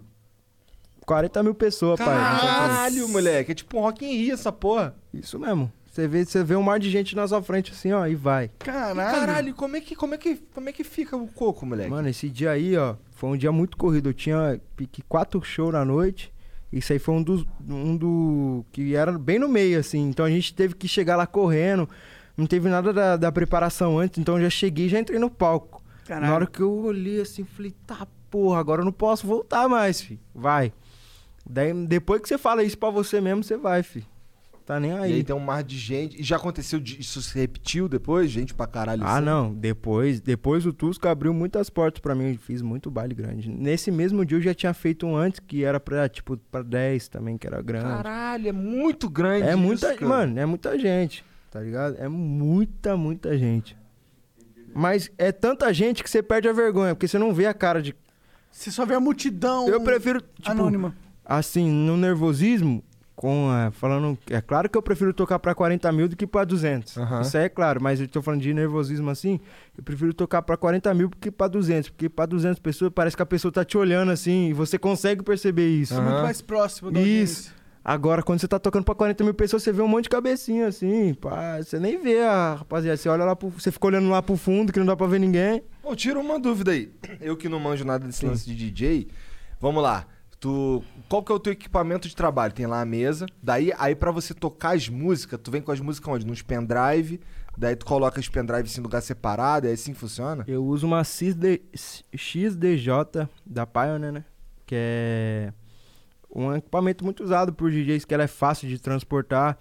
40 mil pessoas, pai. em São Paulo. Caralho, moleque. É tipo um Rock in Rio essa porra. Isso mesmo. Você vê, você vê um mar de gente na sua frente assim, ó, e vai. Caralho. Caralho, como é que, como é que, como é que fica o coco, moleque? Mano, esse dia aí, ó, foi um dia muito corrido. Eu tinha pique quatro shows na noite. Isso aí foi um dos. Um do. que era bem no meio, assim. Então a gente teve que chegar lá correndo. Não teve nada da, da preparação antes, então eu já cheguei e já entrei no palco. Caralho. Na hora que eu olhei assim, falei, tá porra, agora eu não posso voltar mais, fi. Vai. Daí, depois que você fala isso pra você mesmo, você vai, fi. Tá nem E aí tem um mar de gente. E já aconteceu, de- isso se repetiu depois? Gente pra caralho. Ah, assim? não. Depois, depois o Tusca abriu muitas portas pra mim. Eu fiz muito baile grande. Nesse mesmo dia eu já tinha feito um antes que era pra, tipo, pra 10 também, que era grande. Caralho, é muito grande. é muita, isso, cara. mano, é muita gente, tá ligado? É muita, muita gente. Mas é tanta gente que você perde a vergonha, porque você não vê a cara de Você só vê a multidão Eu prefiro, tipo, anônima. assim, no nervosismo, com a- falando. É claro que eu prefiro tocar pra 40 mil do que pra 200. Aham. Isso aí é claro, mas eu tô falando de nervosismo assim. Eu prefiro tocar pra 40 mil do que pra 200. Porque pra 200 pessoas parece que a pessoa tá te olhando assim e você consegue perceber isso. Aham. é Muito mais próximo da Isso. audiência. Agora, quando você tá tocando pra 40 mil pessoas, você vê um monte de cabecinha assim. Pá, você nem vê a rapaziada. Você olha lá pro. Você fica olhando lá pro fundo que não dá pra ver ninguém. Ô, tira uma dúvida aí. Eu que não manjo nada desse lance de DJ. Vamos lá. Tu, qual que é o teu equipamento de trabalho? Tem lá a mesa. Daí, aí para você tocar as músicas, tu vem com as músicas onde? Nos pendrive. Daí tu coloca os pendrives em lugar separado, é assim que funciona? Eu uso uma XD, XDJ da Pioneer, né? Que é um equipamento muito usado por DJs, que ela é fácil de transportar.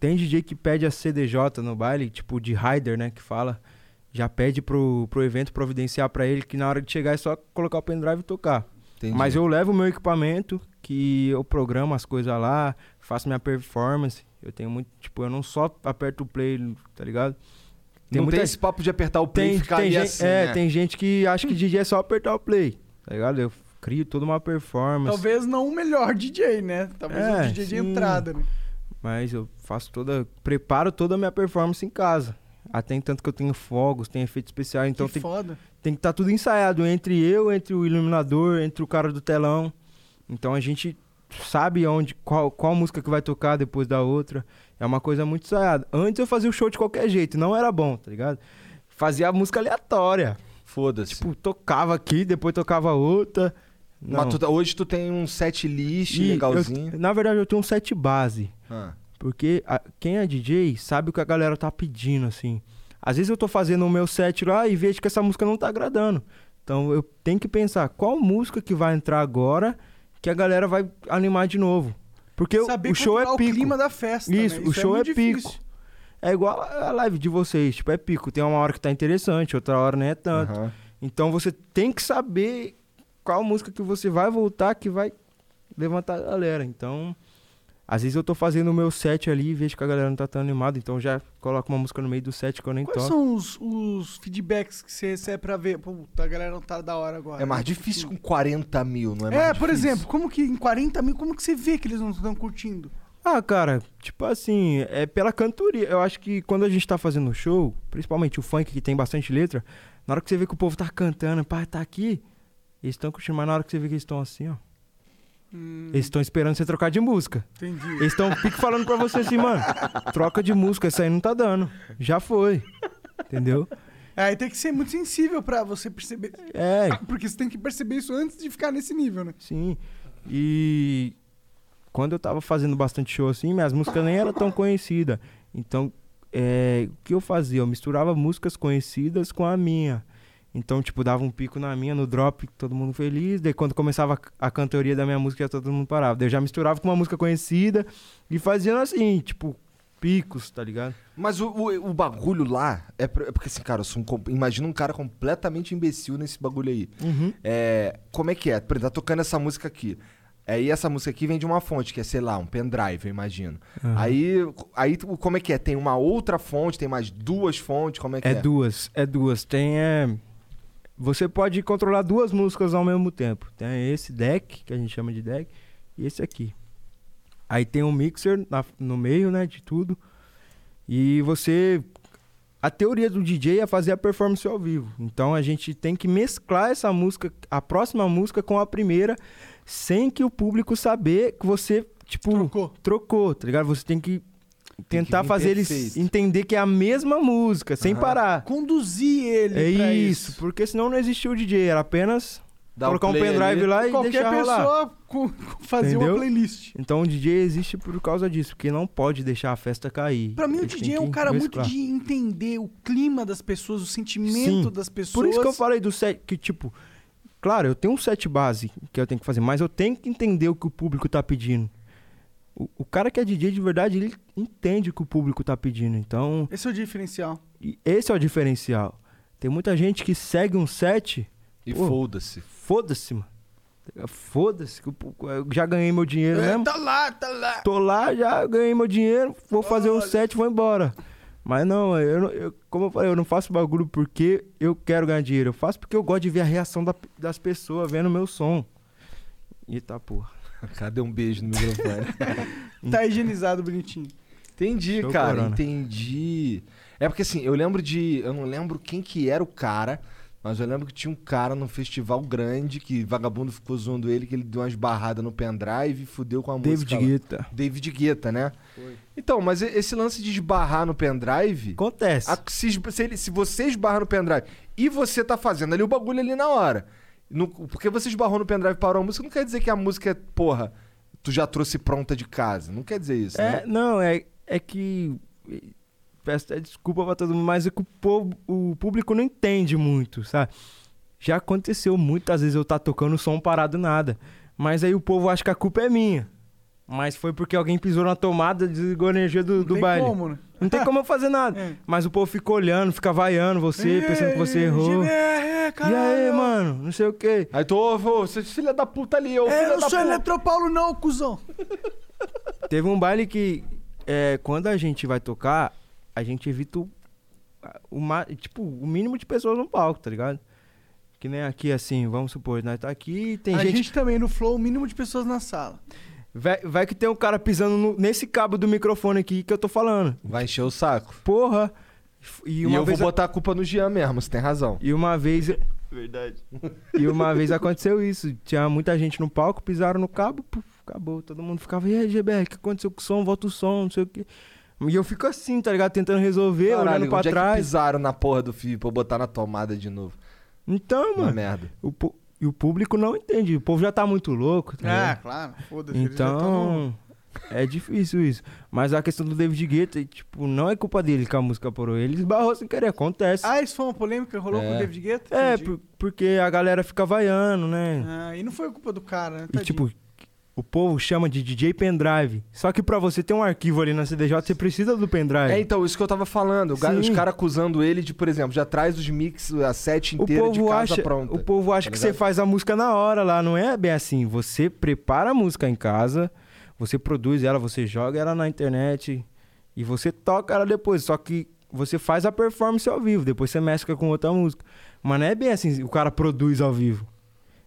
Tem DJ que pede a CDJ no baile, tipo de rider, né? Que fala. Já pede pro, pro evento providenciar pra ele, que na hora de chegar é só colocar o pendrive e tocar. Entendi. Mas eu levo o meu equipamento, que eu programo as coisas lá, faço minha performance. Eu tenho muito, tipo, eu não só aperto o play, tá ligado? não muita- tem esse papo de apertar o play tem, e ficar tem ali gente, assim, é, né? tem gente que acha que DJ é só apertar o play, tá ligado? Eu crio toda uma performance, Talvez não o melhor DJ, né? Talvez É, um DJ de sim. entrada, né? mas eu faço toda, preparo toda a minha performance em casa. Até tanto que eu tenho fogos, tenho efeito especial, Então, então que tem, foda. tem que estar tudo ensaiado entre eu, entre o iluminador, entre o cara do telão. Então a gente sabe onde qual, qual música que vai tocar depois da outra. É uma coisa muito ensaiada. Antes eu fazia o show de qualquer jeito, não era bom, tá ligado? Fazia música aleatória. Foda-se. Tipo, tocava aqui, depois tocava outra. Não. Mas tu tá- hoje tu tem um set list E legalzinho. eu- na verdade, eu tenho um set base. Ah, Porque a- quem é DJ sabe o que a galera tá pedindo, assim. Às vezes eu tô fazendo o meu set lá e vejo que essa música não tá agradando. Então eu tenho que pensar qual música que vai entrar agora que a galera vai animar de novo. Porque o- Saber o show controlar é o pico. clima da festa, né? Isso, o show é, muito pico. difícil. É igual a a live de vocês, tipo, é pico. Tem uma hora que tá interessante, outra hora não é tanto. aham. Então você tem que saber qual música que você vai voltar que vai levantar a galera. Então, às vezes eu tô fazendo o meu set ali e vejo que a galera não tá tão animada, então já coloco uma música no meio do set que eu nem Quais toco. são os, os feedbacks que você recebe pra ver? Puta, a galera não tá da hora agora. É mais difícil com 40 mil, não é? É, mais por difícil? exemplo, como que em 40 mil, como que você vê que eles não estão curtindo? Ah, cara, tipo assim, é pela cantoria. Eu acho que quando a gente tá fazendo show, principalmente o funk que tem bastante letra, na hora que você vê que o povo tá cantando, pá, tá aqui, eles estão curtindo, mas na hora que você vê que eles estão assim, ó. Hum, Eles estão esperando você trocar de música. entendi. Eles estão pique falando pra você assim, mano, troca de música, isso aí não tá dando. Já foi. Entendeu? É, Aí tem que ser muito sensível pra você perceber. É, Porque você tem que perceber isso antes de ficar nesse nível, né? Sim. E quando eu tava fazendo bastante show assim, minhas músicas nem eram tão conhecidas. Então, é, o que eu fazia? Eu misturava músicas conhecidas com a minha. Então, tipo, dava um pico na minha, no drop, todo mundo feliz. Daí, quando começava a c- a cantoria da minha música, já todo mundo parava. Daí, eu já misturava com uma música conhecida e fazia assim, tipo, picos, tá ligado? Mas o, o, o bagulho lá é, pra- é porque assim, cara, eu sou um com- imagina um cara completamente imbecil nesse bagulho aí. É, como é que é? Por exemplo, tá tocando essa música aqui. Aí essa música aqui vem de uma fonte, que é, sei lá, um pendrive, eu imagino. Aí, aí tu- como é que é? Tem uma outra fonte, tem mais duas fontes, como é que é? É duas, é duas. Tem é... Você pode controlar duas músicas ao mesmo tempo. Tem esse deck, que a gente chama de deck, e esse aqui. Aí tem um mixer na- no meio, né, de tudo. E você... A teoria do DJ é fazer a performance ao vivo. Então a gente tem que mesclar essa música, a próxima música com a primeira, sem que o público saber que você, tipo, Trocou. trocou, tá ligado? Você tem que tentar vir fazer eles perfeito. entender que é a mesma música, sem Aham. parar. Conduzir ele É pra isso, porque senão não existia o DJ, era apenas Dá o colocar um play pendrive ali. lá e Qualquer deixar rolar. pessoa com- com- fazer uma Entendeu? playlist. Então o DJ existe por causa disso, porque não pode deixar a festa cair. Pra mim, o Ele tem DJ é um que cara muito mesclar. de entender o clima das pessoas, o sentimento Sim. das pessoas. Por isso que eu falei do set, que tipo... Claro, eu tenho um set base que eu tenho que fazer, mas eu tenho que entender o que o público tá pedindo. O, o cara que é DJ de verdade, ele entende o que o público tá pedindo. Então, Esse é o diferencial. E esse é o diferencial. Tem muita gente que segue um set, E Pô. foda-se. foda-se, mano. Foda-se, que eu eu já ganhei meu dinheiro É, mesmo. tá lá, tá lá. Tô lá, já ganhei meu dinheiro, vou fazer um set, vou embora. Mas não, eu, não- eu- como eu falei, eu não faço bagulho porque eu quero ganhar dinheiro. Eu faço porque eu gosto de ver a reação da- das pessoas vendo meu som. Eita porra. Cadê um beijo no microfone? Hum. Tá higienizado bonitinho. Entendi, Show cara, Corona. entendi. É porque assim, eu lembro de. Eu não lembro quem que era o cara, mas eu lembro que tinha um cara num festival grande que vagabundo ficou zoando ele, que ele deu umas barradas no pendrive e fudeu com a David música. lá. Guetta. David Guetta, né? Então, mas e- esse lance de esbarrar no pendrive. Acontece. a- se, esba- se ele- se você esbarra no pendrive e você tá fazendo ali o bagulho ali na hora. no- porque você esbarrou no pendrive e parou a música, não quer dizer que a música é, porra, tu já trouxe pronta de casa. Não quer dizer isso, né? É, não, é, é que. Peço até desculpa pra todo mundo, mas é que o, povo, o público não entende muito, sabe? Já aconteceu muitas vezes eu tá tocando som parado nada. Mas aí o povo acha que a culpa é minha. Mas foi porque alguém pisou na tomada, desligou a energia do, do Tem baile. como, né? Não tem como eu fazer nada. É. Mas o povo fica olhando, fica vaiando você, pensando que você errou. É, é, E caralho. aí, mano, não sei o quê. Aí tu, ô, vô, você é filha da puta ali, ô, É, filha eu da não sou né? puta. Eletropaulo não, cuzão. Teve um baile que é, quando a gente vai tocar, a gente evita o, a- o ma- tipo, o mínimo de pessoas no palco, tá ligado? Que nem aqui, assim, vamos supor, nós tá aqui e tem a gente... gente. também, é no flow, o mínimo de pessoas na sala. Vai, vai que tem um cara pisando no- nesse cabo do microfone aqui que eu tô falando. Vai encher o saco. Porra! E, E uma eu vou vez. botar a culpa no Jean mesmo, você tem razão. E uma vez. Verdade. E uma vez aconteceu isso. Tinha muita gente no palco, pisaram no cabo, puf, acabou. Todo mundo ficava, e aí, GBR, o que aconteceu com o som? Volta o som, não sei o quê. E eu fico assim, tá ligado? Tentando resolver, olhando pra onde é que trás. pisaram na porra do filho pra eu botar na tomada de novo? Então, Uma mano. merda. O pu- E o público não entende. O povo já tá muito louco. Tá Ah, ligado? claro. Foda-se. eles já tão então. É difícil isso. Mas a questão do David Guetta, tipo, não é culpa dele que a música parou. Ele esbarrou sem querer, acontece. no- Ah, isso foi uma polêmica que rolou É. com o David Guetta? é, Entendi. por- porque a galera fica vaiando, né? Ah, e não foi culpa do cara, né? e tipo, o povo chama de DJ pendrive. Só que pra você ter um arquivo ali na CDJ, você precisa do pendrive. É, então, isso que eu tava falando. o ga- Sim. Os caras acusando ele de, por exemplo, já traz os mix, a set O inteira de povo, casa acha, pronta. o povo acha tá que você ligado? faz a música na hora lá, não é bem assim. Você prepara a música em casa, você produz ela, você joga ela na internet e você toca ela depois. Só que você faz a performance ao vivo, depois você mescla com outra música. Mas não é bem assim, o cara produz ao vivo.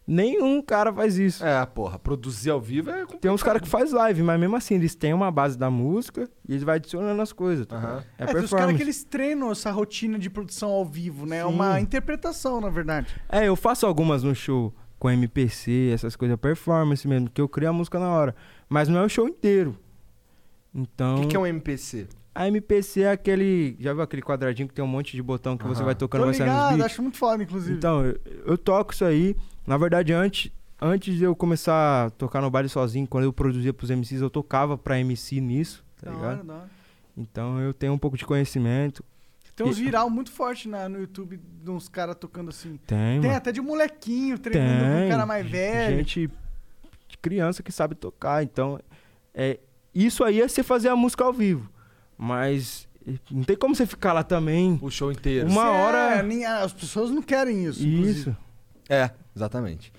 Nenhum cara faz isso. É, porra, produzir ao vivo é complicado. Tem uns caras que faz live, mas mesmo assim, eles têm uma base da música e eles vão adicionando as coisas. tá Aham. ligado? É, É, tem os caras performance. que eles treinam essa rotina de produção ao vivo, né? É Sim. uma interpretação, na verdade. É, eu faço algumas no show com MPC, essas coisas, performance mesmo, que eu crio a música na hora. Mas não é o show inteiro. O Então. que, que é um MPC? A MPC é aquele. Já viu aquele quadradinho que tem um monte de botão que você Aham. vai tocando e vai Tô saindo os ligado, beats? acho muito foda, inclusive. Então, eu, eu toco isso aí. Na verdade, antes, antes de eu começar a tocar no baile sozinho, quando eu produzia pros MCs, eu tocava pra MC nisso, tá Da ligado? hora, da hora. Então eu tenho um pouco de conhecimento. Tem uns E- viral muito forte na- no YouTube de uns caras tocando assim. Tenho. Tem até de molequinho treinando com um Tem. cara mais velho. gente de criança que sabe tocar. Então, é, isso aí é você fazer a música ao vivo. Mas eh, não tem como você ficar lá também. O show inteiro. Uma Isso é, hora- nem- as pessoas não querem isso. inclusive. Isso. É, exatamente.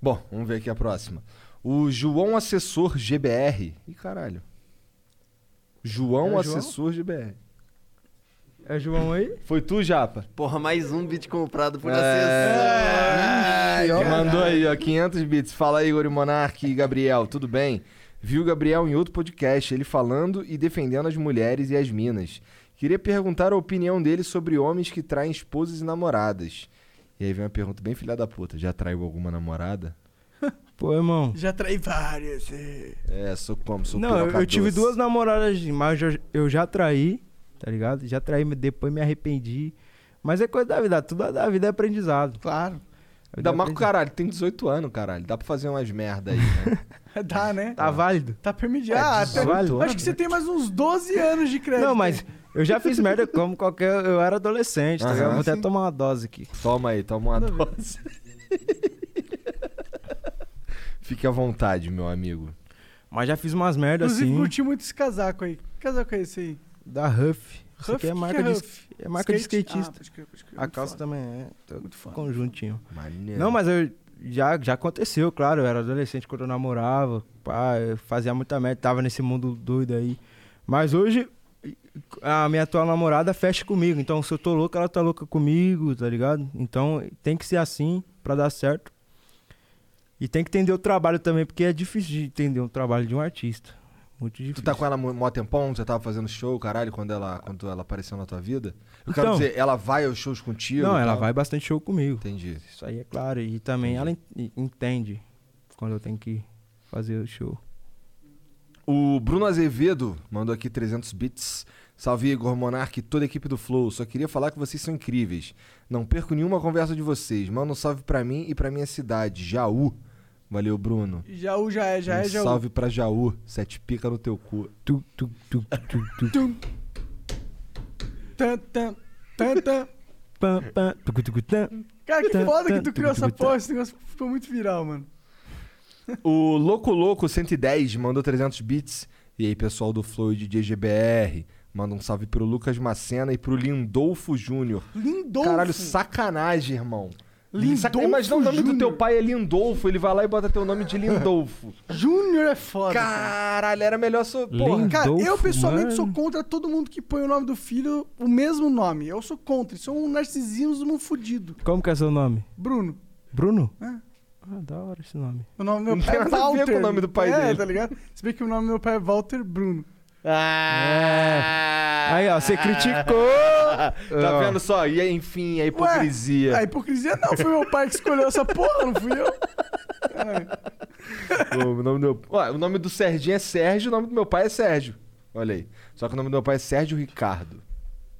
Bom, vamos ver aqui a próxima. O João Assessor GBR. Ih, caralho. João É o João? Assessor GBR. É João aí? Foi tu, Japa? Porra, mais um beat comprado por É, acessão. que mandou aí, ó, 500 bits. Fala aí, Igor e Monark e Gabriel, tudo bem? Viu o Gabriel em outro podcast, ele falando e defendendo as mulheres e as minas. Queria perguntar a opinião dele sobre homens que traem esposas e namoradas. E aí vem uma pergunta bem filha da puta, já traiu alguma namorada? Pô, irmão. Já traí várias. é. É, sou como, sou Não, eu, piroca eu tive doce. duas namoradas, mas eu, eu já traí, tá ligado? Já traí, mas depois me arrependi. Mas é coisa da vida, tudo da vida é aprendizado. é Claro. Eu Ainda já mais com o aprendi. caralho, tem 18 anos, caralho. Dá pra fazer umas merda aí, né? Dá, né? Tá válido? Tá permitido. Ah, até- vale. acho que você tem mais uns 12 anos de crédito. Não, mas eu já fiz merda como qualquer. Eu era adolescente, tá Aham. ligado? Vou até Sim. tomar uma dose aqui. Toma aí, toma uma Manda ver. dose. Fique à vontade, meu amigo. Mas já fiz umas merdas Inclusive, assim. curti muito esse casaco aí. Que casaco é esse aí? Da Huff. Isso Huff? aqui é Que marca, de, Huff? é marca de Skate? Ah, skatista. pode crer, pode crer. a Muito calça foda. também é. tô- Muito foda. É. Conjuntinho. Maneiro. Não, mas eu já, já aconteceu, claro. Eu era adolescente quando eu namorava. Pá, eu fazia muita merda, tava nesse mundo doido aí. Mas hoje, a minha atual namorada fecha comigo. Então, se eu tô louco, ela tá louca comigo, tá ligado? Então, tem que ser assim pra dar certo. E tem que entender o trabalho também, porque é difícil de entender o trabalho de um artista. Muito difícil. Tu tá com ela mo- mó tempão? Você tava fazendo show, caralho, quando ela, quando ela apareceu na tua vida? Eu quero Então. dizer, ela vai aos shows contigo? Não, e ela tal? vai bastante show comigo. Entendi. Isso aí é claro. E também ela en- entende quando eu tenho que fazer o show. O Bruno Azevedo mandou aqui 300 bits. Salve Igor, Monark e toda a equipe do Flow. Só queria falar que vocês são incríveis. Não perco nenhuma conversa de vocês. Manda um salve pra mim e pra minha cidade, Jaú. Valeu, Bruno. Jaú já é, já um é, Jaú. salve pra Jaú. Sete pica no teu cu. Tu, tu, tu, tu, tu. Tum. Tan, tan, tan, tan. Pam, pam, tucu, tucu, tam. Cara, que Tan, foda que tan, tu criou tucu, essa tucu, porra. Esse negócio ficou muito viral, mano. O Loco Loco 110 mandou 300 bits. E aí, pessoal do Flow e DJ GBR. Manda um salve pro Lucas Macena e pro Lindolfo Júnior. Lindolfo. Caralho, sacanagem, irmão. Lindolfo Saca- Imagina o nome do teu Júnior. pai é Lindolfo, ele vai lá e bota teu nome de Lindolfo. Júnior é foda. cara. Caralho, era melhor só. Porra, Lindo. cara. Cara, eu Lindolfo, pessoalmente mano. sou contra todo mundo que põe o nome do filho o mesmo nome. Eu sou contra. Isso é um narcisismo fudido. Como que é seu nome? Bruno. Bruno? É. Ah, da hora esse nome. O nome do Não meu pai tem é nada a ver Walter. com o nome do pai é, dele. tá ligado? Se bem que o nome do meu pai é Walter Bruno. É. Aí, Ah, ó, você criticou. Tá vendo só? E aí, enfim, a hipocrisia. A Ah, hipocrisia não, foi meu pai que escolheu essa porra, não fui eu. O, nome do... Ué, o nome do Serginho é Sérgio, o nome do meu pai é Sérgio. Olha aí. Só que o nome do meu pai é Sérgio Ricardo.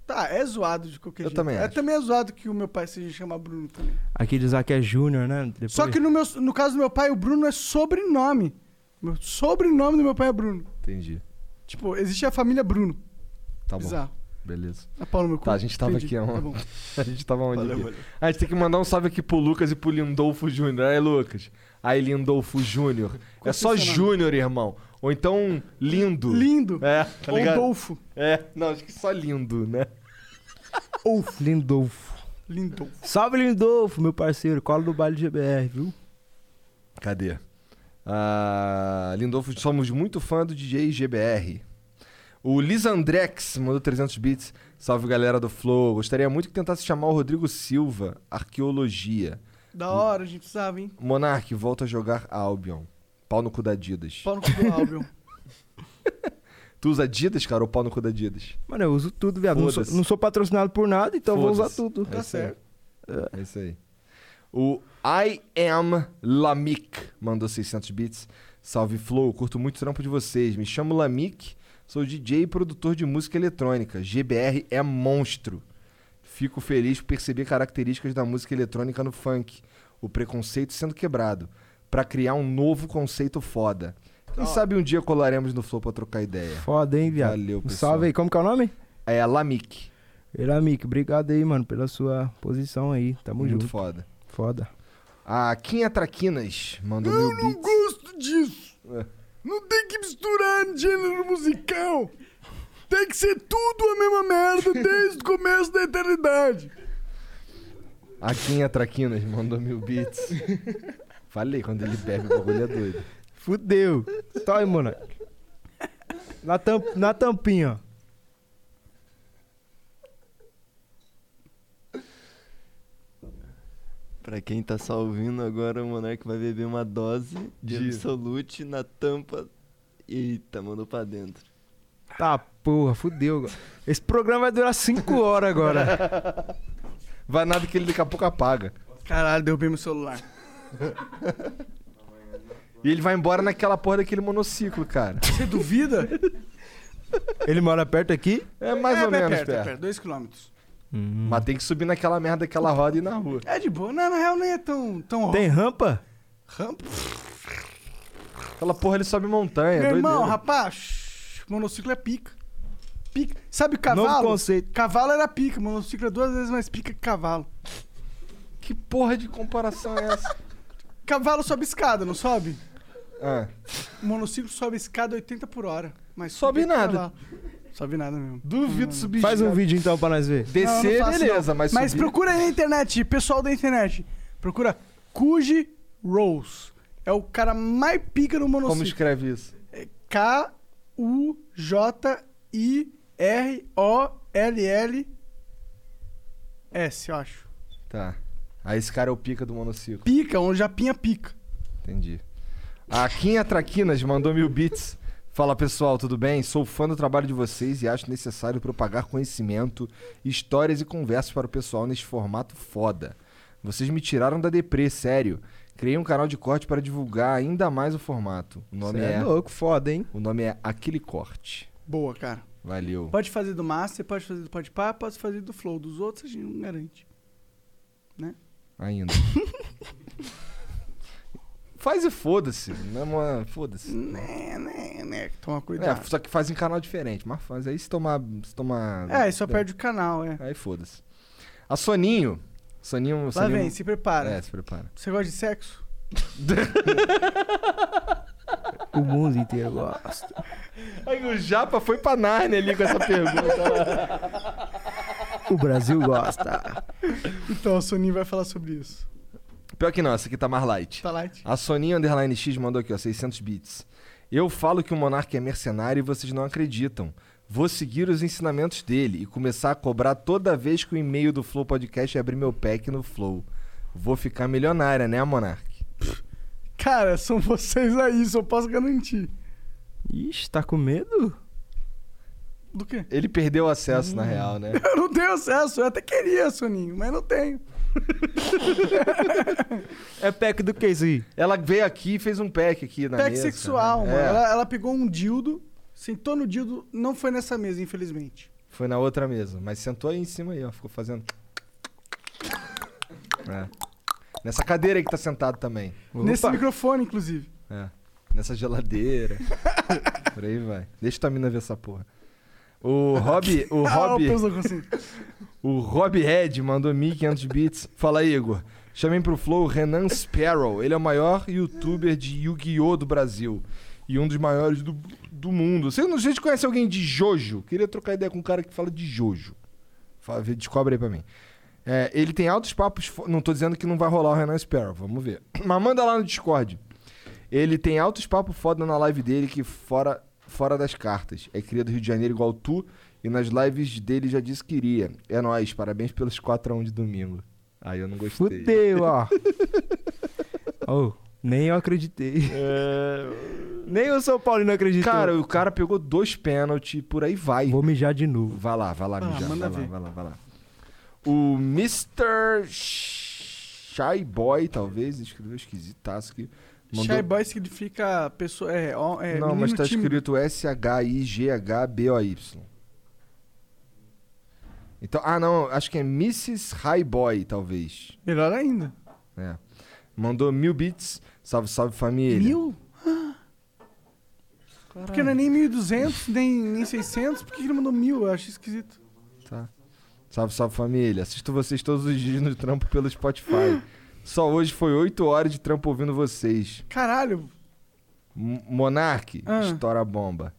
Tá, é zoado de qualquer Eu jeito. também é acho. também é zoado que o meu pai se chama Bruno também. Aqui diz que é Júnior, né? Depois- Só que no, meu, no caso do meu pai, o Bruno é sobrenome. Meu sobrenome do meu pai é Bruno. Entendi. Tipo, existe a família Bruno. Tá bom. Bizarro. Beleza. Tá pau no meu cu. Tá, a gente tava Entendi. aqui, ó. Tá bom. A gente tava onde? Valeu, aqui? valeu. A gente tem que mandar um salve aqui pro Lucas e pro Lindolfo Júnior. Aí, Lucas. Aí, Lindolfo Júnior. É é só seu nome? Júnior, irmão. Ou então, lindo. Lindo. É, tá ligado? Lindolfo. É, não, acho que só lindo, né? Lindolfo. Lindolfo. Salve, Lindolfo, meu parceiro. Cola do baile GBR, viu? Cadê? Ah, Lindolfo, somos muito fã do DJ GBR. O Lisandrex mandou 300 bits. Salve galera do Flow. Gostaria muito que tentasse chamar o Rodrigo Silva, Arqueologia. Da hora, a gente sabe, hein? Monark, volta a jogar a Albion. Pau no cu da Adidas. Pau no cu do Albion. Tu usa Adidas, cara, ou pau no cu da Adidas? Mano, eu uso tudo, viado. Não sou, Foda-se. não sou patrocinado por nada, então eu vou usar Foda-se. tudo. É Tá isso aí. certo. É isso aí. O I am Lamik mandou 600 bits. Salve Flow, curto muito o trampo de vocês. Me chamo Lamik, sou DJ e produtor de música eletrônica. GBR é monstro. Fico feliz por perceber características da música eletrônica no funk, o preconceito sendo quebrado, Pra criar um novo conceito foda. Quem sabe um dia colaremos no Flow pra trocar ideia. Foda, hein, viado. Valeu, Um pessoal. salve aí. Como que é o nome? É a Lamik, Eramic, obrigado aí, mano, pela sua posição aí. Tamo muito junto. foda. Foda. A Quinha Traquinas mandou mil bits. Gosto disso. É. Não tem que misturar gênero musical. Tem que ser tudo a mesma merda desde o começo da eternidade. A Quinha Traquinas mandou mil bits. Falei, quando ele bebe, o bagulho é doido. Fudeu. Tá aí, mano. Na, tam, na tampinha. Pra quem tá só ouvindo agora, o Monark vai beber uma dose de De- Absolute na tampa. Eita, mandou pra dentro. Tá, porra, fudeu. Esse programa vai durar 5 horas agora. Vai nada que ele daqui a pouco apaga. Caralho, derrubei meu celular. E ele vai embora naquela porra daquele monociclo, cara. Você duvida? Ele mora perto aqui? É mais é, ou é menos perto, perto. é perto, 2km. Mas tem que subir naquela merda, aquela roda e ir na rua. É de boa, não, na real nem é tão, tão Tem rampa? rampa. Aquela porra ele sobe montanha, Meu doido. irmão, rapaz, shh, monociclo é pica. Pica. Sabe Novo cavalo? conceito. Cavalo era pica, monociclo é duas vezes mais pica que cavalo. Que porra de comparação é essa? Cavalo sobe escada, não sobe? Ah, Monociclo sobe escada 80 por hora. Mas Sobe pica que nada. cavalo. Sobe nada mesmo. duvido subir Faz um escada. vídeo então pra nós ver. Não, Descer, não faço, beleza, não. mas, Mas subir... procura aí na internet, pessoal da internet. Procura Kuji Rose. É o cara mais pica no Como monociclo. escreve isso? K-U-J-I-R-O-L-L-S, eu acho. Tá. Aí esse cara é o pica do monociclo. Pica, um japinha pica. Entendi. A Quinha Traquinas mandou mil bits. Fala pessoal, tudo bem? Sou fã do trabalho de vocês e acho necessário propagar conhecimento, histórias e conversas para o pessoal neste formato foda. Vocês me tiraram da deprê, sério. Criei um canal de corte para divulgar ainda mais o formato. O nome Cê é, é louco, foda, hein? o nome é Aquele Corte. Boa, cara. Valeu. Pode fazer do Master, pode fazer do Podpah, pode fazer do Flow. Dos outros a gente não garante. Ainda. Faz e foda-se. Não é uma- foda-se. Né, né, né. Toma É, cuidado. só que faz em canal diferente, mas faz. Aí se tomar, se tomar É, e só perde o canal, é. Aí foda-se. A Soninho. Soninho. Lá Soninho... vem, se prepara. É, se prepara. Você gosta de sexo? O mundo inteiro gosta. Aí o Japa foi pra Narnia ali com essa pergunta. O Brasil gosta. Então, a Soninho vai falar sobre isso. Pior que não, essa aqui tá mais light. Tá light? A Soninho Underline X mandou aqui, ó, 600 bits. Eu falo que o Monark é mercenário e vocês não acreditam. Vou seguir os ensinamentos dele e começar a cobrar toda vez que o e-mail do Flow Podcast abrir meu pack no Flow. Vou ficar milionária, né, Monark? Cara, são vocês aí, só posso garantir. Ixi, tá com medo? Do quê? Ele perdeu o acesso, Hum. na real, né? Eu não tenho acesso, eu até queria, Soninho, mas não tenho. É pack do que isso aí? Ela veio aqui e fez um pack aqui na Pack mesa, sexual, né? mano. É, Ela, ela pegou um dildo, sentou no dildo, não foi nessa mesa, infelizmente. Foi na outra mesa, mas sentou aí em cima aí, ó. Ficou fazendo. É. Nessa cadeira aí que tá sentado também. Nesse Opa. microfone, inclusive. É. Nessa geladeira. Por aí vai. Deixa tua mina ver essa porra. O Rob. O Ah, o Rob. peso assim. O Rob Red mandou 1.500 bits. Fala, Igor. Chamem pro Flow o Renan Sparrow. Ele é o maior youtuber de Yu-Gi-Oh! do Brasil. E um dos maiores do, do mundo. Você não sei se conhece alguém de Jojo. Queria trocar ideia com um cara que fala de Jojo. Fala, vê, descobre aí pra mim. É, ele tem altos papos. fo- Não tô dizendo que não vai rolar o Renan Sparrow, vamos ver. Mas manda lá no Discord. Ele tem altos papos foda na live dele que fora, fora das cartas. É cria do Rio de Janeiro igual tu. E nas lives dele já disse que iria. É nóis, parabéns pelos 4x1 de domingo. Aí eu não gostei. Fudeu, ó. oh, nem eu acreditei. Nem o São Paulino acreditou. Cara, o cara pegou dois pênaltis, por aí vai. vou mijar de novo. Vai lá, vai lá, Ah, mijar. manda vai lá, ver. vai lá, vai lá. O Mr. Shy Boy, talvez, escreveu esquisitaço aqui. Mandou- Shy boy significa pessoa. É, ó, é Não, menino mas tá tímido. escrito S-H-I-G-H-B-O-Y. Então, ah, não, acho que é Mrs. High Boy, talvez. Melhor ainda. É. Mandou mil bits. Salve, salve família. Mil? Ah. Porque não é nem 1.200, nem, nem 600. Por que ele mandou mil? Eu acho esquisito. Tá. Salve, salve família. Assisto vocês todos os dias no trampo pelo Spotify. Só hoje foi 8 horas de trampo ouvindo vocês. Caralho. M- Monark, Ah. estoura a bomba.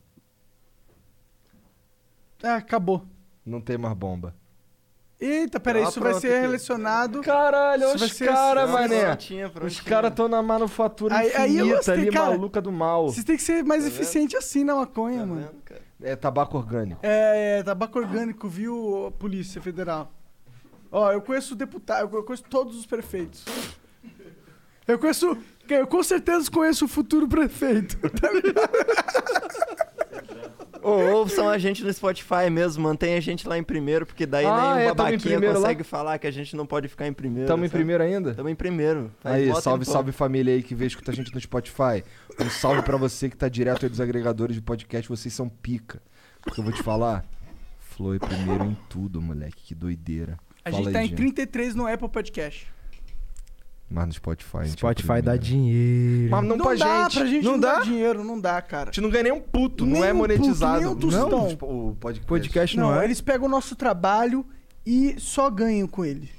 Ah, acabou. Não tem mais bomba. Eita, peraí, Tá Ah, isso vai pronto, ser aqui. relacionado. Caralho, olha os cara, mané. Os caras estão na manufatura Aí- infinita aí eu gostei, ali, cara. maluca do mal. Vocês têm que ser mais Tá vendo? eficiente assim na maconha, Tá mano. É tabaco orgânico. É, é, tabaco orgânico, viu, ô, Polícia Federal? Ó, eu conheço deputado, eu conheço todos os prefeitos. Eu conheço, eu com certeza conheço o futuro prefeito. Ou ouçam a gente no Spotify mesmo, mantém a gente lá em primeiro, porque daí Ah, nenhum é, tamo em babaquinha primeiro lá? consegue falar que a gente não pode ficar em primeiro. Tamo em sabe? primeiro ainda? Tamo em primeiro. Faz Aí, mó salve, um tempão. salve família aí que vê, escuta a gente no Spotify. Um salve pra você que tá direto aí dos agregadores de podcast, vocês são pica. Porque eu vou te falar, Flow é primeiro em tudo, moleque, que doideira. A Fala gente aí, tá em Jean. 33 no Apple Podcast. Mas no Spotify, a gente é o Spotify dá primeiro. dinheiro. Mas não, pra dá gente. pra gente, Então Não não, dá? dá? dinheiro, não dá, cara. A gente não ganha nem um puto, não Nem é um puto, monetizado. nem um tostão. Não, Tipo, o podcast. Podcast não, Não, é. eles pegam o nosso trabalho e só ganham com ele.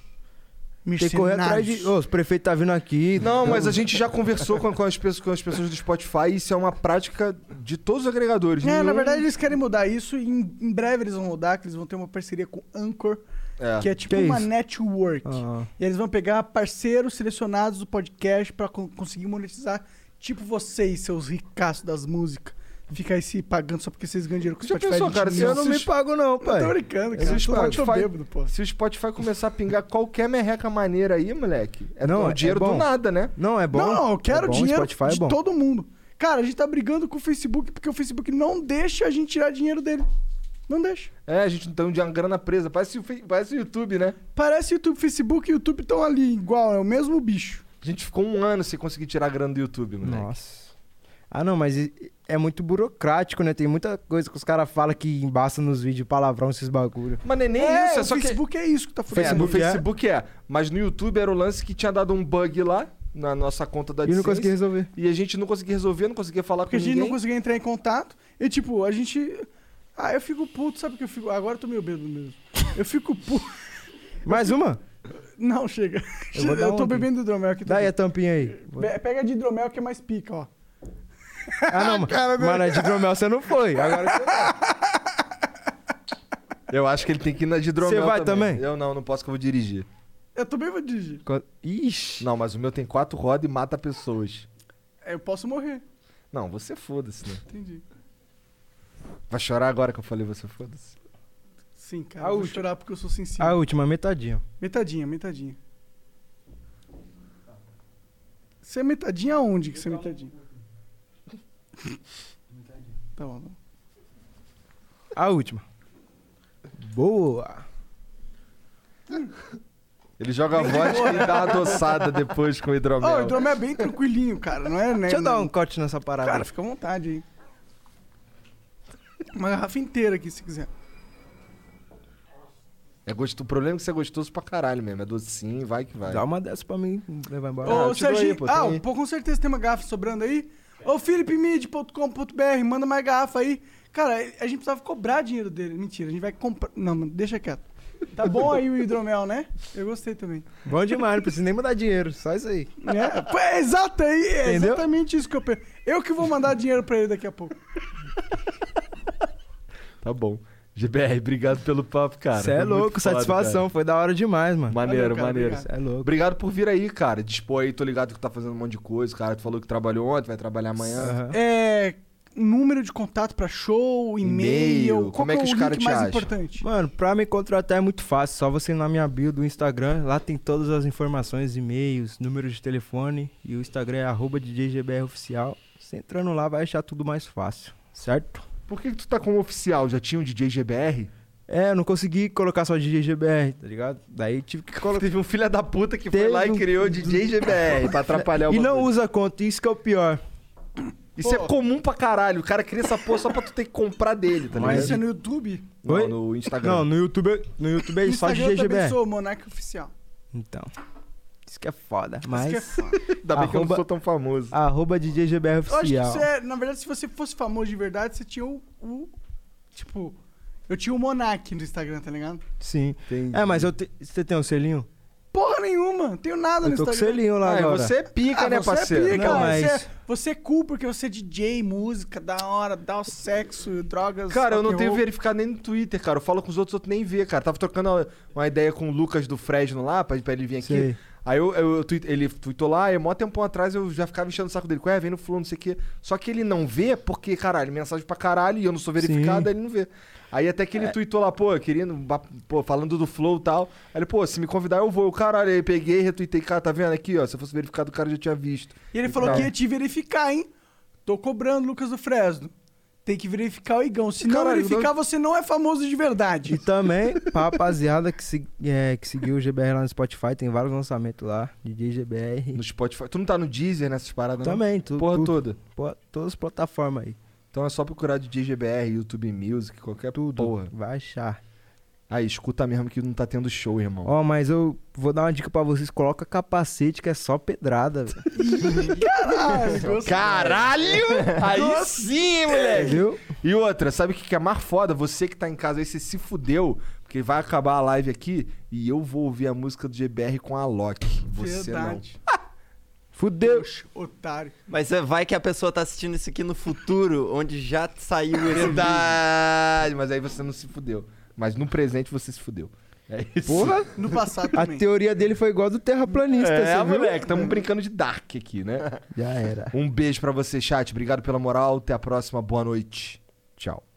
Tem que correr atrás Mercenários. de. Ô, os prefeitos tá vindo aqui. Não, mas a gente já conversou com, com as pessoas, com as pessoas do Spotify e isso é uma prática de todos os agregadores. É, na Nenhum- verdade eles querem mudar isso e em, em breve eles vão mudar, que eles vão ter uma parceria com Anchor, É. que é tipo Que é uma isso? network. Ah, E eles vão pegar parceiros selecionados do podcast pra con- conseguir monetizar, tipo vocês, seus ricaços das músicas. Ficar aí se pagando só porque vocês ganham dinheiro com o Já Spotify. pensou, de cara, se mil. eu não me pago, não, Eu tô pai. brincando, Esse cara. Eu tô, eu tô Spotify- bêbado, é pô. É Se o Spotify começar a pingar qualquer merreca maneira aí, moleque, é, Não, não, é dinheiro bom. do nada, né? Não, é bom. não, não, eu quero é bom, dinheiro Spotify é de bom. todo mundo. Cara, a gente tá brigando com o Facebook porque o Facebook não deixa a gente tirar dinheiro dele. Não deixa. É, a gente não tem uma grana presa. Parece o, Fe- parece o YouTube, né? Parece YouTube, Facebook e YouTube estão ali igual, é o mesmo bicho. A gente ficou um ano sem conseguir tirar a grana do YouTube, moleque. Nossa. Ah, não, mas e- é muito burocrático, né? Tem muita coisa que os caras falam que embaça nos vídeos, palavrão, esses bagulho. Mas não é nem isso, é o só Facebook é isso que tá que. É, no fazendo. Facebook Facebook é. é. Mas no YouTube era o lance que tinha dado um bug lá na nossa conta da E não AdSense. consegui resolver. E a gente não conseguia resolver, não conseguia falar Porque a com gente ninguém. não conseguia entrar em contato. E tipo, a gente. Ah, eu fico puto, sabe que eu fico. Agora eu tô meio bêbado mesmo. Eu fico puto. Mais uma? Não, chega. Eu Eu, vou dar tô uma aqui. bebendo hidromel aqui. Dá aí a também. tampinha aí. Pe- Pega de hidromel que é mais pica, ó. Ah, não, mano. Mano, de hidromel você não foi. Agora você Eu acho que ele tem que ir na de hidromel Você vai também? Eu não, não posso que eu vou dirigir. Eu também vou dirigir. Co- Ixi. Não, mas o meu tem quatro rodas e mata pessoas. Eu posso morrer. Não, você foda-se, né? Entendi. Vai chorar agora que eu falei você foda-se? Sim, cara. A eu vou última. chorar porque eu sou sensível. A última, metadinha. Metadinha, metadinha. Você é metadinha aonde que você é metadinha? Tá bom. A última. Boa. Ele joga a vodka e dá uma adoçada depois com o hidromel. Ó, o hidromel é bem tranquilinho, cara, não é? Né, Deixa eu dar um corte nessa parada. Cara, fica à vontade aí. Uma garrafa inteira aqui, se quiser. É gosto... O problema é que você é gostoso pra caralho mesmo. É docinho, vai que vai. Dá uma dessa pra mim levar embora. Ah, Ô, eu te dou Serginho, aí, pô, tem ah, aí. pô, com certeza tem uma garrafa sobrando aí. Ô, philipmid.com.br, manda mais garrafa aí. Cara, a gente precisava cobrar dinheiro dele. Mentira, a gente vai comprar... Não, mano, deixa quieto. Tá bom aí o hidromel, né? Eu gostei também. Bom demais, não precisa nem mudar dinheiro. Só isso aí. É, pô, é exato aí, é Entendeu? exatamente isso que eu penso. Eu que vou mandar dinheiro pra ele daqui a pouco. Tá bom. GBR, obrigado pelo papo, cara. Você é Foi muito louco, foda, satisfação. Foi da hora demais, mano. cara. Maneiro, Valeu, cara, maneiro. obrigado. Você é louco. Obrigado por vir aí, cara. Dispor aí, tô ligado que tá fazendo um monte de coisa, cara. Tu falou que trabalhou ontem, vai trabalhar amanhã. Aham. É. número de contato pra show, E-mail, e-mail? Qual como é que o os link caras te mais acham? importante? Mano, pra me contratar é muito fácil. Só você ir na minha bio do Instagram. Lá tem todas as informações, e-mails, número de telefone. E o Instagram é arroba DJGBROficial. Você entrando lá vai achar tudo mais fácil, certo? Por que, que tu tá como oficial? Já tinha um DJ GBR? É, eu não consegui colocar só DJGBR, tá ligado? Daí tive que colocar. Teve um filho da puta que Teve foi lá e um- criou DJ GBR pra atrapalhar o E não bagulho. usa conta, isso que é o pior. Isso Pô. é comum pra caralho. O cara cria essa porra só pra tu ter que comprar dele, tá Mas- ligado? Isso é no YouTube? Não, Oi? no Instagram. Não, no YouTube, no YouTube é No só Instagram eu também DJGBR. sou monarca oficial. Então. Isso que é foda. Isso Mas. que é foda. Ainda bem que eu não Arroba- sou tão famoso. Arroba DJGBR Eu acho que Oficial. isso é, na verdade, se você fosse famoso de verdade, você tinha o. o- tipo, eu tinha o Monark no Instagram, tá ligado? Sim. Entendi. É, mas eu te- você tem um selinho? Porra nenhuma, tenho nada Tá no Eu tô com Instagram. selinho lá Ah, agora. você é pica, Ah, né, você parceiro? É pica, Não, você, mas- é, você é cool porque você é DJ, música, da hora, dá o sexo, drogas. Cara, eu rock não and tenho roll. verificado nem no Twitter, cara. Eu falo com os outros, os outros nem vê, cara. Tava trocando uma- uma ideia com o Lucas do Fresno lá, pra, pra ele vir aqui. Sei. Aí eu, eu- eu tweet- ele tweetou lá, e mó tempão atrás eu já ficava enchendo o saco dele. Ué, vem no Flow, não sei o quê. Só que ele não vê, porque, caralho, mensagem pra caralho, e eu não sou verificado, Sim. É. aí ele não vê. Aí até que ele tweetou lá, pô, querendo, ba- pô, falando do Flow e tal. Aí ele, pô, se me convidar eu vou. Eu, caralho, aí peguei, retuitei, cara, tá vendo aqui, ó. Se eu fosse verificado, o cara já tinha visto. E ele falou Não. que ia te verificar, hein? Tô cobrando, Lucas do Fresno. Tem que verificar o Igão. Se não Caralho, verificar, você não é famoso de verdade. E também, pra rapaziada que, se- é, que seguiu o GBR lá no Spotify, tem vários lançamentos lá. DJ GBR. No Spotify. Tu não tá no Deezer nessas paradas, não? Também, tudo. Porra tudo, toda. porra, todas as plataformas aí. Então é só procurar DJ GBR, YouTube Music, qualquer Tudo. porra. Vai achar. Aí, escuta mesmo que não tá tendo show, irmão. Ó, mas eu vou dar uma dica pra vocês. Coloca capacete que é só pedrada, velho. Caralho, gostei. Caralho! Aí sim, moleque! viu? E outra, sabe o que que é mais foda? Você que tá em casa aí, você se fudeu, porque vai acabar a live aqui e eu vou ouvir a música do GBR com a Loki. Você Verdade. Fudeu. Oxe, otário. Mas é, vai que a pessoa tá assistindo isso aqui no futuro, onde já saiu não. esse Verdade! Mas aí você não se fudeu. Mas no presente você se fudeu. É isso. Porra, No passado a também. teoria dele foi igual a do terraplanista, É, você viu? moleque, tamo brincando de Dark aqui, né? Já era. Um beijo pra você, chat. Obrigado pela moral. Até a próxima. Boa noite. Tchau.